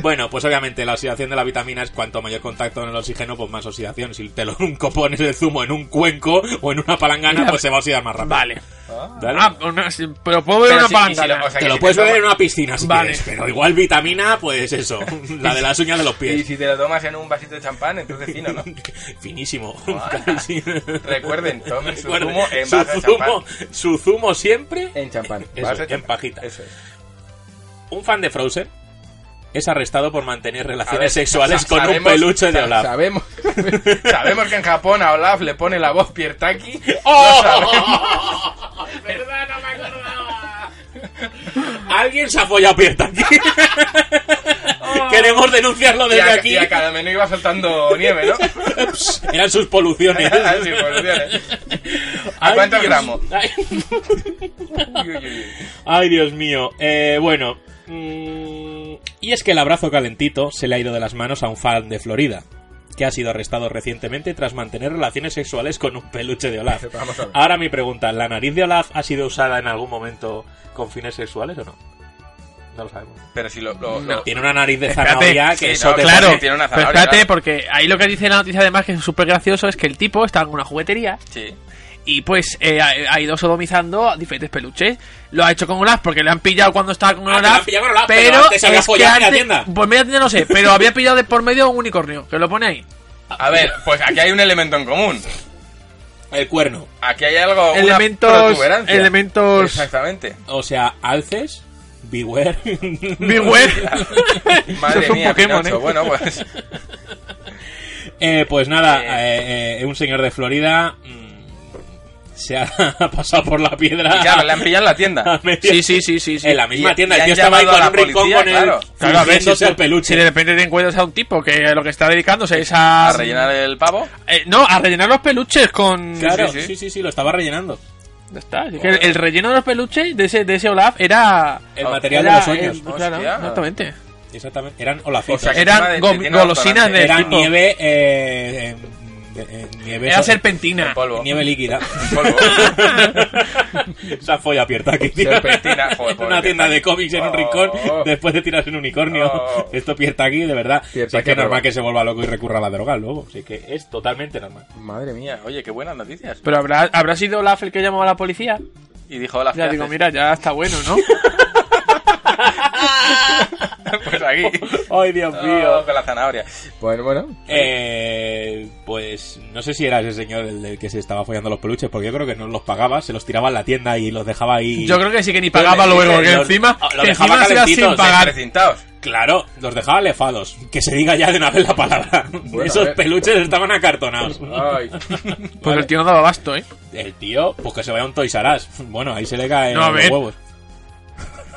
Speaker 3: Bueno, pues obviamente la oxidación de la vitamina es cuanto mayor contacto con el oxígeno, pues más oxidación. Si te lo pones el zumo en un cuenco o en una palangana, pues se va a oxidar más rápido.
Speaker 5: Vale.
Speaker 3: ¿Vale?
Speaker 5: Ah, una- sí, pero puedo ver
Speaker 4: Pero
Speaker 5: una
Speaker 4: sí, y si
Speaker 5: palangana.
Speaker 4: lo- o sea,
Speaker 3: te
Speaker 4: que
Speaker 3: lo
Speaker 4: si
Speaker 3: puedes
Speaker 4: te
Speaker 3: beber en
Speaker 4: tomas-
Speaker 3: una piscina si
Speaker 5: Vale.
Speaker 3: quieres, pero igual vitamina, pues eso, la de las uñas de los
Speaker 4: Y
Speaker 3: pies.
Speaker 4: si te lo tomas en un vasito de champán, entonces fino, ¿no?
Speaker 3: Finísimo.
Speaker 4: Ah.
Speaker 3: Sí.
Speaker 4: Recuerden, tomen su
Speaker 3: Recuerden,
Speaker 4: zumo en
Speaker 3: su
Speaker 4: vaso de
Speaker 3: zumo-
Speaker 4: champán.
Speaker 3: su zumo siempre
Speaker 4: En champán.
Speaker 3: Eso,
Speaker 4: Vaso de
Speaker 3: en
Speaker 4: champán.
Speaker 3: pajita.
Speaker 4: Eso es.
Speaker 3: Un fan de Frozen es arrestado por mantener
Speaker 4: A
Speaker 3: relaciones
Speaker 4: ver,
Speaker 3: sexuales
Speaker 4: sa-
Speaker 3: con un
Speaker 4: sabemos-
Speaker 3: peluche de
Speaker 4: sa-
Speaker 3: Olaf.
Speaker 4: Sabemos, sabemos que en Japón a Olaf le pone la voz Piertaki.
Speaker 3: ¡Oh!
Speaker 4: Lo sabemos.
Speaker 3: Alguien se ha follado a Pierta aquí. Queremos denunciarlo
Speaker 4: Y
Speaker 3: desde
Speaker 4: a,
Speaker 3: aquí.
Speaker 4: y a cada menú iba soltando nieve, ¿no?
Speaker 3: Ups, Eran sus poluciones.
Speaker 4: Así, pues, bien. ¿A
Speaker 3: Ay,
Speaker 4: cuántos
Speaker 3: Dios.
Speaker 4: gramos?
Speaker 3: Ay,
Speaker 4: Uy, uy, uy.
Speaker 3: ay, Dios mío. Eh, bueno. mm, Y es que el abrazo calentito se le ha ido de las manos a un fan de Florida, que ha sido arrestado recientemente tras mantener relaciones sexuales con un peluche de Olaf.
Speaker 4: Vamos a ver.
Speaker 3: Ahora mi pregunta, ¿la nariz de Olaf ha sido usada en algún momento con fines sexuales o no? No lo sabemos.
Speaker 4: Pero si lo... lo- lo-
Speaker 3: Tiene una nariz de
Speaker 5: Espérate.
Speaker 3: zanahoria que
Speaker 4: Sí,
Speaker 3: eso
Speaker 4: no,
Speaker 3: te
Speaker 4: claro.
Speaker 3: pone-
Speaker 4: tiene una
Speaker 5: pero
Speaker 4: zanahoria,
Speaker 5: espérate,
Speaker 4: claro.
Speaker 5: porque ahí lo que dice la noticia además que es súper gracioso es que el tipo estaba en una juguetería
Speaker 4: Sí.
Speaker 5: y pues eh, ha ha ido sodomizando a diferentes peluches. Lo ha hecho con Olaf porque le han pillado cuando estaba con
Speaker 3: Ah, que lo han
Speaker 5: Olaf.
Speaker 3: pillado con Olaf, pero
Speaker 5: pero
Speaker 3: antes se había
Speaker 5: es que
Speaker 3: follado en media
Speaker 5: antes-
Speaker 3: tienda.
Speaker 5: Pues media tienda no sé, pero había pillado de por medio un unicornio, que lo pone ahí.
Speaker 4: A ver, pues aquí hay un elemento en común.
Speaker 3: El cuerno.
Speaker 4: Aquí hay algo... una
Speaker 5: Elementos-
Speaker 4: protuberancia.
Speaker 5: elementos-
Speaker 4: Exactamente.
Speaker 3: O sea, alces, beware.
Speaker 5: Beware. Eso
Speaker 4: Madre
Speaker 5: es un
Speaker 4: mía,
Speaker 5: Pokémon,
Speaker 4: Pinocho.
Speaker 5: ¿eh?
Speaker 4: Bueno, pues...
Speaker 3: Eh, pues nada, eh, eh, un señor de Florida mm, se ha pasado por la piedra.
Speaker 4: Y claro, le han pillado en la
Speaker 3: a
Speaker 4: tienda.
Speaker 3: media-
Speaker 5: Sí, sí, sí, sí. sí.
Speaker 3: En la misma
Speaker 4: Y-
Speaker 3: tienda.
Speaker 4: y
Speaker 3: El
Speaker 4: han
Speaker 3: tío estaba ahí con
Speaker 4: llamado a
Speaker 3: un
Speaker 4: la
Speaker 3: rincón
Speaker 4: policía,
Speaker 3: con él.
Speaker 4: claro.
Speaker 5: Claro, a ver, si,
Speaker 3: fingiéndose
Speaker 5: tú-
Speaker 3: al peluche.
Speaker 5: si de repente te encuentras a un tipo que lo que está dedicándose es a...
Speaker 4: A rellenar el pavo.
Speaker 5: Eh, no, a rellenar los peluches con...
Speaker 3: Claro,
Speaker 4: Sí, sí, sí.
Speaker 3: sí, sí, sí, lo estaba rellenando.
Speaker 5: Ya está, es que el, el relleno de los peluches de ese, de ese Olaf era...
Speaker 3: El
Speaker 4: Ah,
Speaker 3: material
Speaker 5: era-
Speaker 3: de los sueños.
Speaker 5: eh, claro,
Speaker 4: Hostia.
Speaker 5: exactamente.
Speaker 3: Exactamente. Eran olafitos.
Speaker 4: O sea, que
Speaker 5: Eran
Speaker 4: encima de-
Speaker 5: go-
Speaker 4: tiene un
Speaker 5: golosinas
Speaker 4: restaurante.
Speaker 5: de
Speaker 3: Era
Speaker 5: tipo-
Speaker 3: nieve. Eh, em, eh, nieve
Speaker 5: Era
Speaker 3: so-
Speaker 5: serpentina.
Speaker 4: En polvo.
Speaker 3: Nieve líquida.
Speaker 4: En polvo.
Speaker 3: Esa folla pierta aquí, tío.
Speaker 4: Serpentina, joder,
Speaker 3: Una
Speaker 4: pobre
Speaker 3: tienda de
Speaker 4: Piertaqui.
Speaker 3: cómics en un
Speaker 4: Oh.
Speaker 3: rincón después de tirarse un unicornio.
Speaker 4: Oh.
Speaker 3: Esto pierta aquí, de verdad. Si es
Speaker 4: Piertaqui
Speaker 3: que es normal
Speaker 4: droga.
Speaker 3: que se vuelva loco y recurra a la droga luego. Así que es totalmente normal.
Speaker 4: Madre mía, oye, qué buenas noticias.
Speaker 5: Pero habrá, habrá sido Olaf el que llamó a la policía.
Speaker 4: Y dijo, hola,
Speaker 5: Ya
Speaker 4: ¿qué
Speaker 5: digo,
Speaker 4: haces?
Speaker 5: mira, ya está bueno, ¿no?
Speaker 4: pues aquí.
Speaker 3: Ay, Dios
Speaker 4: Oh,
Speaker 3: mío.
Speaker 4: con la zanahoria. Pues bueno.
Speaker 3: Eh, pues no sé si era ese señor el del que se estaba follando los peluches, porque yo creo que no los pagaba, se los tiraba en la tienda y los dejaba ahí.
Speaker 5: Yo creo que sí que ni pagaba
Speaker 3: Pues,
Speaker 5: luego, que
Speaker 3: los-
Speaker 5: encima,
Speaker 3: lo
Speaker 5: que
Speaker 3: dejaba
Speaker 5: encima se iba sin
Speaker 3: calentitos,
Speaker 5: pagar.
Speaker 4: Recintados.
Speaker 3: Claro, los dejaba lefados. Que se diga ya de una vez la palabra.
Speaker 4: Bueno, a
Speaker 3: Esos
Speaker 4: ver.
Speaker 3: peluches estaban acartonados.
Speaker 4: Ay.
Speaker 5: Pues el tío no daba abasto, ¿eh?
Speaker 3: El tío, pues que se vaya a un Toys R Us. Bueno, ahí se le caen
Speaker 5: No, a
Speaker 3: los
Speaker 5: ver.
Speaker 3: huevos.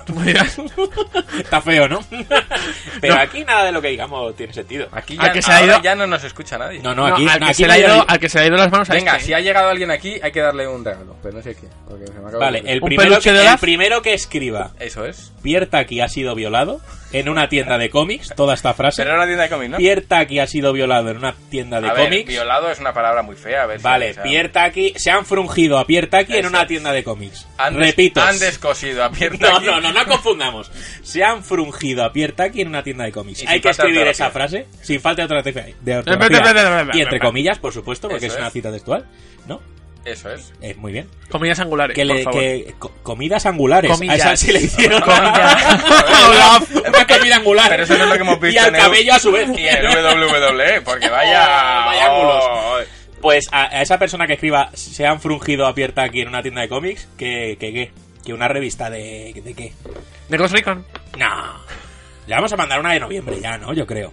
Speaker 5: Tú me dirás.
Speaker 3: Está feo, ¿no? Pero
Speaker 5: No.
Speaker 3: aquí nada de lo que digamos tiene sentido.
Speaker 4: Aquí
Speaker 5: Al
Speaker 4: ya,
Speaker 5: que se ha
Speaker 4: ahora
Speaker 5: ido-
Speaker 4: ya no nos escucha nadie.
Speaker 3: No, no, aquí,
Speaker 5: No, al,
Speaker 3: no,
Speaker 5: que
Speaker 3: aquí
Speaker 5: se le ha
Speaker 3: nadie-
Speaker 5: ido, al que se le ha ido las manos a
Speaker 4: Venga,
Speaker 5: este,
Speaker 4: si
Speaker 5: ¿eh?
Speaker 4: ha llegado alguien aquí, hay que darle un regalo. Pero no sé qué. Porque se me acaba
Speaker 3: Vale,
Speaker 4: de
Speaker 3: el
Speaker 5: ¿Un
Speaker 3: primero,
Speaker 5: peluche
Speaker 3: que,
Speaker 5: de
Speaker 3: el
Speaker 5: Olaf?
Speaker 3: primero que escriba
Speaker 4: Eso es.
Speaker 3: Piertaki ha sido violado en una tienda de cómics, toda esta frase.
Speaker 4: Pero era una tienda de cómics, ¿no?
Speaker 3: Piertaki ha sido violado en una tienda de
Speaker 4: a ver,
Speaker 3: cómics.
Speaker 4: violado es una palabra muy fea. A ver si- o
Speaker 3: Vale,
Speaker 4: sea,
Speaker 3: Piertaki se han frungido a Piertaki en
Speaker 4: Eso.
Speaker 3: una tienda de cómics.
Speaker 4: han des-
Speaker 3: Repito.
Speaker 4: Han descosido a pierna.
Speaker 3: No, no, no, no confundamos. Se han frungido a Piertaki en una tienda de cómics.
Speaker 4: Y sin
Speaker 3: Hay que
Speaker 4: falta de
Speaker 3: escribir
Speaker 4: ortografía.
Speaker 3: esa frase sin falta de ortografía. de
Speaker 5: espera, espera, espera,
Speaker 3: ortografía.
Speaker 5: espera,
Speaker 3: Y entre
Speaker 5: espera.
Speaker 3: comillas, por supuesto, porque
Speaker 4: Eso
Speaker 3: es una
Speaker 4: es.
Speaker 3: cita textual. ¿No?
Speaker 4: Eso es.
Speaker 3: Eh, muy bien.
Speaker 5: Comillas angulares,
Speaker 3: Que
Speaker 5: por
Speaker 3: le-
Speaker 5: favor.
Speaker 3: que- co- comidas angulares.
Speaker 5: Comillas.
Speaker 3: A esa sí le hicieron.
Speaker 5: Comillas.
Speaker 3: Olaf, una comida angular.
Speaker 4: Pero eso no es lo que hemos visto
Speaker 3: Y al
Speaker 4: en el-
Speaker 3: cabello a su vez.
Speaker 4: Y el WWE, porque vaya.
Speaker 3: Oh, vaya culos.
Speaker 4: Oh,
Speaker 3: Pues a, a esa persona que escriba se han frungido abierta aquí en una tienda de cómics, que que qué? que una revista de de qué?
Speaker 5: De Ghost Recon.
Speaker 3: No. Le vamos a mandar una de noviembre ya, ¿no? Yo creo.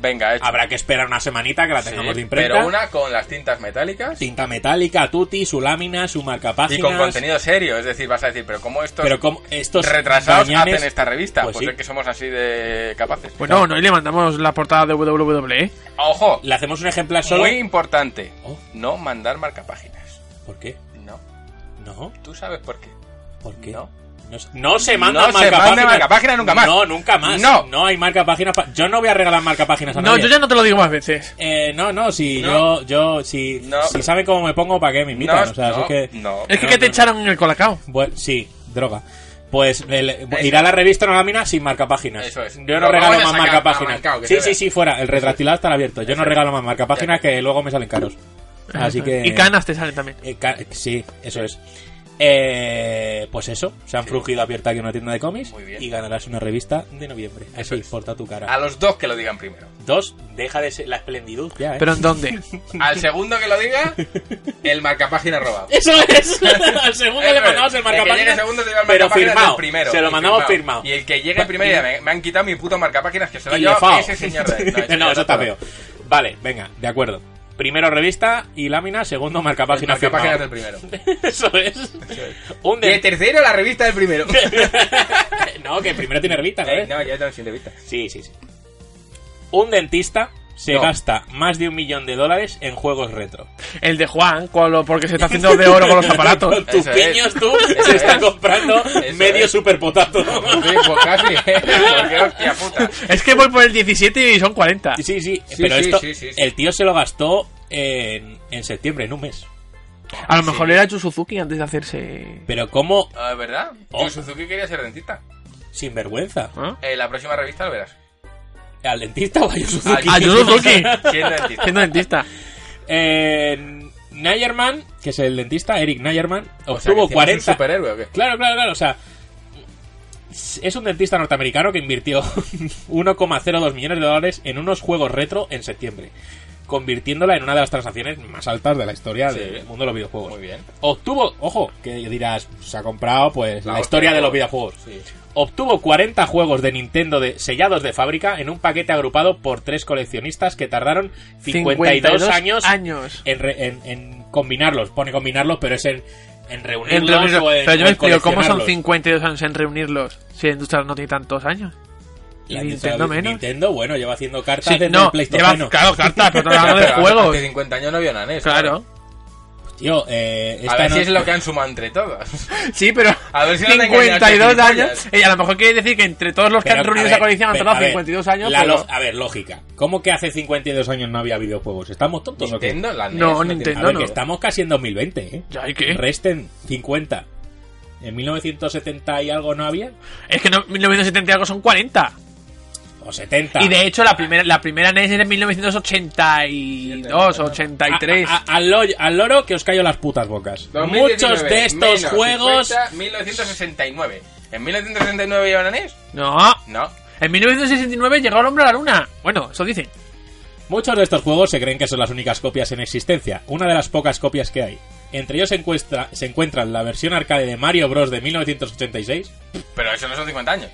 Speaker 4: Venga, hecho.
Speaker 3: Habrá que esperar una semanita que la
Speaker 4: Sí,
Speaker 3: tengamos de imprenta.
Speaker 4: pero una con las tintas metálicas
Speaker 3: tinta metálica, tutti, su lámina, su marcapáginas.
Speaker 4: y con contenido serio. Es decir, vas a decir, pero ¿cómo estos
Speaker 3: Pero como estos
Speaker 4: retrasados
Speaker 3: gañanes-
Speaker 4: hacen esta revista? Pues,
Speaker 3: Pues sí.
Speaker 4: es que somos así de capaces.
Speaker 5: Pues no, no, y le mandamos la portada de E. WWE.
Speaker 4: Ojo,
Speaker 3: Le hacemos un ejemplar solo.
Speaker 4: muy importante:
Speaker 3: Oh.
Speaker 4: no mandar marcapáginas.
Speaker 3: ¿Por qué?
Speaker 4: No,
Speaker 3: No,
Speaker 4: tú sabes por qué.
Speaker 3: ¿por qué?
Speaker 4: No.
Speaker 3: No, se- no se manda
Speaker 4: No se manda marcapáginas nunca más.
Speaker 3: No, nunca más.
Speaker 4: No.
Speaker 3: No hay marca páginas. yo no voy a regalar marca páginas a
Speaker 5: No,
Speaker 3: nadie.
Speaker 5: yo ya no te lo digo más veces.
Speaker 3: Eh, no, no, si
Speaker 4: No.
Speaker 3: yo, yo, si,
Speaker 4: No.
Speaker 3: si saben cómo me pongo, ¿para qué me invitan?
Speaker 4: no,
Speaker 3: o sea,
Speaker 4: no,
Speaker 3: es que,
Speaker 4: no.
Speaker 5: Es que,
Speaker 3: No,
Speaker 5: ¿qué
Speaker 3: no,
Speaker 5: te echaron en el colacao?
Speaker 3: Bueno, sí, droga. Pues el- irá a la revista una lámina sin marcapáginas.
Speaker 4: Eso es.
Speaker 3: Yo
Speaker 4: Lo
Speaker 3: no regalo
Speaker 4: vamos
Speaker 3: más
Speaker 4: a sacar,
Speaker 3: marcapáginas.
Speaker 4: arrancado, que
Speaker 3: Sí,
Speaker 4: se
Speaker 3: sí,
Speaker 4: vea.
Speaker 3: sí, fuera. El retractilado está abierto. Yo no regalo más marcapáginas
Speaker 4: Ya.
Speaker 3: que luego me salen caros. Así que.
Speaker 5: Y canas te salen también.
Speaker 3: Eh, ca- sí, eso es. Eh, pues eso, se han frugido abierta aquí una tienda de cómics
Speaker 4: Muy bien.
Speaker 3: y ganarás una revista de noviembre. Así, porta tu cara.
Speaker 4: A los dos que lo digan primero.
Speaker 3: Dos, deja de ser la esplendidud ya, ¿eh?
Speaker 5: ¿Pero en dónde?
Speaker 4: Al segundo que lo diga, el marcapágina robado.
Speaker 3: Eso es. Al segundo
Speaker 4: Eso
Speaker 3: le
Speaker 4: es.
Speaker 3: mandamos el
Speaker 4: que llegue
Speaker 3: marcapáginas.
Speaker 4: segundo se lleva el
Speaker 3: pero
Speaker 4: marcapáginas
Speaker 3: firmado.
Speaker 4: del primero.
Speaker 3: Se
Speaker 4: Y
Speaker 3: lo mandamos firmado.
Speaker 4: Y el que llegue primero ya me, me han quitado mi puto marcapáginas que se lo ha
Speaker 3: Y lefao.
Speaker 4: llevado ese señor de ahí.
Speaker 3: No, eso está feo.
Speaker 4: El
Speaker 3: Vale, venga, de acuerdo. Primero revista y lámina, segundo marcapáginas
Speaker 4: marcapáginas
Speaker 3: firmado.
Speaker 4: del primero.
Speaker 3: Eso es. Un
Speaker 4: Y este- el
Speaker 3: de...
Speaker 4: tercero, la revista del primero.
Speaker 3: No, que primero tiene revista,
Speaker 4: Eh,
Speaker 3: ¿sabes?
Speaker 4: no, ya no sin revista.
Speaker 3: Sí, sí, sí. Un dentista se
Speaker 4: No.
Speaker 3: gasta más de un millón de dólares en juegos retro.
Speaker 5: El de Juan, con lo- porque se está haciendo de oro con los aparatos.
Speaker 3: Con tus
Speaker 4: Eso es.
Speaker 3: piños, tú,
Speaker 4: Eso
Speaker 3: se está
Speaker 4: es.
Speaker 3: comprando
Speaker 4: Eso
Speaker 3: medio
Speaker 4: es.
Speaker 3: superpotato.
Speaker 4: Sí, pues casi. ¿eh? Porque hostia puta.
Speaker 5: Es que voy por el 17 y son 40.
Speaker 3: Sí, sí, sí.
Speaker 4: Sí,
Speaker 3: pero
Speaker 4: sí,
Speaker 3: esto,
Speaker 4: sí, sí, sí.
Speaker 3: el tío se lo gastó en, en septiembre, en un mes.
Speaker 5: A lo mejor era Yu Suzuki antes de hacerse.
Speaker 3: Pero cómo
Speaker 4: Ah, ¿Verdad?
Speaker 3: Oh.
Speaker 4: Yu Suzuki quería ser dentista.
Speaker 3: sin vergüenza.
Speaker 5: ¿Ah?
Speaker 4: Eh, la próxima revista lo verás.
Speaker 3: ¿Al dentista o a Yu Suzuki?
Speaker 5: Ah, Yu Suzuki.
Speaker 4: Siendo dentista.
Speaker 5: Siendo dentista.
Speaker 3: Eh, Nayerman, que es el dentista, Eric Nayerman,
Speaker 4: O sea, que
Speaker 3: obtuvo
Speaker 4: encima ¿Es un
Speaker 3: 40.
Speaker 4: superhéroe o qué?
Speaker 3: Claro, claro, claro. O sea, es un dentista norteamericano que invirtió 1,02 millones de dólares en unos juegos retro en septiembre, convirtiéndola en una de las transacciones más altas de la historia
Speaker 4: Sí.
Speaker 3: del mundo de los videojuegos.
Speaker 4: Muy bien.
Speaker 3: Obtuvo, ojo, que dirás, se ha comprado pues la,
Speaker 4: hostia,
Speaker 3: historia de
Speaker 4: juego.
Speaker 3: los videojuegos.
Speaker 4: Sí.
Speaker 3: Obtuvo 40 juegos de Nintendo de sellados de fábrica en un paquete agrupado por tres coleccionistas que tardaron 52, años,
Speaker 5: años.
Speaker 3: En, re- en- en combinarlos. Pone combinarlos, pero es en, en
Speaker 5: En
Speaker 3: reunirlos
Speaker 5: reunirlos.
Speaker 3: o en,
Speaker 5: Pero yo
Speaker 3: o
Speaker 5: me
Speaker 3: en
Speaker 5: explico, ¿cómo son
Speaker 3: coleccionarlos.
Speaker 5: 52 años en reunirlos si la industria no tiene tantos años? Y
Speaker 3: La
Speaker 5: Nintendo menos.
Speaker 3: Nintendo, bueno, lleva haciendo cartas
Speaker 5: Sí,
Speaker 3: desde
Speaker 5: no,
Speaker 3: el PlayStation.
Speaker 5: lleva, claro, cartas, pero estamos
Speaker 4: Ah,
Speaker 5: hablando
Speaker 4: Pero
Speaker 5: de
Speaker 4: hace-
Speaker 5: juegos.
Speaker 4: Hace 50 años no había una NES.
Speaker 5: Claro.
Speaker 3: Tío, eh,
Speaker 4: A
Speaker 3: esta
Speaker 4: ver
Speaker 3: no-
Speaker 4: si es lo que han sumado entre todos.
Speaker 5: Sí, pero
Speaker 4: A ver si no te engañas,
Speaker 5: 52
Speaker 4: que
Speaker 5: años.
Speaker 4: gilipollas.
Speaker 5: Y a lo mejor quiere decir que entre todos los que
Speaker 3: Pero,
Speaker 5: han reunido
Speaker 3: a
Speaker 5: esa
Speaker 3: ver,
Speaker 5: colección han
Speaker 3: pero,
Speaker 5: tardado
Speaker 3: a ver,
Speaker 5: 52 años.
Speaker 3: la
Speaker 5: pero-
Speaker 3: lo- A ver, lógica. ¿Cómo que hace 52 años no había videojuegos? ¿Estamos tontos o qué?
Speaker 4: Nintendo, la NES.
Speaker 5: No,
Speaker 4: tiene-
Speaker 3: A
Speaker 5: Nintendo
Speaker 3: ver,
Speaker 5: no.
Speaker 3: que estamos casi en 2020, ¿eh?
Speaker 5: Ya, ¿y qué?
Speaker 3: Resten 50. ¿En 1970 y algo no había?
Speaker 5: Es que no, 1970 y algo son 40.
Speaker 3: O 70.
Speaker 5: Y de hecho, la primera, la primera NES es de 1982,
Speaker 3: Ah,
Speaker 5: 83.
Speaker 3: A- a- a- al, lo- al loro que os callo las putas bocas.
Speaker 4: 2019,
Speaker 3: Muchos de estos
Speaker 4: menos
Speaker 3: juegos.
Speaker 4: 50, 1969. ¿En 1969 llevan a
Speaker 3: ah.
Speaker 4: NES?
Speaker 5: No,
Speaker 4: No.
Speaker 5: en 1969 llegó el hombre a la luna. Bueno, eso dicen.
Speaker 3: Muchos de estos juegos se creen que son las únicas copias en existencia, una de las pocas copias que hay. Entre ellos se, encuentra- se encuentran la versión arcade de Mario Bros. de 1986.
Speaker 4: Pero eso no son 50 años.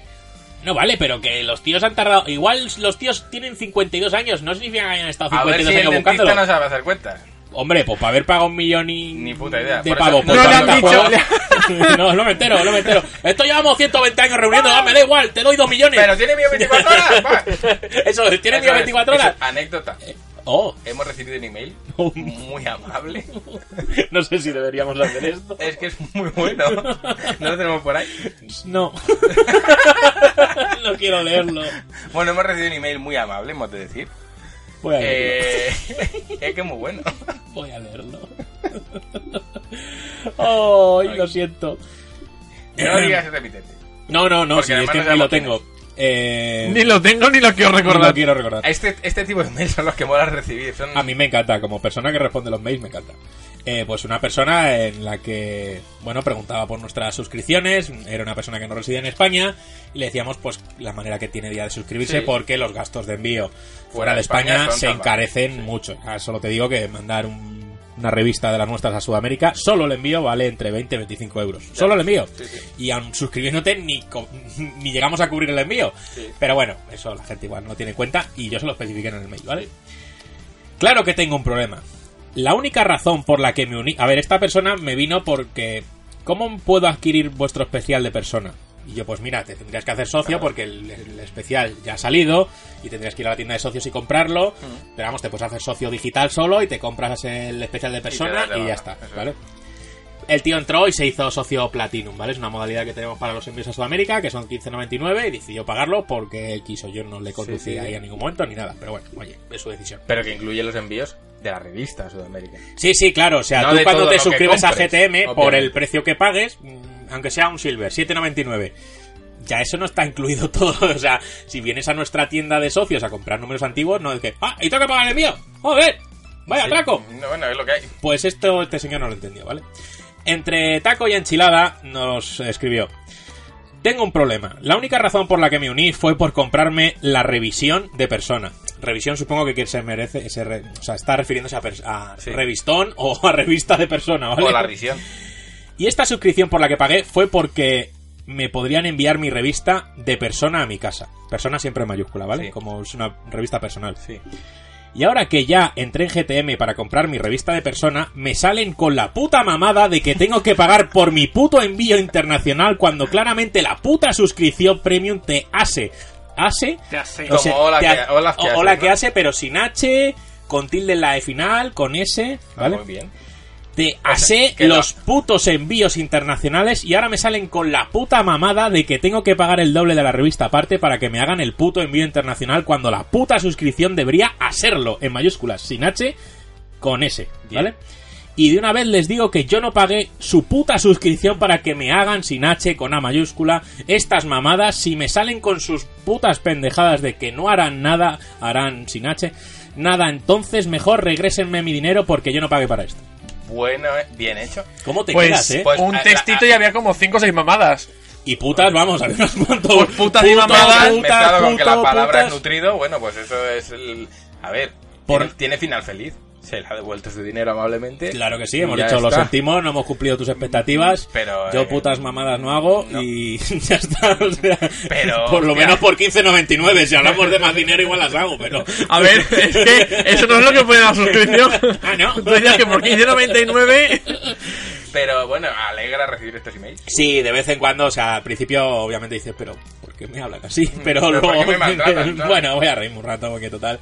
Speaker 3: No vale, pero que los tíos han tardado. Igual los tíos tienen 52 años, no significa que hayan estado
Speaker 4: A
Speaker 3: 52
Speaker 4: ver si el
Speaker 3: años
Speaker 4: dentista
Speaker 3: buscándolo.
Speaker 4: no sabe hacer cuentas.
Speaker 3: Hombre, pues para haber pagado un millón y.
Speaker 4: Ni puta idea.
Speaker 3: De
Speaker 4: Por
Speaker 3: pavo,
Speaker 4: eso-
Speaker 3: pues
Speaker 5: No le
Speaker 3: para
Speaker 5: han
Speaker 3: tantos
Speaker 5: dicho,
Speaker 3: juegos. no, no me entero, no me entero. Esto llevamos 120 años reuniendo, ah, me da igual, te doy 2 millones.
Speaker 4: Pero tiene mío 24 horas. va.
Speaker 3: Eso, tiene
Speaker 4: Eso es,
Speaker 3: 24
Speaker 4: eso
Speaker 3: horas.
Speaker 4: es anécdota.
Speaker 3: Oh,
Speaker 4: Hemos recibido un email muy amable.
Speaker 3: no sé si deberíamos hacer esto.
Speaker 4: Es que es muy bueno. No lo tenemos por ahí.
Speaker 3: No. no quiero leerlo.
Speaker 4: Bueno, hemos recibido un email muy amable, hemos de decir.
Speaker 3: Voy a leerlo.
Speaker 4: Eh, es que es muy bueno.
Speaker 3: Voy a leerlo. oh, lo siento. Eh,
Speaker 4: No digas ese epítete.
Speaker 3: No, no, no,
Speaker 4: Porque
Speaker 3: sí, es
Speaker 4: además
Speaker 3: que
Speaker 4: no
Speaker 3: ni lo
Speaker 4: sabemos
Speaker 3: tengo. Eh,
Speaker 5: Ni lo tengo ni lo quiero
Speaker 3: ni lo
Speaker 5: recordar.
Speaker 3: quiero recordar.
Speaker 4: Este, este tipo de mails son los que mola recibir. Son
Speaker 3: A mí me encanta, como persona que responde los mails, me encanta. Eh, pues una persona en la que, bueno, preguntaba por nuestras suscripciones, era una persona que no reside en España, y le decíamos, pues, la manera que tiene ya de suscribirse,
Speaker 4: Sí.
Speaker 3: porque los gastos de envío fuera
Speaker 4: Fuera
Speaker 3: de
Speaker 4: de
Speaker 3: España,
Speaker 4: España son
Speaker 3: se
Speaker 4: tan bajos,
Speaker 3: encarecen mucho. Ah, solo te digo que mandar un- una revista de las nuestras a Sudamérica, solo el envío vale entre 20 y 25 euros. Solo el envío.
Speaker 4: Sí, sí.
Speaker 3: Y aun suscribiéndote ni, co- ni llegamos a cubrir el envío.
Speaker 4: Sí.
Speaker 3: Pero bueno, eso la gente igual no tiene en cuenta y yo se lo especifiqué en el mail, ¿vale? Claro que tengo un problema. La única razón por la que me uní... A ver, esta persona me vino porque... ¿Cómo puedo adquirir vuestro especial de persona? Y yo, pues mira, te tendrías que hacer socio porque el, el especial ya ha salido y tendrías que ir a la tienda de socios y comprarlo. Pero vamos, te puedes hacer socio digital solo y te compras el especial de persona
Speaker 4: das de
Speaker 3: y, ya
Speaker 4: baja,
Speaker 3: está,
Speaker 4: eso es.
Speaker 3: ¿vale? El tío entró y se hizo socio Platinum, ¿vale? Es una modalidad que tenemos para los envíos a Sudamérica, que son 15.99, y decidió pagarlo porque él quiso. Yo no le conducí
Speaker 4: sí.
Speaker 3: ahí a ningún momento ni nada, pero bueno, oye, es su decisión.
Speaker 4: Pero que incluye los envíos de la revista Sudamérica.
Speaker 3: Sí, sí, claro, o sea,
Speaker 4: No
Speaker 3: tú
Speaker 4: de
Speaker 3: cuando
Speaker 4: todo
Speaker 3: te
Speaker 4: lo que
Speaker 3: suscribes a
Speaker 4: compres,
Speaker 3: GTM, por
Speaker 4: obviamente.
Speaker 3: el precio que pagues, mm, aunque sea un Silver, 7.99. Ya eso no está incluido todo, o sea, si vienes a nuestra tienda de socios a comprar números antiguos, no es que, ah, y tengo que pagar el envío, joder, vaya
Speaker 4: Sí.
Speaker 3: traco.
Speaker 4: No, bueno, es lo que hay.
Speaker 3: Pues esto este señor no lo entendió, ¿vale? Entre taco y enchilada nos escribió. Tengo un problema. La única razón por la que me uní fue por comprarme la revisión de persona. Revisión supongo que quien se merece, se re- o sea, está refiriéndose a, pers- a
Speaker 4: Sí.
Speaker 3: revistón o a revista de persona, ¿vale?
Speaker 4: O la risión.
Speaker 3: Y esta suscripción por la que pagué fue porque me podrían enviar mi revista de persona a mi casa. Persona siempre en mayúscula, ¿vale?
Speaker 4: Sí.
Speaker 3: Como es una revista personal.
Speaker 4: Sí.
Speaker 3: Y ahora que ya entré en GTM para comprar mi revista de persona, me salen con la puta mamada de que tengo que pagar por mi puto envío internacional cuando claramente la puta suscripción premium te hace. Hace.
Speaker 5: Ya sé.
Speaker 4: Como hola
Speaker 3: te
Speaker 4: que-
Speaker 3: ha-
Speaker 4: hola que
Speaker 3: o-
Speaker 4: hace,
Speaker 3: hola
Speaker 4: ¿no?
Speaker 3: que hace, pero sin H, con tilde en la E final, con S, ¿vale?
Speaker 4: Muy bien.
Speaker 3: Te hace
Speaker 4: que
Speaker 3: los putos envíos internacionales y ahora me salen con la puta mamada de que tengo que pagar el doble de la revista aparte para que me hagan el puto envío internacional cuando la puta suscripción debería hacerlo en mayúsculas, sin H, con S, ¿vale? Y de una vez les digo que yo no pagué su puta suscripción para que me hagan sin H, con A mayúscula, estas mamadas, si me salen con sus putas pendejadas de que no harán nada, harán sin H, nada, entonces mejor regrésenme mi dinero porque yo no pagué para esto.
Speaker 4: Bueno, eh, bien hecho.
Speaker 3: ¿Cómo te
Speaker 5: Pues,
Speaker 3: quedas, eh?
Speaker 4: pues,
Speaker 5: un
Speaker 4: a-
Speaker 5: textito
Speaker 4: a-
Speaker 5: y había como 5 o 6 mamadas.
Speaker 3: y putas, vamos, había unos cuantos.
Speaker 5: Pues putas y
Speaker 3: Puto,
Speaker 5: mamadas,
Speaker 3: putas,
Speaker 4: Mezclado con que
Speaker 3: puto,
Speaker 4: la palabra
Speaker 3: putas.
Speaker 4: es nutrido, bueno, pues eso es el... A ver,
Speaker 3: Por-
Speaker 4: tiene, tiene final feliz. Se le ha devuelto su dinero amablemente.
Speaker 3: Claro que sí,
Speaker 4: Y
Speaker 3: hemos
Speaker 4: ya
Speaker 3: dicho, lo
Speaker 4: está.
Speaker 3: sentimos, no hemos cumplido tus expectativas.
Speaker 4: Pero,
Speaker 3: yo
Speaker 4: eh,
Speaker 3: putas mamadas no hago
Speaker 4: no.
Speaker 3: y ya está. o sea,
Speaker 4: Pero,
Speaker 3: por lo
Speaker 4: hostia.
Speaker 3: menos por 15.99. Si hablamos de más dinero, igual las hago, pero.
Speaker 5: A ver, es que eso no es lo que pone la suscripción.
Speaker 3: Ah, ¿no?
Speaker 5: Tú decías que por 15.99.
Speaker 4: Pero bueno, alegra recibir estos emails.
Speaker 3: Sí, de vez en cuando, o sea, al principio obviamente dices, pero ¿por qué me hablan así? Pero
Speaker 4: Mm, ¿Pero por
Speaker 3: luego...
Speaker 4: qué me maltratan, claro?
Speaker 3: bueno, voy a reírme un rato porque total.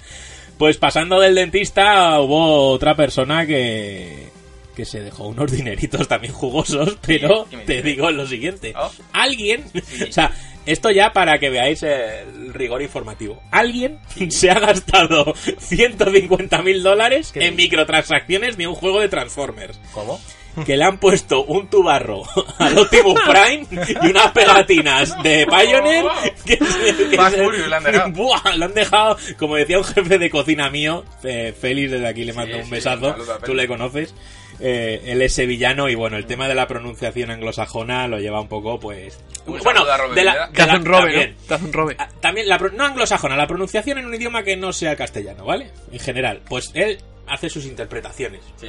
Speaker 3: Pues pasando del dentista hubo otra persona que que se dejó unos dineritos también jugosos, pero
Speaker 4: ¿Qué me
Speaker 3: te
Speaker 4: dices?
Speaker 3: digo lo siguiente.
Speaker 4: Oh.
Speaker 3: Alguien, o sea, esto ya para que veáis el rigor informativo. Alguien se ha gastado 150 mil dólares
Speaker 4: ¿Qué
Speaker 3: en
Speaker 4: dices?
Speaker 3: microtransacciones de un juego de Transformers.
Speaker 4: ¿Cómo?
Speaker 3: que le han puesto un tubarro al Optimus Prime y unas pegatinas de Pioneer que, que
Speaker 4: Oh. Más Furious le han dejado.
Speaker 3: Buah, lo han dejado, como decía un jefe de cocina mío, eh, Félix, desde aquí le mando
Speaker 4: Sí,
Speaker 3: un
Speaker 4: sí,
Speaker 3: besazo,
Speaker 4: saluda, Félix.
Speaker 3: tú le conoces. Eh, él es sevillano y bueno, el tema de la pronunciación anglosajona lo lleva un poco, pues.
Speaker 4: Un
Speaker 3: bueno,
Speaker 4: saludo a Robert
Speaker 3: de la,
Speaker 4: Vidal.
Speaker 5: Te
Speaker 3: de la-
Speaker 5: hace un robe,
Speaker 3: también.
Speaker 5: ¿no? Te hace un robe.
Speaker 3: Ah, También, la, pro- no anglosajona, la pronunciación en un idioma que no sea el castellano, ¿vale? En general, pues él hace sus interpretaciones.
Speaker 4: Sí.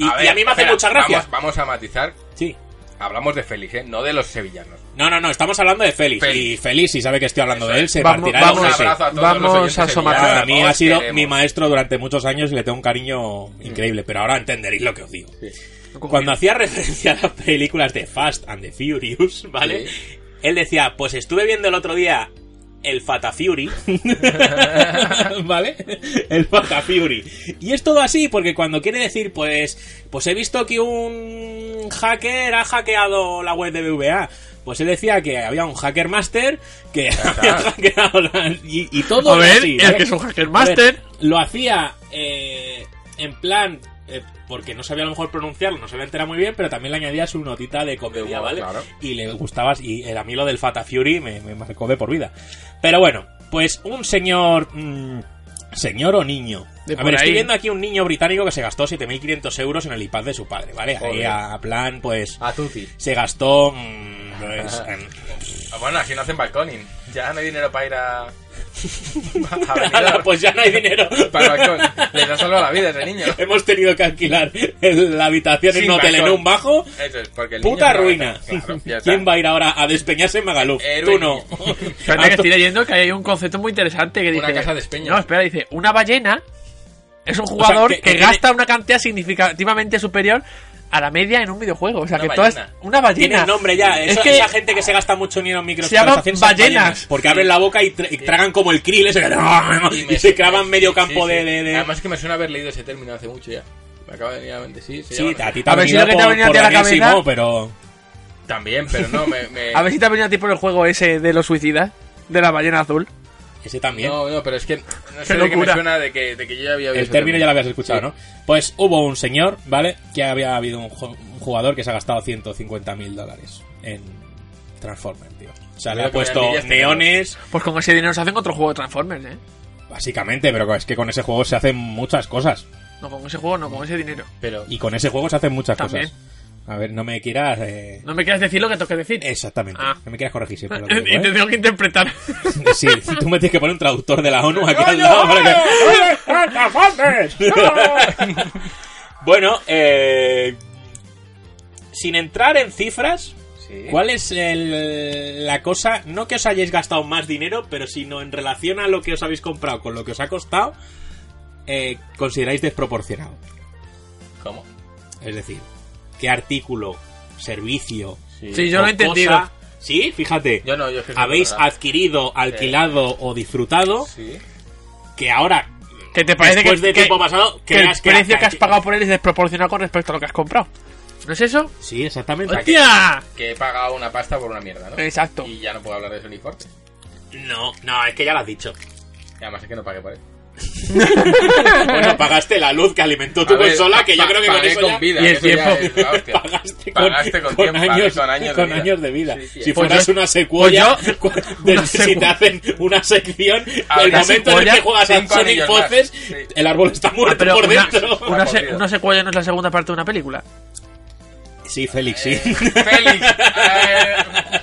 Speaker 3: Y- y a mí me hace mucha gracia.
Speaker 4: Vamos, vamos a matizar.
Speaker 3: Sí.
Speaker 4: Hablamos de Félix, ¿eh? no de los sevillanos.
Speaker 3: No, no, no, estamos hablando de Félix.
Speaker 4: Félix.
Speaker 3: Y Félix, si sabe que estoy hablando
Speaker 4: Eso
Speaker 3: de él,
Speaker 4: es.
Speaker 3: se
Speaker 5: Vamos-
Speaker 3: partirá
Speaker 5: vamos-
Speaker 3: el
Speaker 4: un
Speaker 3: ese.
Speaker 4: abrazo a todos
Speaker 5: Vamos
Speaker 4: los oyentes
Speaker 5: a
Speaker 4: sevillanos.
Speaker 5: somatizar.
Speaker 3: Para mí
Speaker 4: Os
Speaker 3: ha sido
Speaker 4: queremos. Mm.
Speaker 3: mi maestro durante muchos años y le tengo un cariño increíble, pero ahora entenderéis lo que os digo.
Speaker 4: Sí.
Speaker 3: Cuando hacía referencia a las películas de Fast and the Furious, ¿vale? Él decía, pues estuve viendo el otro día el Fata Fury, ¿vale? El Fata Fury. Y es todo así porque cuando quiere decir, pues, pues he visto que un hacker ha hackeado la web de BVA. Pues él decía que había un hacker master que había hackeado la- y, y todo
Speaker 5: A ver,
Speaker 3: así,
Speaker 5: el
Speaker 3: ¿eh?
Speaker 5: que es un hacker
Speaker 3: A ver,
Speaker 5: master.
Speaker 3: Lo hacía eh, en plan. eh, porque no sabía a lo mejor pronunciarlo, no sabía enterar muy bien, pero también le añadía su notita de
Speaker 4: De
Speaker 3: comedia,
Speaker 4: humor,
Speaker 3: ¿vale?
Speaker 4: claro.
Speaker 3: Y le gustaba, y el- a mí lo del Fata Fury me, me marcó de por vida. Pero bueno, pues un señor. mm, señor o niño.
Speaker 5: De
Speaker 3: a
Speaker 5: por
Speaker 3: ver, estoy
Speaker 5: ahí.
Speaker 3: viendo aquí un niño británico que se gastó 7.500 euros en el iPad de su padre, ¿vale? Ahí
Speaker 4: Joder.
Speaker 3: a a plan, pues.
Speaker 4: A Tuti.
Speaker 3: Se gastó. mm, pues, en-
Speaker 4: Ah, Bueno, aquí no hacen balconing. Ya no hay dinero para ir a. a
Speaker 3: Ala,
Speaker 4: Benidorm.
Speaker 3: pues ya no hay dinero.
Speaker 4: Para el balcón. Les ha salvado la vida ese niño.
Speaker 3: Hemos tenido que alquilar el- la habitación en
Speaker 4: Sin
Speaker 3: un hotel en
Speaker 4: balcón.
Speaker 3: un bajo.
Speaker 4: Eso es, porque el
Speaker 3: Puta
Speaker 4: niño-
Speaker 3: ruina.
Speaker 4: Claro, ya está.
Speaker 3: ¿Quién va a ir ahora a despeñarse en Magaluf?
Speaker 4: Héroe
Speaker 3: Tú no.
Speaker 4: niño.
Speaker 5: Espérate que estoy leyendo que hay un concepto muy interesante que
Speaker 4: Una
Speaker 5: dice...
Speaker 4: casa de espeños.
Speaker 5: No, espera, dice, una ballena es un jugador
Speaker 3: que-
Speaker 5: que,
Speaker 3: que
Speaker 5: gasta una cantidad significativamente superior a la media en un videojuego. O sea,
Speaker 4: Una
Speaker 5: que todas...
Speaker 4: ballena.
Speaker 5: Una
Speaker 3: Tiene
Speaker 5: ballena.
Speaker 3: el nombre ya.
Speaker 5: Es
Speaker 3: Esa,
Speaker 5: que-
Speaker 3: esa gente que se gasta mucho dinero en microtransacciones.
Speaker 5: Se llaman
Speaker 3: son ballenas,
Speaker 5: ballenas.
Speaker 3: Porque abren la boca y, tra- y tragan como el krill ese- y, se clavan medio
Speaker 4: sí,
Speaker 3: campo
Speaker 4: sí,
Speaker 3: de...
Speaker 4: sí.
Speaker 3: de- de-
Speaker 4: Además, que me suena haber leído ese término hace mucho ya. Me acaba de venir a la mente, sí. se
Speaker 3: Sí,
Speaker 4: llama-
Speaker 3: a ti te
Speaker 5: A
Speaker 3: ha
Speaker 5: ver si
Speaker 3: venido
Speaker 5: lo que te ha
Speaker 3: por,
Speaker 5: venido
Speaker 3: por
Speaker 5: a la
Speaker 3: Daniel
Speaker 5: cabeza-
Speaker 3: Simó, pero...
Speaker 4: También, pero no, me. me-
Speaker 5: A ver si te ha venido a ti por el juego ese de los suicidas, de la ballena azul.
Speaker 3: Ese también.
Speaker 4: No, no, pero es que. No sé
Speaker 5: Qué
Speaker 4: de qué me
Speaker 5: locura.
Speaker 4: suena de que, de que yo ya había oído
Speaker 3: El
Speaker 4: ese
Speaker 3: término ya lo habías escuchado,
Speaker 4: Sí.
Speaker 3: ¿no? Pues hubo un señor, ¿vale? Que había habido un, jo- un jugador que se ha gastado 150 mil dólares en Transformers, tío. O sea, le
Speaker 4: Creo
Speaker 3: ha
Speaker 4: que me
Speaker 3: puesto
Speaker 4: envidias, tío.
Speaker 3: neones,
Speaker 5: Pues con ese dinero se hacen otro juego de Transformers, ¿eh?
Speaker 3: básicamente, pero es que con ese juego se hacen muchas cosas.
Speaker 5: No, con ese juego no, con ese dinero.
Speaker 4: Pero.
Speaker 3: Y con ese juego se hacen muchas
Speaker 5: También.
Speaker 3: cosas. A ver, no me quieras... eh,
Speaker 5: No me quieras decir lo que tengo que decir.
Speaker 3: Exactamente.
Speaker 5: Ah.
Speaker 3: No me quieras corregir siempre. lo que
Speaker 5: y
Speaker 3: digo,
Speaker 5: te
Speaker 3: ¿eh?
Speaker 5: tengo que interpretar.
Speaker 3: Sí, tú me tienes que poner un traductor de la ONU aquí al
Speaker 4: ¡Oye,
Speaker 3: lado. para que-
Speaker 4: oye,
Speaker 3: Bueno, eh, sin entrar en cifras,
Speaker 4: Sí.
Speaker 3: ¿cuál es el- la cosa? No que os hayáis gastado más dinero, pero sino en relación a lo que os habéis comprado con lo que os ha costado, eh, consideráis desproporcionado.
Speaker 4: ¿Cómo?
Speaker 3: Es decir, ¿qué artículo, servicio?
Speaker 5: Sí, yo
Speaker 3: o
Speaker 5: lo he entendido.
Speaker 3: cosa- Sí, fíjate.
Speaker 4: Yo no, yo es que soy
Speaker 3: habéis
Speaker 4: verdad.
Speaker 3: adquirido, alquilado o disfrutado
Speaker 4: Sí. que
Speaker 3: que ahora,
Speaker 5: Que te parece
Speaker 3: después
Speaker 5: que,
Speaker 3: de
Speaker 5: que-
Speaker 3: tiempo pasado,
Speaker 5: que el
Speaker 3: creas que-
Speaker 5: precio que
Speaker 3: que-
Speaker 5: has pagado por él es desproporcionado con respecto a lo que has comprado. ¿No es eso?
Speaker 3: Sí, exactamente.
Speaker 5: ¡Hostia!
Speaker 4: he pagado una pasta por una mierda, ¿no?
Speaker 5: Exacto.
Speaker 4: Y ya no puedo hablar de ese uniforme.
Speaker 3: No, no, es que ya lo has dicho.
Speaker 4: Y además es que no pagué por él.
Speaker 3: Bueno, pagaste la luz que alimentó tu
Speaker 4: A ver,
Speaker 3: consola, que yo
Speaker 4: pa-
Speaker 3: creo que con
Speaker 4: pagué
Speaker 3: eso ya-
Speaker 4: vida,
Speaker 5: Y el
Speaker 4: que eso ya
Speaker 5: tiempo.
Speaker 4: es la hostia.
Speaker 3: Pagaste con,
Speaker 4: Pagaste con,
Speaker 3: con
Speaker 4: tiempo, pagué
Speaker 3: años,
Speaker 4: con años
Speaker 3: con
Speaker 4: de vida.
Speaker 3: años de vida.
Speaker 4: Sí, sí,
Speaker 3: si
Speaker 4: pues
Speaker 3: fueras
Speaker 5: yo-
Speaker 3: una secuela,
Speaker 5: pues yo-
Speaker 3: cu-
Speaker 5: una
Speaker 3: del- si te
Speaker 5: secuela.
Speaker 3: hacen una sección,
Speaker 4: Ahora,
Speaker 3: el momento en el
Speaker 5: secuela,
Speaker 3: que juegas a
Speaker 4: cinco
Speaker 3: Sonic
Speaker 4: anillos más.
Speaker 3: Forces,
Speaker 4: Sí.
Speaker 3: el árbol está
Speaker 5: Ah,
Speaker 3: muerto
Speaker 5: pero
Speaker 3: por
Speaker 5: una,
Speaker 3: dentro.
Speaker 5: una, se-
Speaker 4: Aburrido.
Speaker 5: una secuela no es la segunda parte de una película.
Speaker 3: Sí, Félix, sí.
Speaker 4: Eh, Félix. eh,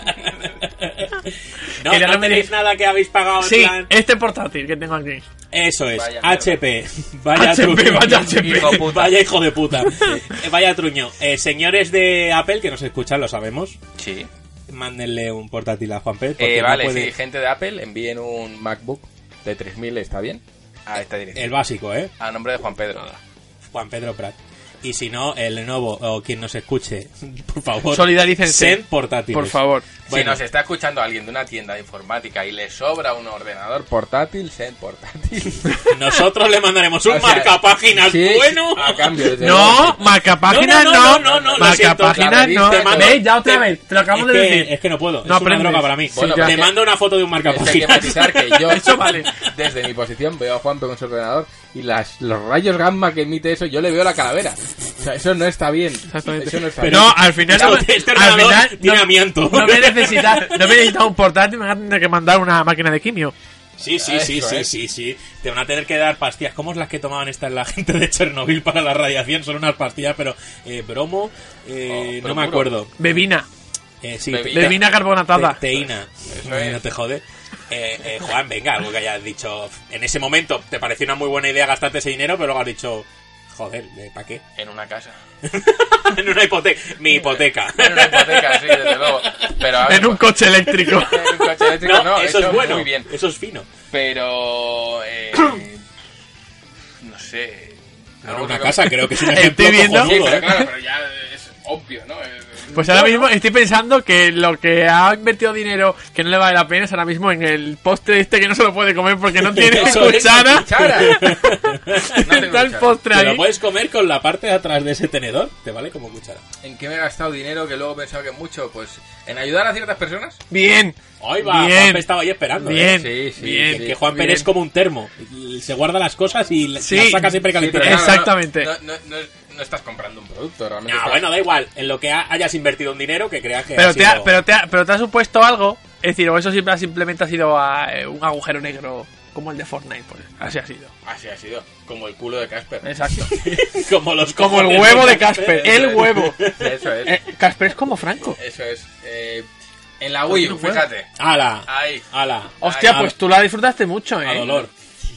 Speaker 3: no,
Speaker 5: que le
Speaker 3: no
Speaker 5: han
Speaker 3: tenéis nada que habéis pagado en
Speaker 5: Sí,
Speaker 3: plan-
Speaker 5: este portátil que tengo aquí.
Speaker 3: Eso es,
Speaker 4: eh, Vaya mierda.
Speaker 3: HP. Vaya
Speaker 5: HP,
Speaker 3: truño.
Speaker 5: vaya HP.
Speaker 4: Hijo puta.
Speaker 3: Vaya hijo de puta. Eh, vaya truño. Eh, señores de Apple que nos escuchan, lo sabemos.
Speaker 4: sí.
Speaker 3: Mándenle un portátil a Juan Pérez.
Speaker 4: Eh,
Speaker 3: porque no
Speaker 4: vale,
Speaker 3: puede-
Speaker 4: sí, gente de Apple, envíen un MacBook de 3000, ¿está bien? A esta dirección.
Speaker 3: El básico, ¿eh?
Speaker 4: A nombre de Juan Pedro.
Speaker 3: Juan Pedro Prat. Y si no, el Lenovo o quien nos escuche, por favor.
Speaker 5: Solidarícense.
Speaker 3: Send portátiles.
Speaker 5: Por favor.
Speaker 3: Bueno.
Speaker 4: Si nos está escuchando alguien de una tienda de informática y le sobra un ordenador portátil, send portátil.
Speaker 3: Nosotros le mandaremos
Speaker 4: O
Speaker 3: un
Speaker 4: sea,
Speaker 3: marcapáginas
Speaker 4: sí,
Speaker 3: bueno.
Speaker 4: A cambio, desde
Speaker 5: No,
Speaker 4: luego.
Speaker 5: marca páginas
Speaker 3: No,
Speaker 5: no.
Speaker 3: no, no, no, no, lo
Speaker 5: marca
Speaker 3: siento.
Speaker 5: páginas
Speaker 4: La
Speaker 5: no.
Speaker 4: revista, te-
Speaker 5: ¿Veis? Ya otra
Speaker 4: te-
Speaker 5: vez. Te lo acabamos
Speaker 3: es
Speaker 5: de
Speaker 3: que,
Speaker 5: decir.
Speaker 3: es que no puedo.
Speaker 5: No
Speaker 3: es una
Speaker 5: aprendes.
Speaker 3: droga para mí.
Speaker 4: Bueno,
Speaker 3: Te
Speaker 4: ya que-
Speaker 3: mando una foto de un
Speaker 4: Esto hay que
Speaker 3: marcapáginas.
Speaker 4: matizar que yo,
Speaker 5: Eso vale.
Speaker 4: desde mi posición, veo a Juan con su ordenador y las, los rayos gamma que emite eso, yo le veo la calavera. sea, eso no está bien.
Speaker 5: Exactamente.
Speaker 4: Eso no está
Speaker 5: Pero
Speaker 4: bien.
Speaker 5: no, al final.
Speaker 3: Este-
Speaker 5: No,
Speaker 3: este
Speaker 5: al
Speaker 3: ordenador
Speaker 5: final
Speaker 3: tiene
Speaker 5: no-
Speaker 3: amianto.
Speaker 5: No me necesita, no me necesita un portátil, me van a tener que mandar una máquina de quimio.
Speaker 3: Sí, sí, sí,
Speaker 4: Eso
Speaker 3: sí,
Speaker 4: es.
Speaker 3: sí, sí. Te van a tener que dar pastillas. ¿Cómo es las que tomaban estas la gente de Chernobyl para la radiación? Son unas pastillas, pero eh, bromo, eh,
Speaker 4: Oh,
Speaker 3: no me
Speaker 4: bromuro.
Speaker 3: acuerdo.
Speaker 5: Bebina.
Speaker 3: Eh, sí,
Speaker 4: Bebida.
Speaker 3: te-
Speaker 5: Bebina carbonatada.
Speaker 3: te- teína. Eh, No te jode. Eh, eh, Juan, venga, algo que hayas dicho. En ese momento te pareció una muy buena idea gastarte ese dinero, pero luego has dicho, joder, ¿para qué?
Speaker 4: En una casa.
Speaker 3: en una hipoteca. Mi hipoteca.
Speaker 4: En una hipoteca, sí, desde luego. Pero a ver, pues,
Speaker 5: En un coche eléctrico.
Speaker 4: en un coche eléctrico,
Speaker 3: No,
Speaker 4: no,
Speaker 3: eso es bueno.
Speaker 4: muy bien.
Speaker 3: Eso es fino.
Speaker 4: Pero. eh, no sé.
Speaker 3: Pero
Speaker 4: Lo
Speaker 3: una
Speaker 4: único-
Speaker 3: casa creo que es un
Speaker 5: Estoy
Speaker 3: ejemplo
Speaker 5: viendo-
Speaker 4: Sí,
Speaker 3: cojonudo,
Speaker 4: pero
Speaker 3: ¿eh?
Speaker 4: claro, pero ya es obvio, ¿no? Eh,
Speaker 5: Pues ahora mismo estoy pensando que lo que ha invertido dinero que no le vale la pena es ahora mismo en el postre este que no se lo puede comer porque no tiene
Speaker 3: Eso es,
Speaker 5: cuchara.
Speaker 4: Cuchara. No tengo
Speaker 5: Está el
Speaker 4: cuchara.
Speaker 5: postre
Speaker 3: Te lo
Speaker 5: ahí.
Speaker 3: puedes comer con la parte de atrás de ese tenedor, te vale como cuchara.
Speaker 4: ¿En qué me he gastado dinero que luego he pensado que mucho? Pues en ayudar a ciertas personas.
Speaker 5: Bien.
Speaker 3: Hoy va,
Speaker 5: Bien.
Speaker 3: Juanpe estaba ahí esperando. ¿eh?
Speaker 5: Bien.
Speaker 4: Sí, sí,
Speaker 5: bien.
Speaker 4: sí.
Speaker 3: Que Juan Pérez
Speaker 4: Bien.
Speaker 3: es como un termo. Se guarda las cosas y le-
Speaker 5: Sí.
Speaker 3: las saca siempre
Speaker 4: Sí, pero
Speaker 3: calentitas.
Speaker 4: claro, no-
Speaker 5: Exactamente.
Speaker 4: No, no- no- no estás comprando un producto, realmente.
Speaker 3: No,
Speaker 4: estás-
Speaker 3: Ah, bueno, da igual. En lo que ha- hayas invertido un dinero que creas que
Speaker 5: Pero
Speaker 3: ha
Speaker 5: te, ha,
Speaker 3: sido-
Speaker 5: pero, te ha- pero te ha supuesto algo. Es decir, o eso siempre, simplemente ha sido ah, eh, un agujero negro como el de Fortnite. Pues. Así ha sido.
Speaker 4: Así ha sido. Como el culo de Casper.
Speaker 5: Exacto.
Speaker 3: como los
Speaker 5: Como el
Speaker 3: cojones
Speaker 5: huevo de Casper. El huevo.
Speaker 4: Eso es.
Speaker 5: Eh, Casper es como Franco.
Speaker 4: Eso es. Eh, en
Speaker 5: Pues
Speaker 4: la Wii U, fíjate.
Speaker 3: Ala,
Speaker 4: Ahí.
Speaker 3: ala.
Speaker 5: Hostia,
Speaker 3: Ay,
Speaker 5: pues tú la disfrutaste mucho,
Speaker 3: A
Speaker 5: eh.
Speaker 3: dolor.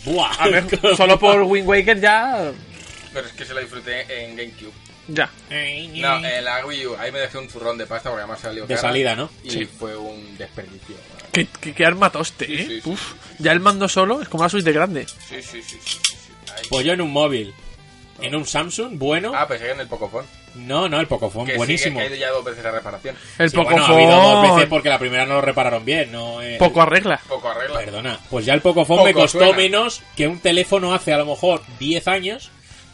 Speaker 3: Buah.
Speaker 5: A ver, solo por Wind Waker ya.
Speaker 4: Pero es que se la disfruté en GameCube.
Speaker 5: Ya.
Speaker 4: No, en la Wii U. Ahí me dejé un zurrón de pasta porque además salió
Speaker 3: De
Speaker 4: cara.
Speaker 3: salida, ¿no?
Speaker 4: Y
Speaker 5: Sí.
Speaker 4: fue un desperdicio.
Speaker 5: Qué, qué- qué arma toste,
Speaker 4: Sí,
Speaker 5: eh.
Speaker 4: sí, sí.
Speaker 5: Uf. Ya el mando solo es como la Switch de grande.
Speaker 4: Sí, sí, sí. sí, sí. Ahí.
Speaker 3: Pues yo en un móvil. En un Samsung, bueno.
Speaker 4: Ah, pensé que en el Pocofon.
Speaker 3: No, no, el Pocophone,
Speaker 4: Que
Speaker 3: buenísimo.
Speaker 4: Sí, que ha ido ya dos veces a reparación.
Speaker 5: El
Speaker 3: Sí,
Speaker 5: poco
Speaker 3: bueno, ha habido dos veces porque la primera no lo repararon bien. No, eh,
Speaker 5: Poco arregla.
Speaker 4: Poco arregla.
Speaker 3: Perdona, pues ya el Pocophone
Speaker 4: Poco
Speaker 3: me costó
Speaker 4: suena.
Speaker 3: menos que un teléfono hace a lo mejor 10 años,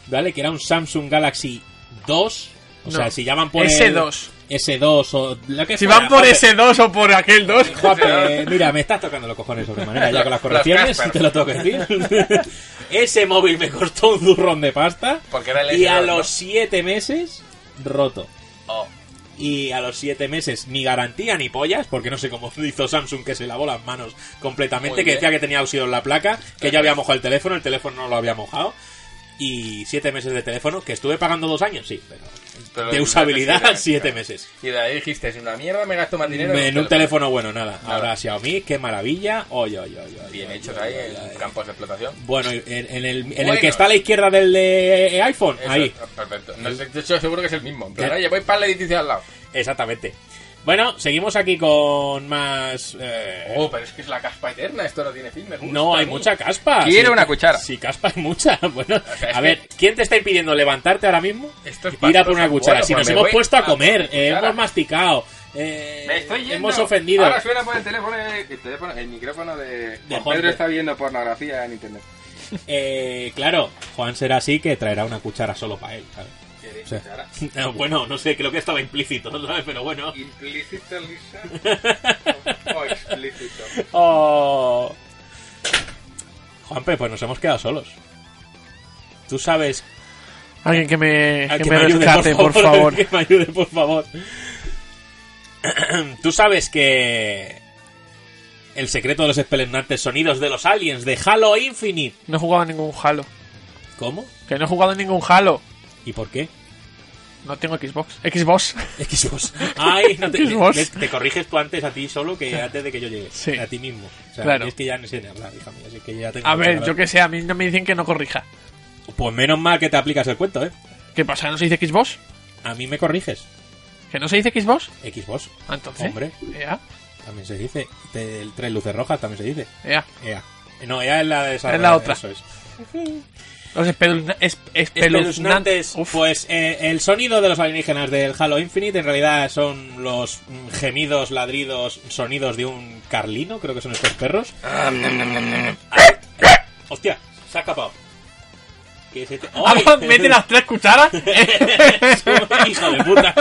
Speaker 3: ¿vale? Que era un Samsung Galaxy 2. O
Speaker 5: No.
Speaker 3: sea, si llaman por el-
Speaker 5: S2.
Speaker 3: S2 o lo que
Speaker 5: Si
Speaker 3: fuera,
Speaker 5: van por
Speaker 3: Juanpe,
Speaker 5: S2 o por aquel 2.
Speaker 3: Juanpe, mira, me estás tocando los cojones sobremanera ya con las
Speaker 4: Los
Speaker 3: correcciones,
Speaker 4: Casper.
Speaker 3: te lo tengo que decir. Ese móvil me costó un zurrón de pasta
Speaker 4: Porque era el
Speaker 3: y a
Speaker 4: S2, ¿no?
Speaker 3: los 7 meses roto.
Speaker 4: Oh.
Speaker 3: Y a los 7 meses ni garantía ni pollas, porque no sé cómo hizo Samsung que se lavó las manos completamente,
Speaker 4: Muy
Speaker 3: que
Speaker 4: bien.
Speaker 3: decía que tenía óxido en la placa, que ya había mojado el teléfono, el teléfono no lo había mojado. Y 7 meses de teléfono, que estuve pagando 2 años, sí, pero
Speaker 4: Pero
Speaker 3: de
Speaker 4: la
Speaker 3: usabilidad
Speaker 4: necesidad,
Speaker 3: 7
Speaker 4: claro.
Speaker 3: meses.
Speaker 4: Y de ahí dijiste, es una mierda, me gasto más dinero.
Speaker 3: En un teléfono bueno, nada. Ahora Xiaomi, qué maravilla. Oye, oye, oye. oye,
Speaker 4: Bien
Speaker 3: oye,
Speaker 4: hechos
Speaker 3: oye,
Speaker 4: ahí
Speaker 3: oye,
Speaker 4: en
Speaker 3: oye.
Speaker 4: campos de explotación.
Speaker 3: Bueno, en, en el, en el
Speaker 4: Bueno.
Speaker 3: que está a la izquierda del de iPhone,
Speaker 4: Eso,
Speaker 3: ahí.
Speaker 4: Perfecto. No sé, de hecho, seguro que es el mismo. En plan,
Speaker 3: Ya.
Speaker 4: oye, voy para el edificio al lado.
Speaker 3: Exactamente. Bueno, seguimos aquí con más... eh,
Speaker 4: Oh, pero es que es la caspa eterna, esto no tiene fin. me gusta
Speaker 3: No,
Speaker 4: a
Speaker 3: hay
Speaker 4: mí.
Speaker 3: mucha caspa.
Speaker 4: Quiero
Speaker 3: Sí,
Speaker 4: una cuchara.
Speaker 3: Sí, caspa hay mucha. Bueno,
Speaker 4: sea, es
Speaker 3: a ver, ¿quién te está impidiendo levantarte ahora mismo?
Speaker 4: Esto es
Speaker 3: Ir a
Speaker 4: pastoso.
Speaker 3: por una cuchara.
Speaker 4: Bueno,
Speaker 3: si
Speaker 4: pues
Speaker 3: nos
Speaker 4: me
Speaker 3: hemos
Speaker 4: voy
Speaker 3: puesto
Speaker 4: a
Speaker 3: a
Speaker 4: por
Speaker 3: comer,
Speaker 4: cuchara.
Speaker 3: eh, hemos masticado, eh,
Speaker 4: Me estoy yendo.
Speaker 3: hemos ofendido.
Speaker 4: Ahora suena por el teléfono, eh, el, teléfono, el micrófono de. Juan
Speaker 3: Juanpe.
Speaker 4: Pedro está viendo pornografía en internet.
Speaker 3: Eh, claro, Juan será así que traerá una cuchara solo para él. ¿sabes?
Speaker 4: ¿Quieres
Speaker 3: O sea,
Speaker 4: cuchara?
Speaker 3: no, bueno, no sé, creo que estaba implícito, ¿sabes? Pero bueno.
Speaker 4: ¿Implícito, Lisa? o, o explícito?
Speaker 3: Oh. Juanpe, pues nos hemos quedado solos. Tú sabes
Speaker 5: Alguien que me,
Speaker 3: Ah,
Speaker 5: que me
Speaker 3: ayude,
Speaker 5: rescate, por favor.
Speaker 3: Que me ayude, por favor. Tú sabes que. El secreto de los espeluznantes sonidos de los aliens de Halo Infinite.
Speaker 5: No he jugado a ningún Halo.
Speaker 3: ¿Cómo?
Speaker 5: Que no he jugado a ningún Halo.
Speaker 3: ¿Y por qué?
Speaker 5: No tengo Xbox. Xbox.
Speaker 3: Xbox. Ay, no te,
Speaker 5: Xbox.
Speaker 3: ves, te corriges tú antes a ti solo que antes de que yo llegue.
Speaker 5: Sí.
Speaker 3: A ti mismo. O sea,
Speaker 5: Claro.
Speaker 3: Es que ya no sé ni hablar, hija mía, así que ya tengo
Speaker 5: A
Speaker 3: que
Speaker 5: ver,
Speaker 3: hablar.
Speaker 5: yo que sé, a mí no me dicen que no corrija.
Speaker 3: Pues menos mal que te aplicas el cuento, ¿eh?
Speaker 5: ¿Qué pasa? ¿No se dice Xbox?
Speaker 3: A mí me corriges.
Speaker 5: ¿Que no se dice Xbox?
Speaker 3: Xbox.
Speaker 5: Ah, Entonces.
Speaker 3: Hombre.
Speaker 5: Ya,
Speaker 3: También se dice. Te- El tres luces rojas también se dice.
Speaker 5: ya.
Speaker 3: EA. No, EA es la de esa-
Speaker 5: Es la otra.
Speaker 3: Eso es.
Speaker 5: Los espeluzna- es- espeluznantes.
Speaker 3: Espeluznantes.
Speaker 5: Uf.
Speaker 3: Pues eh, el sonido de los alienígenas del Halo Infinite en realidad son los mm, gemidos, ladridos, sonidos de un carlino, creo que son estos perros. Ah, Hostia, se ha escapado. Que se te- ¡Ay!
Speaker 5: Ah, mete las tres cucharas.
Speaker 3: Hijo de puta.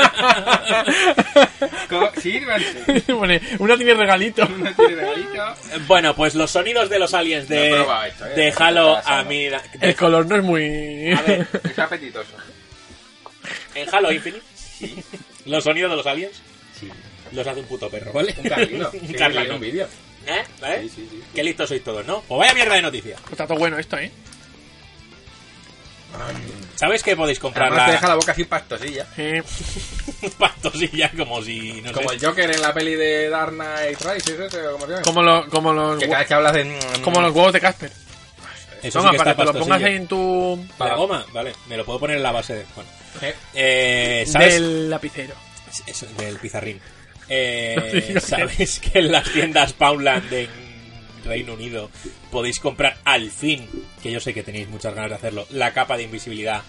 Speaker 4: Co- Sírvanse.
Speaker 5: Pone, Una tiene regalito.
Speaker 4: ¿No tiene regalito?
Speaker 3: bueno, pues los sonidos de los aliens de,
Speaker 4: No he probado esto, eh.
Speaker 3: de
Speaker 4: No
Speaker 3: Halo
Speaker 4: está
Speaker 3: a
Speaker 4: pasando.
Speaker 3: mí...
Speaker 5: El color no es muy.
Speaker 3: A ver,
Speaker 4: Es apetitoso.
Speaker 3: En Halo Infinite, los sonidos de los aliens los hace un puto perro, ¿vale?
Speaker 4: Un carlino.
Speaker 3: Un
Speaker 4: Sí,
Speaker 3: carlino.
Speaker 4: en un vídeo.
Speaker 3: ¿Eh? ¿Eh?
Speaker 4: Sí, sí, sí.
Speaker 3: Qué listos sois todos, ¿no? Pues vaya mierda de noticias.
Speaker 5: Pues está todo bueno esto, ¿eh?
Speaker 3: ¿Sabéis que podéis comprar
Speaker 4: Además te deja
Speaker 3: la
Speaker 4: la boca así pastosilla.
Speaker 5: Eh,
Speaker 3: pastosilla como si no
Speaker 4: Como
Speaker 3: sé.
Speaker 4: el Joker en la peli de Dark Knight Rises, ese, o como se llama.
Speaker 5: como, lo- como los
Speaker 4: Que cada
Speaker 5: hue-
Speaker 4: vez que hablas de... Eh,
Speaker 5: como los huevos de Casper.
Speaker 3: Eso sí
Speaker 5: Toma,
Speaker 3: que
Speaker 5: para
Speaker 3: está
Speaker 5: que te lo pongas
Speaker 3: pastosilla.
Speaker 5: ahí en tu...
Speaker 3: Para la goma, vale. Me lo puedo poner en la base de. Bueno.
Speaker 4: Eh,
Speaker 3: Eh, ¿Sabes?
Speaker 5: Del lapicero.
Speaker 3: Eso, del pizarrín. Eh,
Speaker 5: No, sí,
Speaker 3: ¿Sabéis que en las tiendas Poundland en Reino Unido podéis comprar al fin, que yo sé que tenéis muchas ganas de hacerlo, la capa de invisibilidad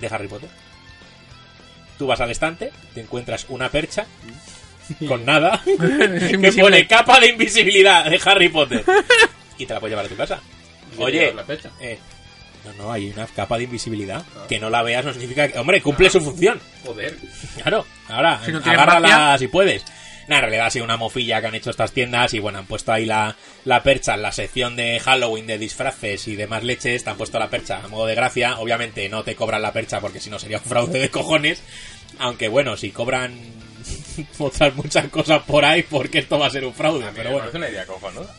Speaker 3: de Harry Potter? Tú vas al estante, te encuentras una percha con nada que
Speaker 5: Invisible.
Speaker 3: pone capa de invisibilidad de Harry Potter y te la puedes llevar a tu casa. Oye,
Speaker 4: la fecha.
Speaker 3: eh, no, no, hay una capa de invisibilidad
Speaker 5: Ah.
Speaker 3: que no la veas no significa que, hombre, cumple su función.
Speaker 4: Joder.
Speaker 3: Claro, ahora,
Speaker 5: Si no tienes
Speaker 3: agárrala
Speaker 5: magia.
Speaker 3: si puedes. Nah, en realidad ha sido una mofilla que han hecho estas tiendas y bueno, han puesto ahí la, la percha en la sección de Halloween de disfraces y demás leches, te han puesto la percha a modo de gracia, obviamente no te cobran la percha porque si no sería un fraude de cojones, aunque bueno, si cobran otras muchas cosas por ahí porque esto va a ser un fraude, pero
Speaker 4: Pero bueno, es
Speaker 3: bueno,
Speaker 4: una idea cojonuda.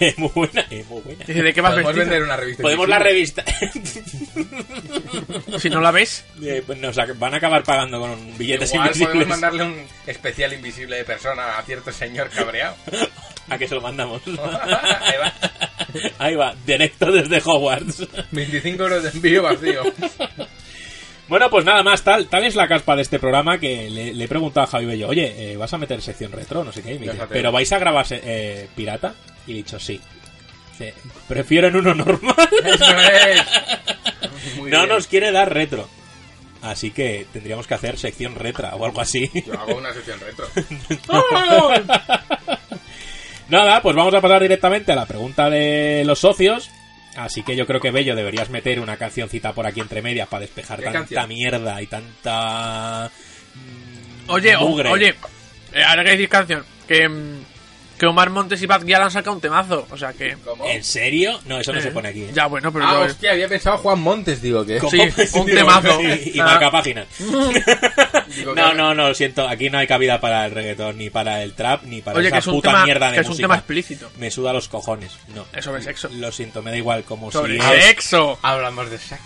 Speaker 3: es muy buena, es muy buena.
Speaker 5: Dice, ¿de qué vas
Speaker 4: Podemos
Speaker 5: vestido?
Speaker 4: vender una revista.
Speaker 3: Podemos la revista...
Speaker 5: Si no la ves,
Speaker 3: Eh, pues Nos ac- van a acabar pagando con billetes
Speaker 4: Igual podemos
Speaker 3: invisibles.
Speaker 4: mandarle un especial invisible de persona a cierto señor cabreado.
Speaker 3: ¿A qué se lo mandamos?
Speaker 4: Ahí va.
Speaker 3: Ahí va, directo desde Hogwarts.
Speaker 4: 25 euros de envío vacío.
Speaker 3: Bueno, pues nada más, tal, tal es la caspa de este programa que le, le he preguntado a Javi Bello, oye, eh, ¿vas a meter sección retro? No sé qué, y me dice,
Speaker 4: Déjate.
Speaker 3: pero ¿vais a grabar se- eh, pirata? Y he dicho, sí. Dice, Prefiero en uno normal.
Speaker 4: Eso es. Muy
Speaker 3: no
Speaker 4: bien.
Speaker 3: nos quiere dar retro. Así que tendríamos que hacer sección retra o algo así.
Speaker 4: Yo hago una sesión retro.
Speaker 3: Ah, Nada, pues vamos a pasar directamente a la pregunta de los socios. Así que yo creo que Bello deberías meter una cancioncita por aquí entre medias para despejar
Speaker 4: ¿Qué
Speaker 3: tanta
Speaker 4: canción?
Speaker 3: mierda y tanta. mm,
Speaker 5: oye, o-
Speaker 3: mugre.
Speaker 5: oye, eh, ahora que decís canción, que, mm, que Omar Montes y Bad Gyal han sacado un temazo, o sea que...
Speaker 4: ¿Cómo?
Speaker 3: ¿En serio? No, eso no
Speaker 5: eh,
Speaker 3: se pone aquí. ¿eh?
Speaker 5: Ya, bueno, pero...
Speaker 4: Ah,
Speaker 5: yo-
Speaker 4: hostia, había pensado Juan Montes, digo que.
Speaker 3: ¿Cómo?
Speaker 5: Sí, un
Speaker 3: Digo,
Speaker 5: temazo.
Speaker 3: Y, y
Speaker 5: Ah.
Speaker 3: marca página.
Speaker 4: Digo que-
Speaker 3: No, no, no, lo siento. Aquí no hay cabida para el reggaetón, ni para el trap, ni para
Speaker 5: oye,
Speaker 3: esa
Speaker 5: que es un
Speaker 3: puta
Speaker 5: tema,
Speaker 3: mierda de
Speaker 5: que es un
Speaker 3: música.
Speaker 5: tema explícito.
Speaker 3: Me suda los cojones. No.
Speaker 5: Es sobre sexo.
Speaker 3: Lo siento, me da igual como
Speaker 5: Sobre
Speaker 3: si. es-
Speaker 5: sexo.
Speaker 4: Hablamos de sexo.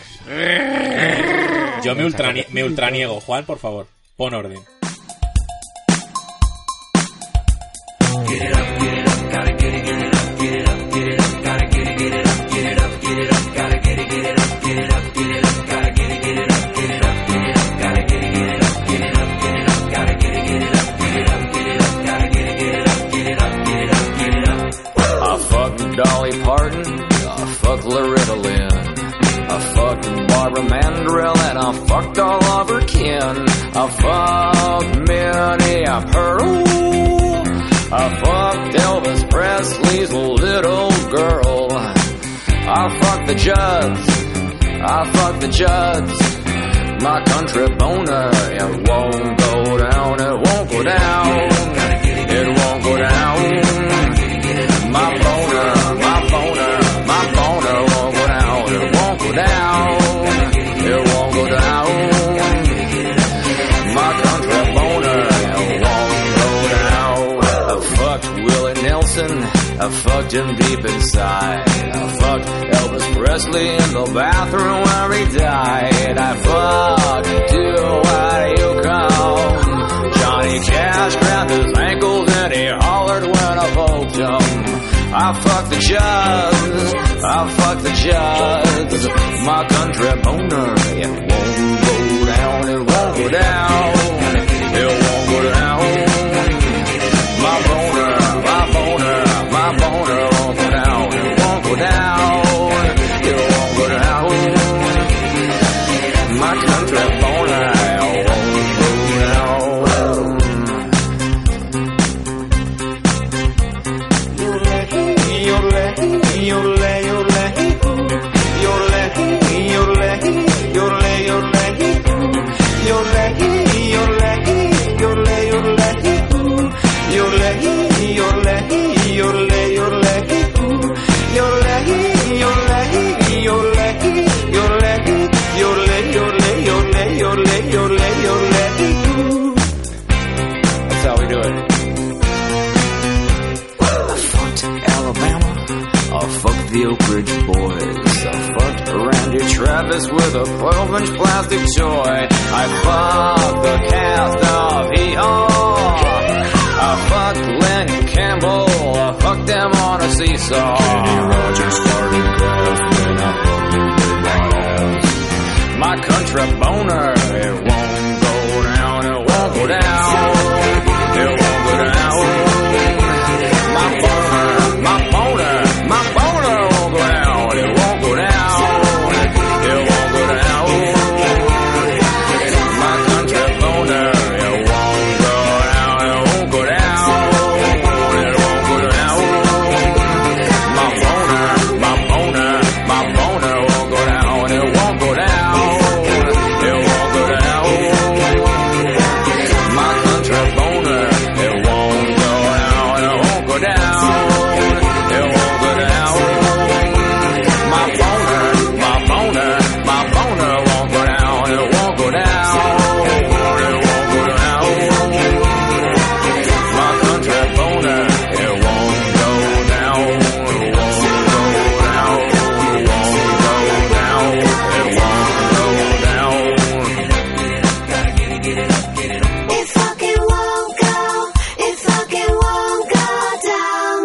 Speaker 3: Yo me, ultranie- me ultraniego. Juan, por favor, pon orden.
Speaker 6: I fucked Dolly Parton, I fucked Loretta Lynn, I fucked Barbara Mandrell, and I fucked all of her kin. I fucked Minnie Pearl, I fucked Elvis Presley's little girl. I fucked the Judds, I fucked the Judds. My country boner, it won't go down, it won't go down, it won't go down. My boner, my boner, my boner won't go down. It won't go down. It won't go down. My country boner, it won't go down. I fucked Willie Nelson. I fucked him deep inside. I fucked Elvis Presley in the bathroom where he died. I fucked you, what do you call Johnny Cash grabbed his ankles and he hollered when I poked him. I fucked the judge, I fucked the judge. My country boner, it won't go down, it won't go down, it won't go down. My boner, my boner, my boner won't go down, it won't go down, it won't go down. My country boner, it won't go down.
Speaker 7: Yo
Speaker 6: Alabama. I fucked the Oak Ridge boys. I fucked Randy Travis with a 12 inch plastic toy. I fucked the cast of ER. I fucked Lynn Campbell. I fucked them on a seesaw. Kenny Rogers started and I fucking did my ass. My country boner, it won't go down, it won't go down. It won't go down. My boner, my boner, my boner won't go down. It won't go down. It won't go down. My country boner, it won't go down. It won't go down. It won't go down. My boner, my boner, my boner won't go down. It won't go down. It won't go down. My country boner, it won't go down, it won't go down, it won't go down. My boner, my boner, my boner won't go down, it won't go down, it won't go down. My country boner, it won't go down, it won't go down, it won't go down, it won't go down.
Speaker 8: It fucking won't go. It fucking won't go down.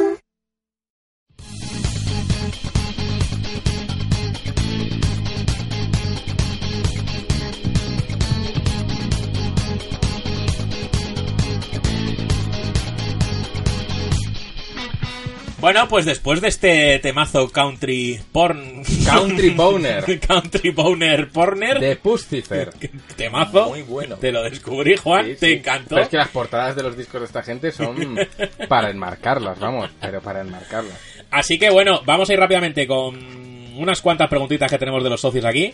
Speaker 3: Bueno, pues después de este temazo country porn.
Speaker 4: Country boner.
Speaker 3: country boner porner.
Speaker 4: De Pustifer.
Speaker 3: Temazo.
Speaker 4: Muy bueno.
Speaker 3: Te lo descubrí, Juan.
Speaker 4: Sí,
Speaker 3: te
Speaker 4: sí.
Speaker 3: encantó.
Speaker 4: Pero es que las portadas de los discos de esta gente son para enmarcarlas, vamos, pero para enmarcarlas.
Speaker 3: Así que bueno, vamos a ir rápidamente con unas cuantas preguntitas que tenemos de los socios aquí.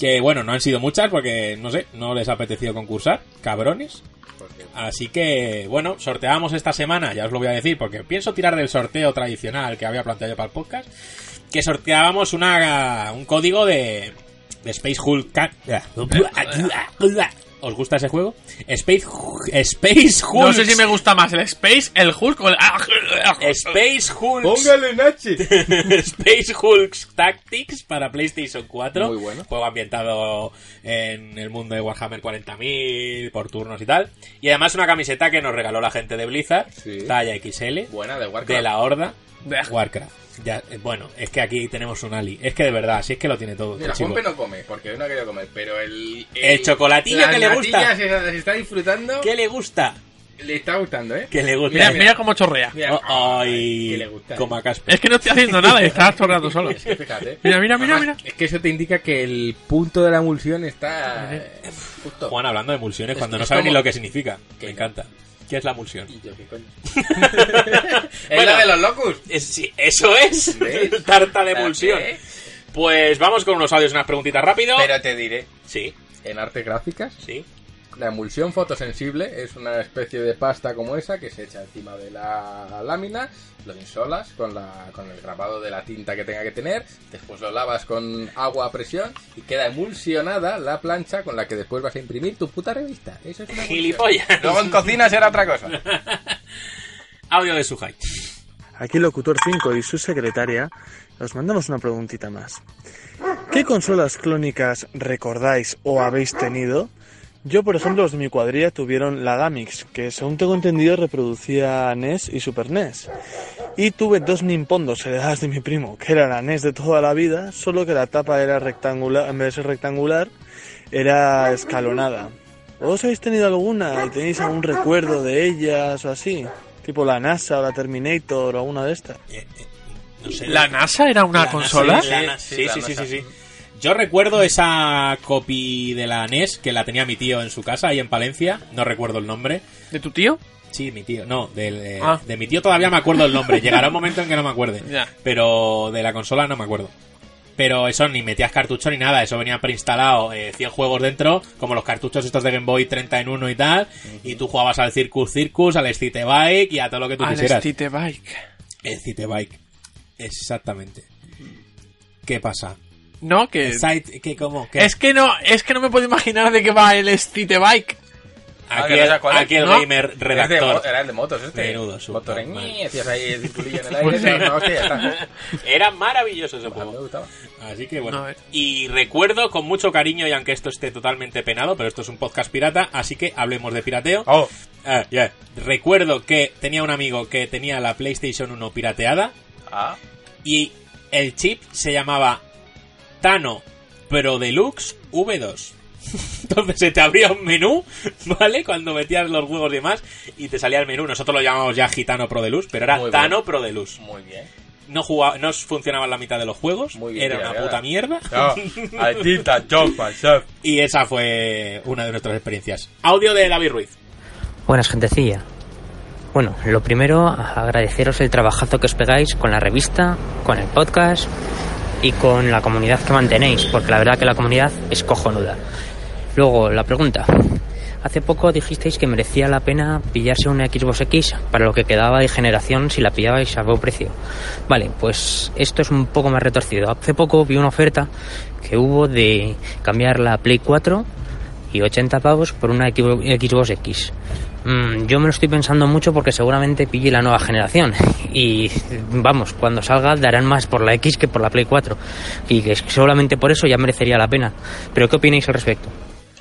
Speaker 3: Que bueno, no han sido muchas porque no sé, no les ha apetecido concursar, cabrones. Así que bueno, sorteamos esta semana, ya os lo voy a decir, porque pienso tirar del sorteo tradicional que había planteado yo para el podcast. Que sorteábamos una, un código de, de Space Hulk. Ca- ¿Os gusta ese juego? Space, Space Hulk.
Speaker 5: No sé si me gusta más el Space, el Hulk o el.
Speaker 3: Space Hulk.
Speaker 4: ¡Póngale Nachi!
Speaker 3: Space Hulk's Tactics para PlayStation 4.
Speaker 4: Muy bueno.
Speaker 3: Juego ambientado en el mundo de Warhammer 40.000, por turnos y tal. Y además una camiseta que nos regaló la gente de Blizzard,
Speaker 4: Sí.
Speaker 3: talla XL,
Speaker 4: Buena de Warcraft.
Speaker 3: de la Horda,
Speaker 5: Blech.
Speaker 3: Warcraft. Ya, eh, bueno, es que aquí tenemos un Ali. Es que de verdad, si es que lo tiene todo.
Speaker 4: Mira,
Speaker 3: este chico.
Speaker 4: Juanpe no come, porque hoy no ha querido comer, pero el...
Speaker 3: El chocolatillo
Speaker 4: las
Speaker 3: que le gusta.
Speaker 4: natillas esas las está disfrutando,
Speaker 3: ¿Qué le gusta?
Speaker 4: le está gustando, ¿eh?
Speaker 3: Que le gusta.
Speaker 5: Mira, mira cómo chorrea.
Speaker 4: Mira,
Speaker 3: Oh, ay,
Speaker 4: que le gusta. ¿eh?
Speaker 3: como a Casper.
Speaker 5: Es que no estoy haciendo nada y estás chorreando solo.
Speaker 4: Es que fíjate.
Speaker 5: Mira, mira, mira,
Speaker 4: Además, Es que eso te indica que el punto de la emulsión está eh, justo.
Speaker 3: Juan hablando de emulsiones
Speaker 4: Es-
Speaker 3: cuando
Speaker 4: es
Speaker 3: no sabe ni
Speaker 4: como-
Speaker 3: lo que significa. Que me encanta. ¿Qué es la emulsión?
Speaker 4: Y yo, ¿qué coño? es
Speaker 3: Bueno.
Speaker 4: la de los locus.
Speaker 3: Es- sí, eso es.
Speaker 4: ¿Ves?
Speaker 3: Tarta de emulsión.
Speaker 4: ¿Eh?
Speaker 3: Pues vamos con unos audios y unas preguntitas rápido.
Speaker 4: Pero te diré,
Speaker 3: Sí,
Speaker 4: en artes gráficas,
Speaker 3: sí.
Speaker 4: la emulsión fotosensible es una especie de pasta como esa que se echa encima de la lámina, lo insolas con, la, con el grabado de la tinta que tenga que tener, después lo lavas con agua a presión y queda emulsionada la plancha con la que después vas a imprimir tu puta revista. Eso es una emulsión.
Speaker 3: Gilipollas.
Speaker 4: Luego en cocina será otra cosa.
Speaker 3: Audio de Suhai.
Speaker 9: Aquí Locutor 5 y su secretaria os mandamos una preguntita más. ¿Qué consolas clónicas recordáis o habéis tenido? Yo, por ejemplo, los de mi cuadrilla tuvieron la Damix, que según tengo entendido reproducía NES y Super NES. Y tuve dos Nimpondos heredadas de mi primo, que era la NES de toda la vida, solo que la tapa era rectangular, en vez de ser rectangular, era escalonada. ¿Os habéis tenido alguna y tenéis algún recuerdo de ellas o así? Tipo la NASA o la Terminator o alguna de estas.
Speaker 3: No sé.
Speaker 5: ¿La NASA era una
Speaker 3: La
Speaker 5: consola?
Speaker 3: NASA, la NASA, Sí,
Speaker 4: la
Speaker 3: sí, sí,
Speaker 4: NASA.
Speaker 3: sí, sí. Yo recuerdo esa copy de la NES que la tenía mi tío en su casa ahí en Palencia. No recuerdo el nombre.
Speaker 5: ¿De tu tío?
Speaker 3: Sí, mi tío. No, del, eh,
Speaker 5: Ah.
Speaker 3: de mi tío todavía me acuerdo el nombre. Llegará un momento en que no me acuerde.
Speaker 5: Ya.
Speaker 3: Pero de la consola no me acuerdo. Pero eso, ni metías cartucho ni nada. Eso venía preinstalado eh, 100 juegos dentro, como los cartuchos estos de Game Boy 30 en 1 y tal. Y tú jugabas al Circus Circus, al Excite Bike y a todo lo que tú
Speaker 5: Al
Speaker 3: quisieras.
Speaker 5: Stite Bike.
Speaker 3: Excite Bike. Exactamente. ¿Qué pasa?
Speaker 5: No, que.
Speaker 3: Excite- ¿Qué, cómo? ¿Qué?
Speaker 5: Es que no, es que no me puedo imaginar de qué va el Stite Bike.
Speaker 4: Ah,
Speaker 3: Aquí
Speaker 4: que no
Speaker 3: el,
Speaker 4: sé cuál es.
Speaker 3: aquí el
Speaker 5: No.
Speaker 3: gamer
Speaker 4: Es de mo-
Speaker 3: redactor.
Speaker 4: era el de motos, este.
Speaker 3: Menudo Pues su-
Speaker 4: Motor en
Speaker 3: vale.
Speaker 4: mí, hacías ahí el circulillo en el aire. No, no, hostia, ya está.
Speaker 3: Era maravilloso ese
Speaker 4: Ah, me
Speaker 3: juego.
Speaker 4: gustaba.
Speaker 3: Así que bueno.
Speaker 5: No, eh.
Speaker 3: Y recuerdo con mucho cariño, y aunque esto esté totalmente penado, pero esto es un podcast pirata, así que hablemos de pirateo.
Speaker 4: Oh,
Speaker 3: Ah, ya. Recuerdo que tenía un amigo que tenía la PlayStation 1 pirateada
Speaker 4: ah,
Speaker 3: y el chip se llamaba Tano Pro Deluxe V2. Entonces se te abría un menú, ¿vale? Cuando metías los juegos y demás y te salía el menú. Nosotros lo llamamos ya Gitano Pro Deluxe, pero era
Speaker 4: Muy bueno.
Speaker 3: Tano Pro Deluxe.
Speaker 4: muy bien.
Speaker 3: No, jugaba, no funcionaban la mitad de los juegos,
Speaker 4: Muy bien,
Speaker 3: era
Speaker 4: tía,
Speaker 3: una
Speaker 4: ya.
Speaker 3: puta mierda.
Speaker 4: No,
Speaker 3: Oh.
Speaker 4: I did that job myself.
Speaker 3: Y esa fue una de nuestras experiencias. Audio de David Ruiz.
Speaker 10: Buenas, gentecilla. Bueno, lo primero, agradeceros el trabajazo que os pegáis con la revista, con el podcast y con la comunidad que mantenéis, porque la verdad que la comunidad es cojonuda. Luego, la pregunta. Hace poco dijisteis que merecía la pena pillarse una Xbox X para lo que quedaba de generación si la pillabais a buen precio. Vale, pues esto es un poco más retorcido. Hace poco vi una oferta que hubo de cambiar la Play 4 y 80 pavos por una Xbox Xbox X. Mm, yo me lo estoy pensando mucho porque seguramente pille la nueva generación. Y vamos, cuando salga darán más por la X que por la Play 4. Y que solamente por eso ya merecería la pena. Pero ¿qué opináis al respecto?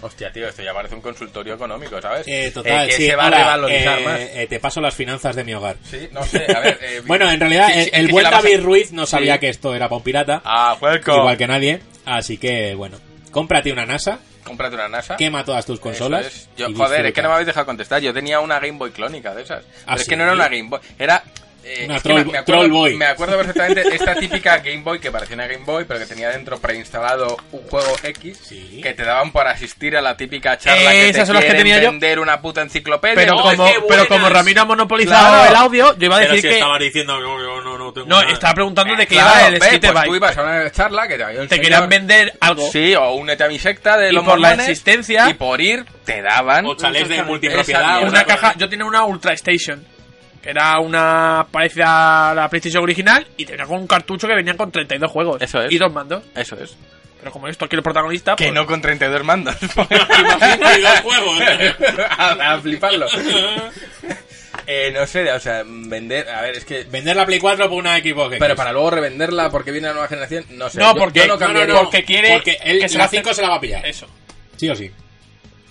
Speaker 4: Hostia, tío, esto ya parece un consultorio económico, ¿sabes?
Speaker 3: Eh, total,
Speaker 4: Eh, que
Speaker 3: sí,
Speaker 4: se va
Speaker 3: ahora,
Speaker 4: a revalorizar
Speaker 3: eh,
Speaker 4: más.
Speaker 3: eh, te paso las finanzas de mi hogar.
Speaker 4: Sí, no sé, a ver. eh,
Speaker 3: bueno, en realidad
Speaker 4: sí, sí,
Speaker 3: el,
Speaker 4: es
Speaker 3: el
Speaker 4: que
Speaker 3: buen
Speaker 4: la vas a-
Speaker 3: David Ruiz no
Speaker 4: Sí.
Speaker 3: sabía que esto era para un pirata,
Speaker 4: Ah, juego.
Speaker 3: igual que nadie. Así que bueno, cómprate una NASA,
Speaker 4: Cómprate una NASA.
Speaker 3: quema todas tus consolas.
Speaker 4: Eso es. Yo-
Speaker 3: y
Speaker 4: joder, es
Speaker 3: disfruta. Ah,
Speaker 4: que no me habéis dejado contestar. Yo tenía una Game Boy clónica de esas. Pero es
Speaker 3: sí?
Speaker 4: que no era una Game Boy. Era. eh,
Speaker 3: Una
Speaker 4: es que me-
Speaker 3: Troll-
Speaker 4: me, acuerdo,
Speaker 3: Troll Boy.
Speaker 4: me acuerdo perfectamente esta típica Game Boy que parecía una Game Boy, pero que tenía dentro preinstalado un juego X
Speaker 3: Sí.
Speaker 4: que te daban por asistir a la típica charla que te
Speaker 5: Esas son las que
Speaker 4: quieren
Speaker 5: tenía yo.
Speaker 4: vender una puta enciclopedia.
Speaker 5: Pero,
Speaker 4: Entonces,
Speaker 5: como,
Speaker 4: ¡qué
Speaker 5: pero
Speaker 4: buenas!
Speaker 5: como Ramiro ha monopolizado
Speaker 4: Claro.
Speaker 5: el audio, yo iba a
Speaker 3: Pero
Speaker 5: decir
Speaker 3: si
Speaker 5: que.
Speaker 3: estabas diciendo que no, no, no tengo
Speaker 5: No,
Speaker 3: nada.
Speaker 5: estaba preguntando de qué
Speaker 4: Claro,
Speaker 5: iba el
Speaker 4: ve,
Speaker 5: 7
Speaker 4: pues tú ibas a una charla que te había un
Speaker 5: Te
Speaker 4: señor-
Speaker 5: querían vender algo.
Speaker 4: Sí, o únete a mi secta de
Speaker 5: Y
Speaker 4: los
Speaker 5: por la
Speaker 4: mormones,
Speaker 5: existencia-
Speaker 4: y por ir te daban
Speaker 3: O chalés de
Speaker 4: Esa
Speaker 3: multipropiedad,
Speaker 4: mierda.
Speaker 5: Ah, una caja. Yo tenía una Ultra Station. Que era una parecida a la PlayStation original. Y tenía con un cartucho que venían con 32 juegos.
Speaker 4: Eso es.
Speaker 5: Y dos mandos.
Speaker 4: Eso es.
Speaker 5: Pero como esto aquí el protagonista.
Speaker 4: Que
Speaker 5: pues-
Speaker 4: no con 32 mandos.
Speaker 3: Y dos juegos.
Speaker 4: a, a fliparlo. Eh, no sé, o sea, vender. A ver, es que.
Speaker 3: Vender la Play 4 por una Xbox.
Speaker 4: Pero para luego revenderla porque viene la nueva generación, no sé.
Speaker 5: No,
Speaker 4: Yo-
Speaker 5: porque-
Speaker 4: yo
Speaker 5: no, no,
Speaker 4: cambiaría.
Speaker 5: no, porque quiere
Speaker 3: Porque él,
Speaker 5: que se
Speaker 3: la
Speaker 5: la
Speaker 3: 5
Speaker 5: hace-
Speaker 3: se la va a pillar.
Speaker 5: Eso.
Speaker 3: Sí o sí.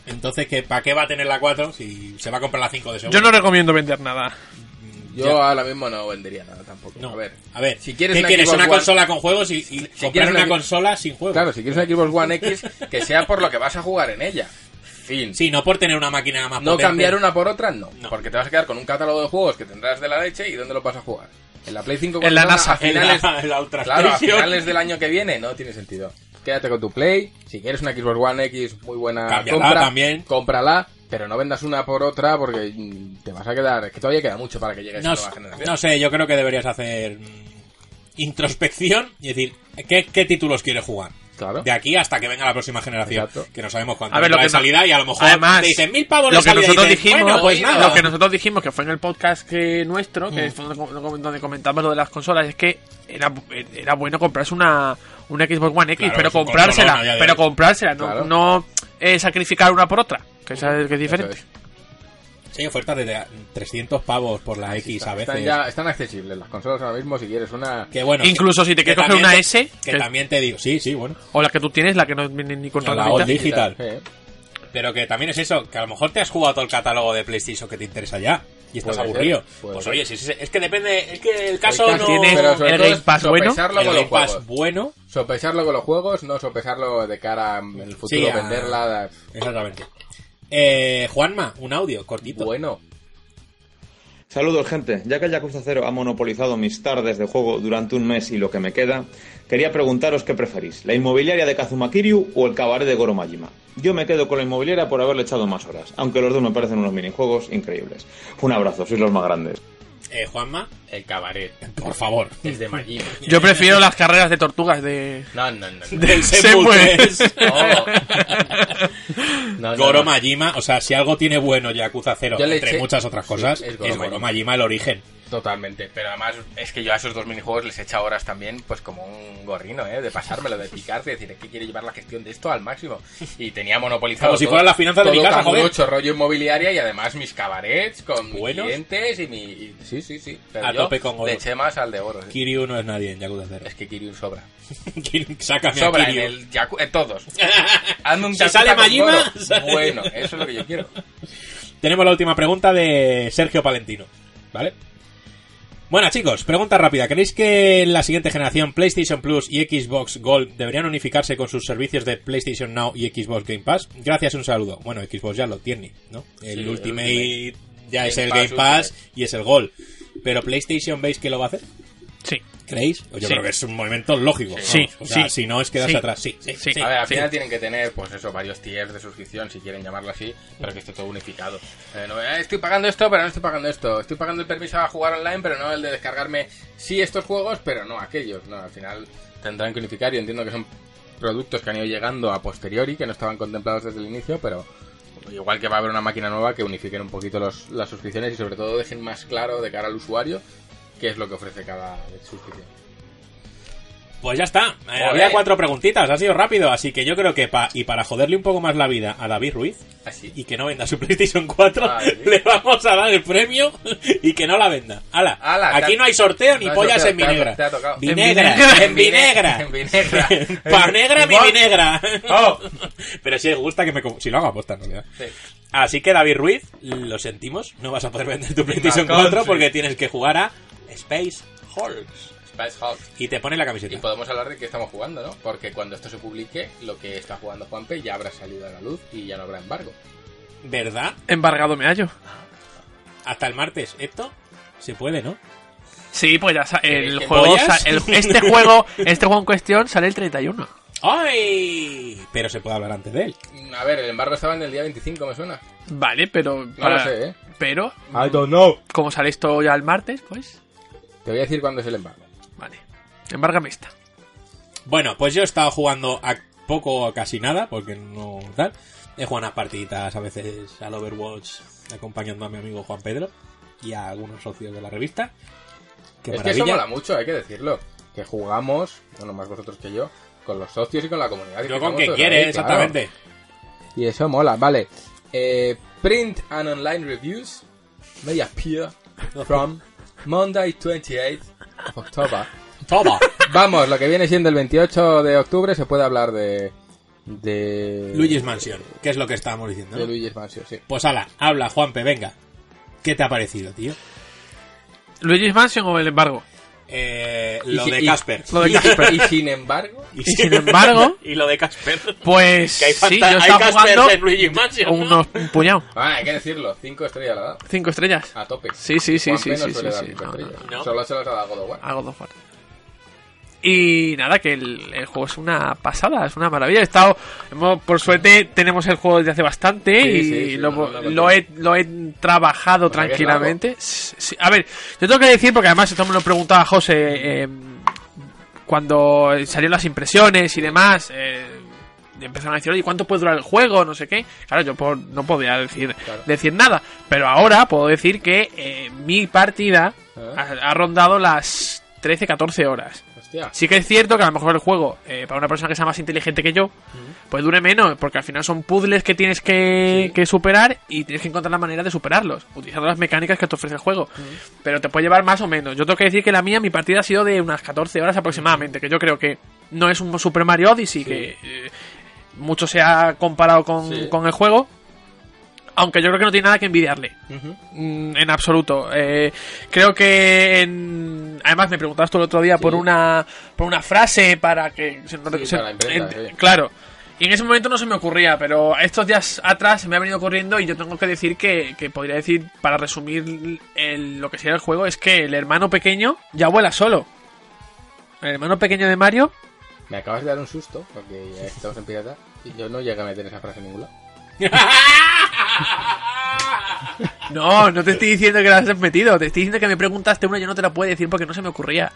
Speaker 3: Entonces, ¿qué, ¿para qué va a tener la 4 si se va a comprar la 5 de seguro?
Speaker 5: Yo no recomiendo vender nada.
Speaker 4: Yo ahora mismo no vendería nada tampoco.
Speaker 3: No.
Speaker 4: A ver.
Speaker 3: a ver,
Speaker 4: si quieres
Speaker 3: ¿qué
Speaker 4: una
Speaker 3: quieres?
Speaker 4: Xbox
Speaker 3: ¿Una
Speaker 4: One-
Speaker 3: consola con juegos y, y comprar
Speaker 4: quieres
Speaker 3: una,
Speaker 4: una-
Speaker 3: consola sin juegos?
Speaker 4: Claro, si quieres una Xbox One X, que sea por lo que vas a jugar en ella. Fin.
Speaker 3: Sí, no por tener una máquina más
Speaker 4: No
Speaker 3: potente.
Speaker 4: cambiar una por otra, no,
Speaker 3: No.
Speaker 4: Porque te vas a quedar con un catálogo de juegos que tendrás de la leche y ¿dónde lo vas a jugar? En la Play 5
Speaker 5: En la
Speaker 4: cuando
Speaker 5: NASA.
Speaker 4: a finales,
Speaker 3: En la- en la Ultra
Speaker 4: claro, a
Speaker 3: Station.
Speaker 4: finales del año que viene no tiene sentido. Quédate con tu Play. Si quieres una Xbox One X, muy buena
Speaker 3: Cámbiala
Speaker 4: compra.
Speaker 3: también.
Speaker 4: Cómprala, pero no vendas una por otra porque mm, te vas a quedar. Es que todavía queda mucho para que llegue
Speaker 3: No,
Speaker 4: esa nueva
Speaker 3: s-
Speaker 4: generación.
Speaker 3: no sé, yo creo que deberías hacer mm, introspección y decir, ¿qué, qué títulos quieres jugar?
Speaker 4: Claro.
Speaker 3: De aquí hasta que venga la próxima generación,
Speaker 4: Exacto.
Speaker 3: que no sabemos cuánto
Speaker 5: A ver, lo
Speaker 3: habrá
Speaker 5: que
Speaker 3: de
Speaker 5: no-
Speaker 3: salida y a lo mejor
Speaker 5: Además,
Speaker 3: te dicen mil pavos de
Speaker 5: lo que
Speaker 3: salida", y
Speaker 5: nosotros
Speaker 3: dices,
Speaker 5: dijimos,
Speaker 3: "Bueno, pues nada".
Speaker 5: lo que nosotros dijimos que fue en el podcast que nuestro, que fue donde com- donde comentamos lo de las consolas, es que era, era bueno comprarse una, una Xbox One X,
Speaker 3: Claro,
Speaker 5: pero
Speaker 3: es un
Speaker 5: comprársela,
Speaker 3: consolón a día de
Speaker 5: pero
Speaker 3: hoy.
Speaker 5: comprársela, no,
Speaker 4: Claro.
Speaker 5: no, eh, sacrificar una por otra, que es, que es diferente.
Speaker 4: Eso es.
Speaker 3: Sí, hay ofertas de 300 pavos por la X a
Speaker 4: Están,
Speaker 3: veces.
Speaker 4: ya, están accesibles las consolas ahora mismo si quieres una.
Speaker 3: Que bueno,
Speaker 5: Incluso si te quieres coger
Speaker 3: también
Speaker 5: una
Speaker 3: te-
Speaker 5: S,
Speaker 3: Que,
Speaker 5: que-
Speaker 3: también te digo, sí, sí, bueno.
Speaker 5: O la que tú tienes, la que no viene ni con
Speaker 3: No, la
Speaker 5: tarjetita.
Speaker 3: old digital.
Speaker 4: Sí.
Speaker 3: Pero que también es eso, que a lo mejor te has jugado todo el catálogo de PlayStation que te interesa ya. Y estás
Speaker 4: Puede
Speaker 3: aburrido.
Speaker 4: ser, puede
Speaker 3: pues
Speaker 4: ser.
Speaker 3: oye, si- si- es que depende, es que el caso
Speaker 4: Pero
Speaker 3: no...
Speaker 5: tiene-
Speaker 4: pero sobre
Speaker 5: el
Speaker 4: todo
Speaker 5: Game
Speaker 4: es
Speaker 5: Pass bueno,
Speaker 4: sopesarlo
Speaker 3: el
Speaker 4: con
Speaker 3: Game
Speaker 4: los
Speaker 3: Pass
Speaker 4: juegos.
Speaker 3: bueno,
Speaker 4: Sopesarlo con los juegos, no sopesarlo de cara a, en el futuro,
Speaker 3: a-
Speaker 4: venderla.
Speaker 3: exactamente. Eh, Juanma, un audio cortito.
Speaker 4: Bueno,
Speaker 6: Saludos gente, ya que el Yakuza 0 ha monopolizado mis tardes de juego durante un mes y lo que me queda, quería preguntaros qué preferís, la inmobiliaria de Kazuma Kiryu o el cabaret de Goro Majima. Yo me quedo con la inmobiliaria por haberle echado más horas, aunque los dos me parecen unos minijuegos increíbles. Un abrazo, sois los más grandes.
Speaker 3: Eh, Juanma,
Speaker 4: el cabaret.
Speaker 3: por favor.
Speaker 4: Es de Majima.
Speaker 5: Yo prefiero las carreras de tortugas de...
Speaker 4: No, no, no. no.
Speaker 5: del
Speaker 3: Se
Speaker 5: Shenmue
Speaker 3: puede.
Speaker 5: 3.
Speaker 4: No, no,
Speaker 3: Goro
Speaker 4: no.
Speaker 3: Majima, o sea, si algo tiene bueno Yakuza 0,
Speaker 4: Yo le
Speaker 3: entre
Speaker 4: eché-
Speaker 3: muchas otras cosas,
Speaker 4: Sí,
Speaker 3: es
Speaker 4: es
Speaker 3: Goro,
Speaker 4: Goro Majima.
Speaker 3: Majima el origen.
Speaker 4: Totalmente, pero además es que yo a esos dos minijuegos les he echado horas también, pues como un gorrino, ¿eh? De pasármelo, de picarte, de decir, es que quiero llevar la gestión de esto al máximo. Y tenía monopolizado.
Speaker 3: Como si fueran las finanzas de mi casa, joder.
Speaker 4: mucho rollo inmobiliaria y además mis cabarets con mis
Speaker 3: Buenos.
Speaker 4: clientes y mi. y- sí, sí, sí. Pero
Speaker 3: A
Speaker 4: yo
Speaker 3: tope con oro.
Speaker 4: Le eché más al de oro. sí.
Speaker 3: Kiryu no es nadie en Yakuza 0.
Speaker 4: Es que Kiryu sobra.
Speaker 3: Sácame a
Speaker 4: sobra en
Speaker 3: Kiryu.
Speaker 4: el Yaku- en todos. Hazme un
Speaker 3: Si
Speaker 4: Yakuza
Speaker 3: sale
Speaker 4: con
Speaker 3: Majima,
Speaker 4: oro.
Speaker 3: sale-
Speaker 4: Bueno, eso es lo que yo quiero.
Speaker 3: Tenemos la última pregunta de Sergio Palentino, ¿vale? Bueno, chicos, pregunta rápida. ¿Creéis que la siguiente generación PlayStation Plus y Xbox Gold deberían unificarse con sus servicios de PlayStation Now y Xbox Game Pass? Gracias, un saludo. Bueno, Xbox ya lo tiene, ¿no? El
Speaker 4: Sí, el
Speaker 3: Ultimate
Speaker 4: Ultimate.
Speaker 3: ya es
Speaker 4: Game
Speaker 3: el
Speaker 4: Pass,
Speaker 3: Game Pass y es el Gold. Pero PlayStation, ¿veis que lo va a hacer?
Speaker 5: Sí.
Speaker 3: ¿Creéis? Pues Yo
Speaker 5: Sí.
Speaker 3: creo que es un movimiento lógico.
Speaker 5: Sí,
Speaker 3: vamos. O sea,
Speaker 5: sí.
Speaker 3: si no es quedarse
Speaker 5: Sí.
Speaker 3: atrás. Sí, sí,
Speaker 5: Sí.
Speaker 3: sí.
Speaker 4: A ver, al
Speaker 5: sí.
Speaker 4: final tienen que tener, pues eso, varios tiers de suscripción, si quieren llamarlo así, pero que esté todo unificado. Eh, no, eh, estoy pagando esto, pero no estoy pagando esto. Estoy pagando el permiso a jugar online, pero no el de descargarme, sí, estos juegos, pero no aquellos. No, al final tendrán que unificar. Yo entiendo que son productos que han ido llegando a posteriori, que no estaban contemplados desde el inicio, pero igual que va a haber una máquina nueva que unifiquen un poquito los- las suscripciones y sobre todo dejen más claro de cara al usuario qué es lo que ofrece cada suscripción.
Speaker 3: Pues ya está. Eh,
Speaker 4: Joder.
Speaker 3: había cuatro preguntitas, ha sido rápido, así que yo creo que pa- y para joderle un poco más la vida a David Ruiz
Speaker 4: Así.
Speaker 3: y que no venda su PlayStation 4,
Speaker 4: Vale.
Speaker 3: le vamos a dar el premio y que no la venda. Ala,
Speaker 4: Ala, te
Speaker 3: aquí
Speaker 4: ha-
Speaker 3: no hay sorteo ni
Speaker 4: no hay
Speaker 3: pollas
Speaker 4: sorteo,
Speaker 3: en
Speaker 4: te ha-
Speaker 3: vinegra.
Speaker 4: te ha tocado.
Speaker 3: Vinegra, en
Speaker 4: En
Speaker 3: vinegra.
Speaker 4: vinegra, en vinegra.
Speaker 3: Pa' negra mi
Speaker 4: Igual.
Speaker 3: vinegra.
Speaker 4: Oh.
Speaker 3: Pero si os gusta que me co- si lo hago aposta en realidad.
Speaker 4: Sí.
Speaker 3: Así que David Ruiz, lo sentimos, no vas a poder vender tu PlayStation
Speaker 4: Macón,
Speaker 3: 4
Speaker 4: sí.
Speaker 3: porque tienes que jugar a Space
Speaker 4: Hulks. Spice Hulks.
Speaker 3: y te pones la
Speaker 4: Y
Speaker 3: camiseta.
Speaker 4: podemos hablar de qué estamos jugando, ¿no? Porque cuando esto se publique, lo que está jugando Juanpe ya habrá salido a la luz y ya no habrá embargo.
Speaker 3: ¿Verdad?
Speaker 5: Embargado me hallo.
Speaker 3: hasta el martes. ¿Esto? Se puede, ¿no?
Speaker 5: Sí, pues ya sa- el
Speaker 4: ¿Qué
Speaker 5: juego.
Speaker 3: pollas?
Speaker 5: sa- el- este juego este juego en cuestión sale el 31.
Speaker 3: ¡Ay! Pero se puede hablar antes de él.
Speaker 4: Mm, A ver, el embargo estaba en el día 25, me suena.
Speaker 5: Vale, pero.
Speaker 4: No lo sé, ¿eh?
Speaker 5: Pero,
Speaker 4: I don't know.
Speaker 5: como sale esto ya el martes, pues.
Speaker 4: Te voy a decir cuándo es el embargo.
Speaker 5: Vale. Embárgame esta.
Speaker 3: Bueno, pues yo he estado jugando a poco o casi nada, porque no tal. He jugado unas partiditas a veces al Overwatch, acompañando a mi amigo Juan Pedro y a algunos socios de la revista. ¡Qué
Speaker 4: es que eso
Speaker 3: maravilla!
Speaker 4: mola mucho, hay que decirlo. Que jugamos, bueno, más vosotros que yo, con los socios y con la comunidad. Y
Speaker 3: yo con
Speaker 4: que estamos
Speaker 3: que
Speaker 4: todos
Speaker 3: quiere,
Speaker 4: ahí, claro.
Speaker 3: exactamente.
Speaker 4: Y eso mola, vale. Eh, print and online reviews may appear from Monday 28th of October.
Speaker 3: ¡Toma!
Speaker 4: Vamos, lo que viene siendo el 28 de octubre se puede hablar de. de.
Speaker 3: Luigi's Mansion, que es lo que estábamos diciendo.
Speaker 4: De
Speaker 3: ¿no?
Speaker 4: Luigi's Mansion, sí.
Speaker 3: Pues ala, habla, Juanpe, venga. ¿Qué te ha parecido, tío?
Speaker 5: ¿Luigi's Mansion o el embargo?
Speaker 3: Eh,
Speaker 4: Y
Speaker 3: lo
Speaker 4: si-
Speaker 3: de
Speaker 4: y-
Speaker 3: Casper.
Speaker 5: Lo de
Speaker 4: Y-
Speaker 5: Casper.
Speaker 4: Y sin embargo,
Speaker 3: Y
Speaker 5: sin embargo-
Speaker 3: y lo de Casper.
Speaker 5: Pues.
Speaker 3: Que hay
Speaker 5: sí,
Speaker 3: fanta-
Speaker 5: yo
Speaker 3: hay
Speaker 5: estaba
Speaker 3: Caspers
Speaker 5: jugando.
Speaker 3: en Luigi's Mansion.
Speaker 5: Unos, un puñado.
Speaker 4: ah, hay que decirlo, 5 estrellas la da.
Speaker 5: Cinco estrellas.
Speaker 4: A tope.
Speaker 5: Sí, sí, sí,
Speaker 4: Juan
Speaker 5: sí,
Speaker 4: P. no
Speaker 5: sí,
Speaker 4: suele
Speaker 5: sí,
Speaker 4: dar
Speaker 5: sí.
Speaker 4: cinco
Speaker 5: No,
Speaker 4: estrellas.
Speaker 3: no.
Speaker 4: Solo se las ha dado God of War.
Speaker 5: Hago dos fuertes. Y nada, que el, el juego es una pasada, es una maravilla. He estado, hemos- por suerte tenemos el juego desde hace bastante
Speaker 4: Sí,
Speaker 5: y
Speaker 4: sí, sí,
Speaker 5: lo,
Speaker 4: no, no, no,
Speaker 5: lo he, lo he trabajado
Speaker 4: sea, que es
Speaker 5: tranquilamente. Sí, a ver, yo tengo que decir, porque además esto me lo preguntaba José eh, cuando salieron las impresiones y demás. eh, y empezaron a decir, oye, ¿cuánto puede durar el juego? No sé qué. Claro, yo por- no podía decir,
Speaker 4: Claro.
Speaker 5: decir nada. Pero ahora puedo decir que eh, mi partida
Speaker 4: Ah.
Speaker 5: ha, ha rondado las 13, 14 horas.
Speaker 4: Hostia.
Speaker 5: Sí que es cierto que a lo mejor el juego, eh, para una persona que sea más inteligente que yo, pues dure menos, porque al final son puzzles que tienes que, que superar y tienes que encontrar la manera de superarlos, utilizando las mecánicas que te ofrece el juego. Pero te puede llevar más o menos. Yo tengo que decir que la mía, mi partida ha sido de unas 14 horas aproximadamente, que yo creo que no es un Super Mario Odyssey, que eh, mucho se ha comparado con,
Speaker 4: Sí.
Speaker 5: con el juego, aunque yo creo que no tiene nada que envidiarle.
Speaker 4: Ujú.
Speaker 5: Mm, En absoluto. Eh, creo que en- además me preguntabas tú el otro día por una por una frase para que se-
Speaker 4: Sí,
Speaker 5: se-
Speaker 4: para la imprenta, sí.
Speaker 5: claro. Y en ese momento no se me ocurría, pero estos días atrás me ha venido ocurriendo y yo tengo que decir que, que podría decir, para resumir el- lo que sería el juego, es que el hermano pequeño ya vuela solo. El hermano pequeño de Mario
Speaker 4: Me acabas de dar un susto, porque ya estamos en pirata. Y yo no llegué a meter esa frase en ningún lado.
Speaker 5: No, no te estoy diciendo que la has metido. Te estoy diciendo que me preguntaste una y yo no te la puedo decir porque no se me ocurría.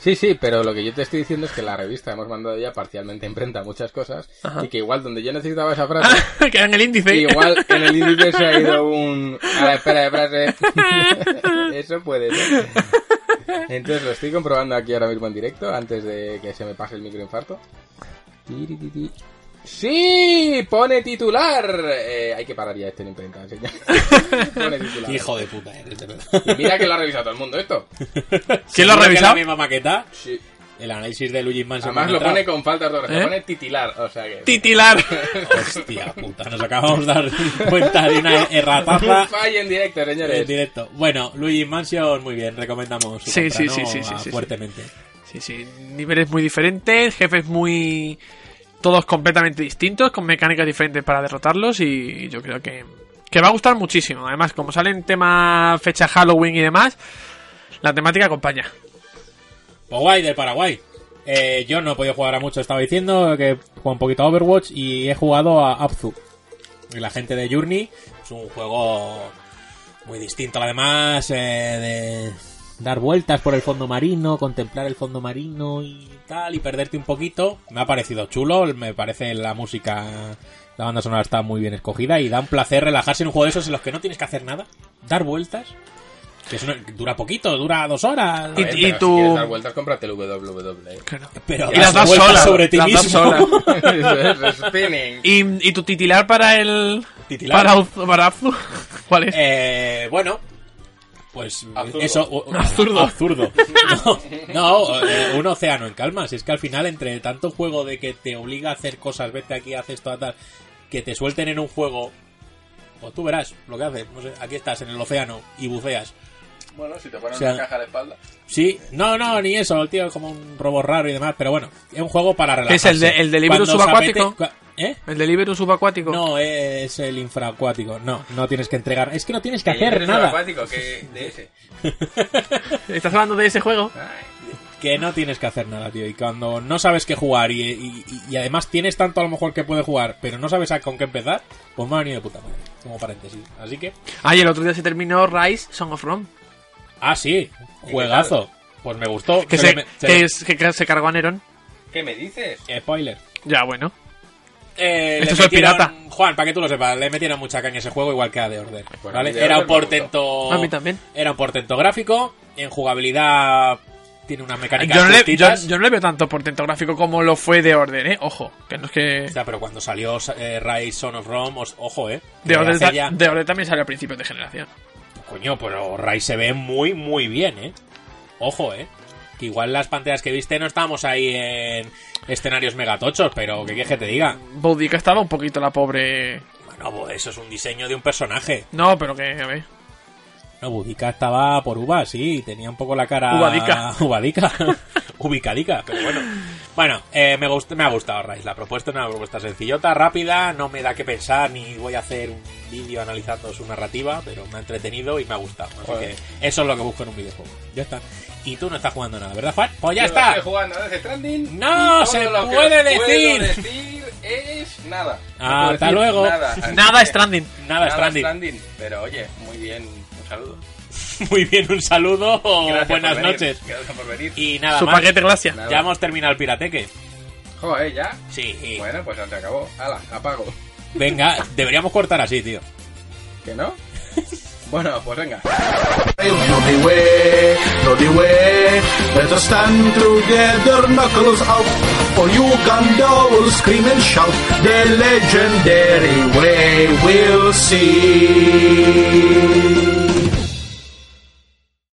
Speaker 4: Sí, sí, pero lo que yo te estoy diciendo es que en la revista hemos mandado ya parcialmente a imprenta muchas cosas y que igual donde yo necesitaba esa frase,
Speaker 5: Queda en el índice.
Speaker 4: igual en el índice se ha ido un... A la espera de frase. Eso puede ser. Entonces lo estoy comprobando aquí ahora mismo en directo antes de que se me pase el microinfarto. Tirititi. Sí, pone titular. Eh, hay que parar ya este en imprenta, señor. Pone titular.
Speaker 3: Hijo de puta eres, de verdad.
Speaker 4: Y mira que lo ha revisado todo el mundo esto.
Speaker 5: ¿Quién lo ha
Speaker 3: Seguro que
Speaker 5: revisado?
Speaker 3: La misma maqueta.
Speaker 4: Sí.
Speaker 3: El análisis de Luigi Mansion.
Speaker 4: Además lo
Speaker 3: Mantra.
Speaker 4: pone con faltas de oreja,
Speaker 5: ¿Eh?
Speaker 4: pone titilar, o sea que...
Speaker 5: Titilar.
Speaker 3: Hostia puta, nos acabamos de dar cuenta de una errataza
Speaker 4: Un fallo en directo,
Speaker 3: en
Speaker 4: señores.
Speaker 3: directo. Bueno, Luigi Mansion, muy bien, recomendamos su
Speaker 5: Sí,
Speaker 3: compra,
Speaker 5: sí, sí,
Speaker 3: ¿no?
Speaker 5: sí, sí,
Speaker 3: Ah,
Speaker 5: sí, sí.
Speaker 3: fuertemente.
Speaker 5: Sí, sí, niveles muy diferentes, jefes muy... Todos completamente distintos, con mecánicas diferentes para derrotarlos y yo creo que, que va a gustar muchísimo. Además, como salen tema fecha Halloween y demás, la temática acompaña.
Speaker 3: O guay del Paraguay. Eh, yo no he podido jugar a mucho, estaba diciendo que juego un poquito a Overwatch y he jugado a Abzu. Y La gente de Journey es un juego muy distinto, además eh, de dar vueltas por el fondo marino, contemplar el fondo marino y tal, y perderte un poquito. Me ha parecido chulo, me parece la música, la banda sonora está muy bien escogida y da un placer relajarse en un juego de esos en los que no tienes que hacer nada, dar vueltas. Que eso no- dura poquito, dura dos horas.
Speaker 5: Y-
Speaker 4: A ver,
Speaker 5: y
Speaker 4: pero si
Speaker 5: tú-
Speaker 4: quieres dar vueltas, cómprate el E. WWE.
Speaker 5: Claro.
Speaker 3: Pero
Speaker 5: Y las
Speaker 3: das
Speaker 5: dos
Speaker 3: vueltas
Speaker 5: solas,
Speaker 3: sobre ti
Speaker 5: las dos
Speaker 3: mismo.
Speaker 5: solas.
Speaker 4: Eso es, spinning.
Speaker 5: ¿Y, y tu titilar para el...
Speaker 3: Titilar.
Speaker 5: Para, Uz- para Abzu? ¿Cuál es?
Speaker 3: Eh, bueno, pues
Speaker 4: Absurdo.
Speaker 3: eso. o- o-
Speaker 5: Absurdo.
Speaker 3: absurdo. No, no, eh, un océano en calma. Si es que al final, entre tanto juego de que te obliga a hacer cosas, vete aquí, haces todas tal, que te suelten en un juego, o tú verás lo que haces. No sé, aquí estás en el océano y buceas.
Speaker 4: Bueno, si te ponen
Speaker 3: O sea-
Speaker 4: una caja a la espalda.
Speaker 3: Sí, no, no, ni eso. El tío es como un robot raro y demás, pero bueno, es un juego para relajarse.
Speaker 5: ¿Es el de- el del
Speaker 3: Cuando
Speaker 5: virus
Speaker 3: os
Speaker 5: subacuático?
Speaker 3: apete- cua- ¿Eh?
Speaker 5: ¿El delivery subacuático?
Speaker 3: No, es el infraacuático. No, no tienes que entregar. Es que no tienes que
Speaker 4: Que
Speaker 3: hacer
Speaker 4: eres un
Speaker 3: nada.
Speaker 4: acuático, que de ese.
Speaker 5: ¿Estás hablando de ese juego?
Speaker 3: ¿Eh?
Speaker 4: Ay.
Speaker 3: que no tienes que hacer nada, tío. Y cuando no sabes qué jugar y, y- y- y además tienes tanto a lo mejor que puede jugar, pero no sabes a- con qué empezar, pues me ha venido de puta madre. Como paréntesis. Así que,
Speaker 5: Ay, Ah, el otro día se terminó Rise Song of Rome.
Speaker 3: ah, sí, juegazo. Pues me gustó.
Speaker 5: Que,
Speaker 3: Se
Speaker 5: se,
Speaker 3: le me- se
Speaker 5: que
Speaker 3: le-
Speaker 5: es- que se cargó a Nerón.
Speaker 4: ¿Qué me dices?
Speaker 3: Spoiler.
Speaker 5: Ya, bueno.
Speaker 3: Eh,
Speaker 5: Esto
Speaker 3: le
Speaker 5: es el
Speaker 3: metieron-
Speaker 5: pirata.
Speaker 3: Juan, para que tú lo sepas, le metieron mucha caña a ese juego, igual que a The Order.
Speaker 4: Bueno,
Speaker 3: ¿vale?
Speaker 4: a mí The
Speaker 3: Era un
Speaker 4: Order me gustó.
Speaker 3: portento.
Speaker 5: A mí también.
Speaker 3: Era un portento gráfico. En jugabilidad tiene unas mecánicas.
Speaker 5: Yo no, le, yo,
Speaker 3: justitas.
Speaker 5: yo no le veo tanto portento gráfico como lo fue de orden, ¿eh? Ojo, que no es que...
Speaker 3: O sea, pero cuando salió eh, Rise Son of Rome, os- ojo, eh.
Speaker 5: De
Speaker 3: que
Speaker 5: orden,
Speaker 3: hace ya-
Speaker 5: de orden también sale a principios de generación.
Speaker 3: Coño, pero Rai se ve muy, muy bien, ¿eh? Ojo, ¿eh? Que igual las pantallas que viste no estábamos ahí en escenarios megatochos, pero ¿qué quieres que te diga?
Speaker 5: Boudica estaba un poquito la pobre...
Speaker 3: Bueno, pues eso es un diseño de un personaje.
Speaker 5: No, pero que... A ver.
Speaker 3: No, Budica estaba por uva, sí, tenía un poco la cara...
Speaker 5: Ubadica.
Speaker 3: Ubadica. Ubicadica, pero bueno. Bueno, eh, me, gust- me ha gustado Rise. La propuesta es una propuesta sencillota, rápida, no me da que pensar, ni voy a hacer un vídeo analizando su narrativa, pero me ha entretenido y me ha gustado. Así
Speaker 4: Joder.
Speaker 3: que eso es lo que busco en un videojuego. Ya está. Y tú no estás jugando nada, ¿verdad, Juan? Pues ya
Speaker 4: Yo
Speaker 3: está.
Speaker 4: Estoy jugando a Death Stranding.
Speaker 3: No
Speaker 4: y todo
Speaker 3: se
Speaker 4: lo que
Speaker 3: puede
Speaker 4: os puedo
Speaker 3: decir.
Speaker 4: decir es nada. No
Speaker 3: Ah,
Speaker 4: puedo
Speaker 3: hasta
Speaker 4: decir
Speaker 3: luego.
Speaker 4: Nada, Así
Speaker 5: Nada
Speaker 4: que-
Speaker 5: Stranding.
Speaker 3: Nada, Stranding.
Speaker 4: Stranding. Pero oye, muy bien. Un saludo.
Speaker 3: Muy bien, un saludo o
Speaker 4: Gracias
Speaker 3: Oh,
Speaker 4: por
Speaker 3: buenas
Speaker 4: venir.
Speaker 3: noches.
Speaker 4: Gracias por venir.
Speaker 3: Y nada
Speaker 5: Su
Speaker 3: más.
Speaker 5: paquete gracia.
Speaker 4: Nada.
Speaker 3: Ya hemos terminado el pirateque.
Speaker 4: Joder, ya.
Speaker 3: Sí. y-
Speaker 4: Bueno, pues ya se acabó. Ala, apago.
Speaker 3: Venga, deberíamos cortar así, tío.
Speaker 4: ¿Que no? bueno, pues venga.
Speaker 11: Bloody way, bloody way. Let us stand together, knuckles out. For Uganda will scream and shout. The legendary way we'll see.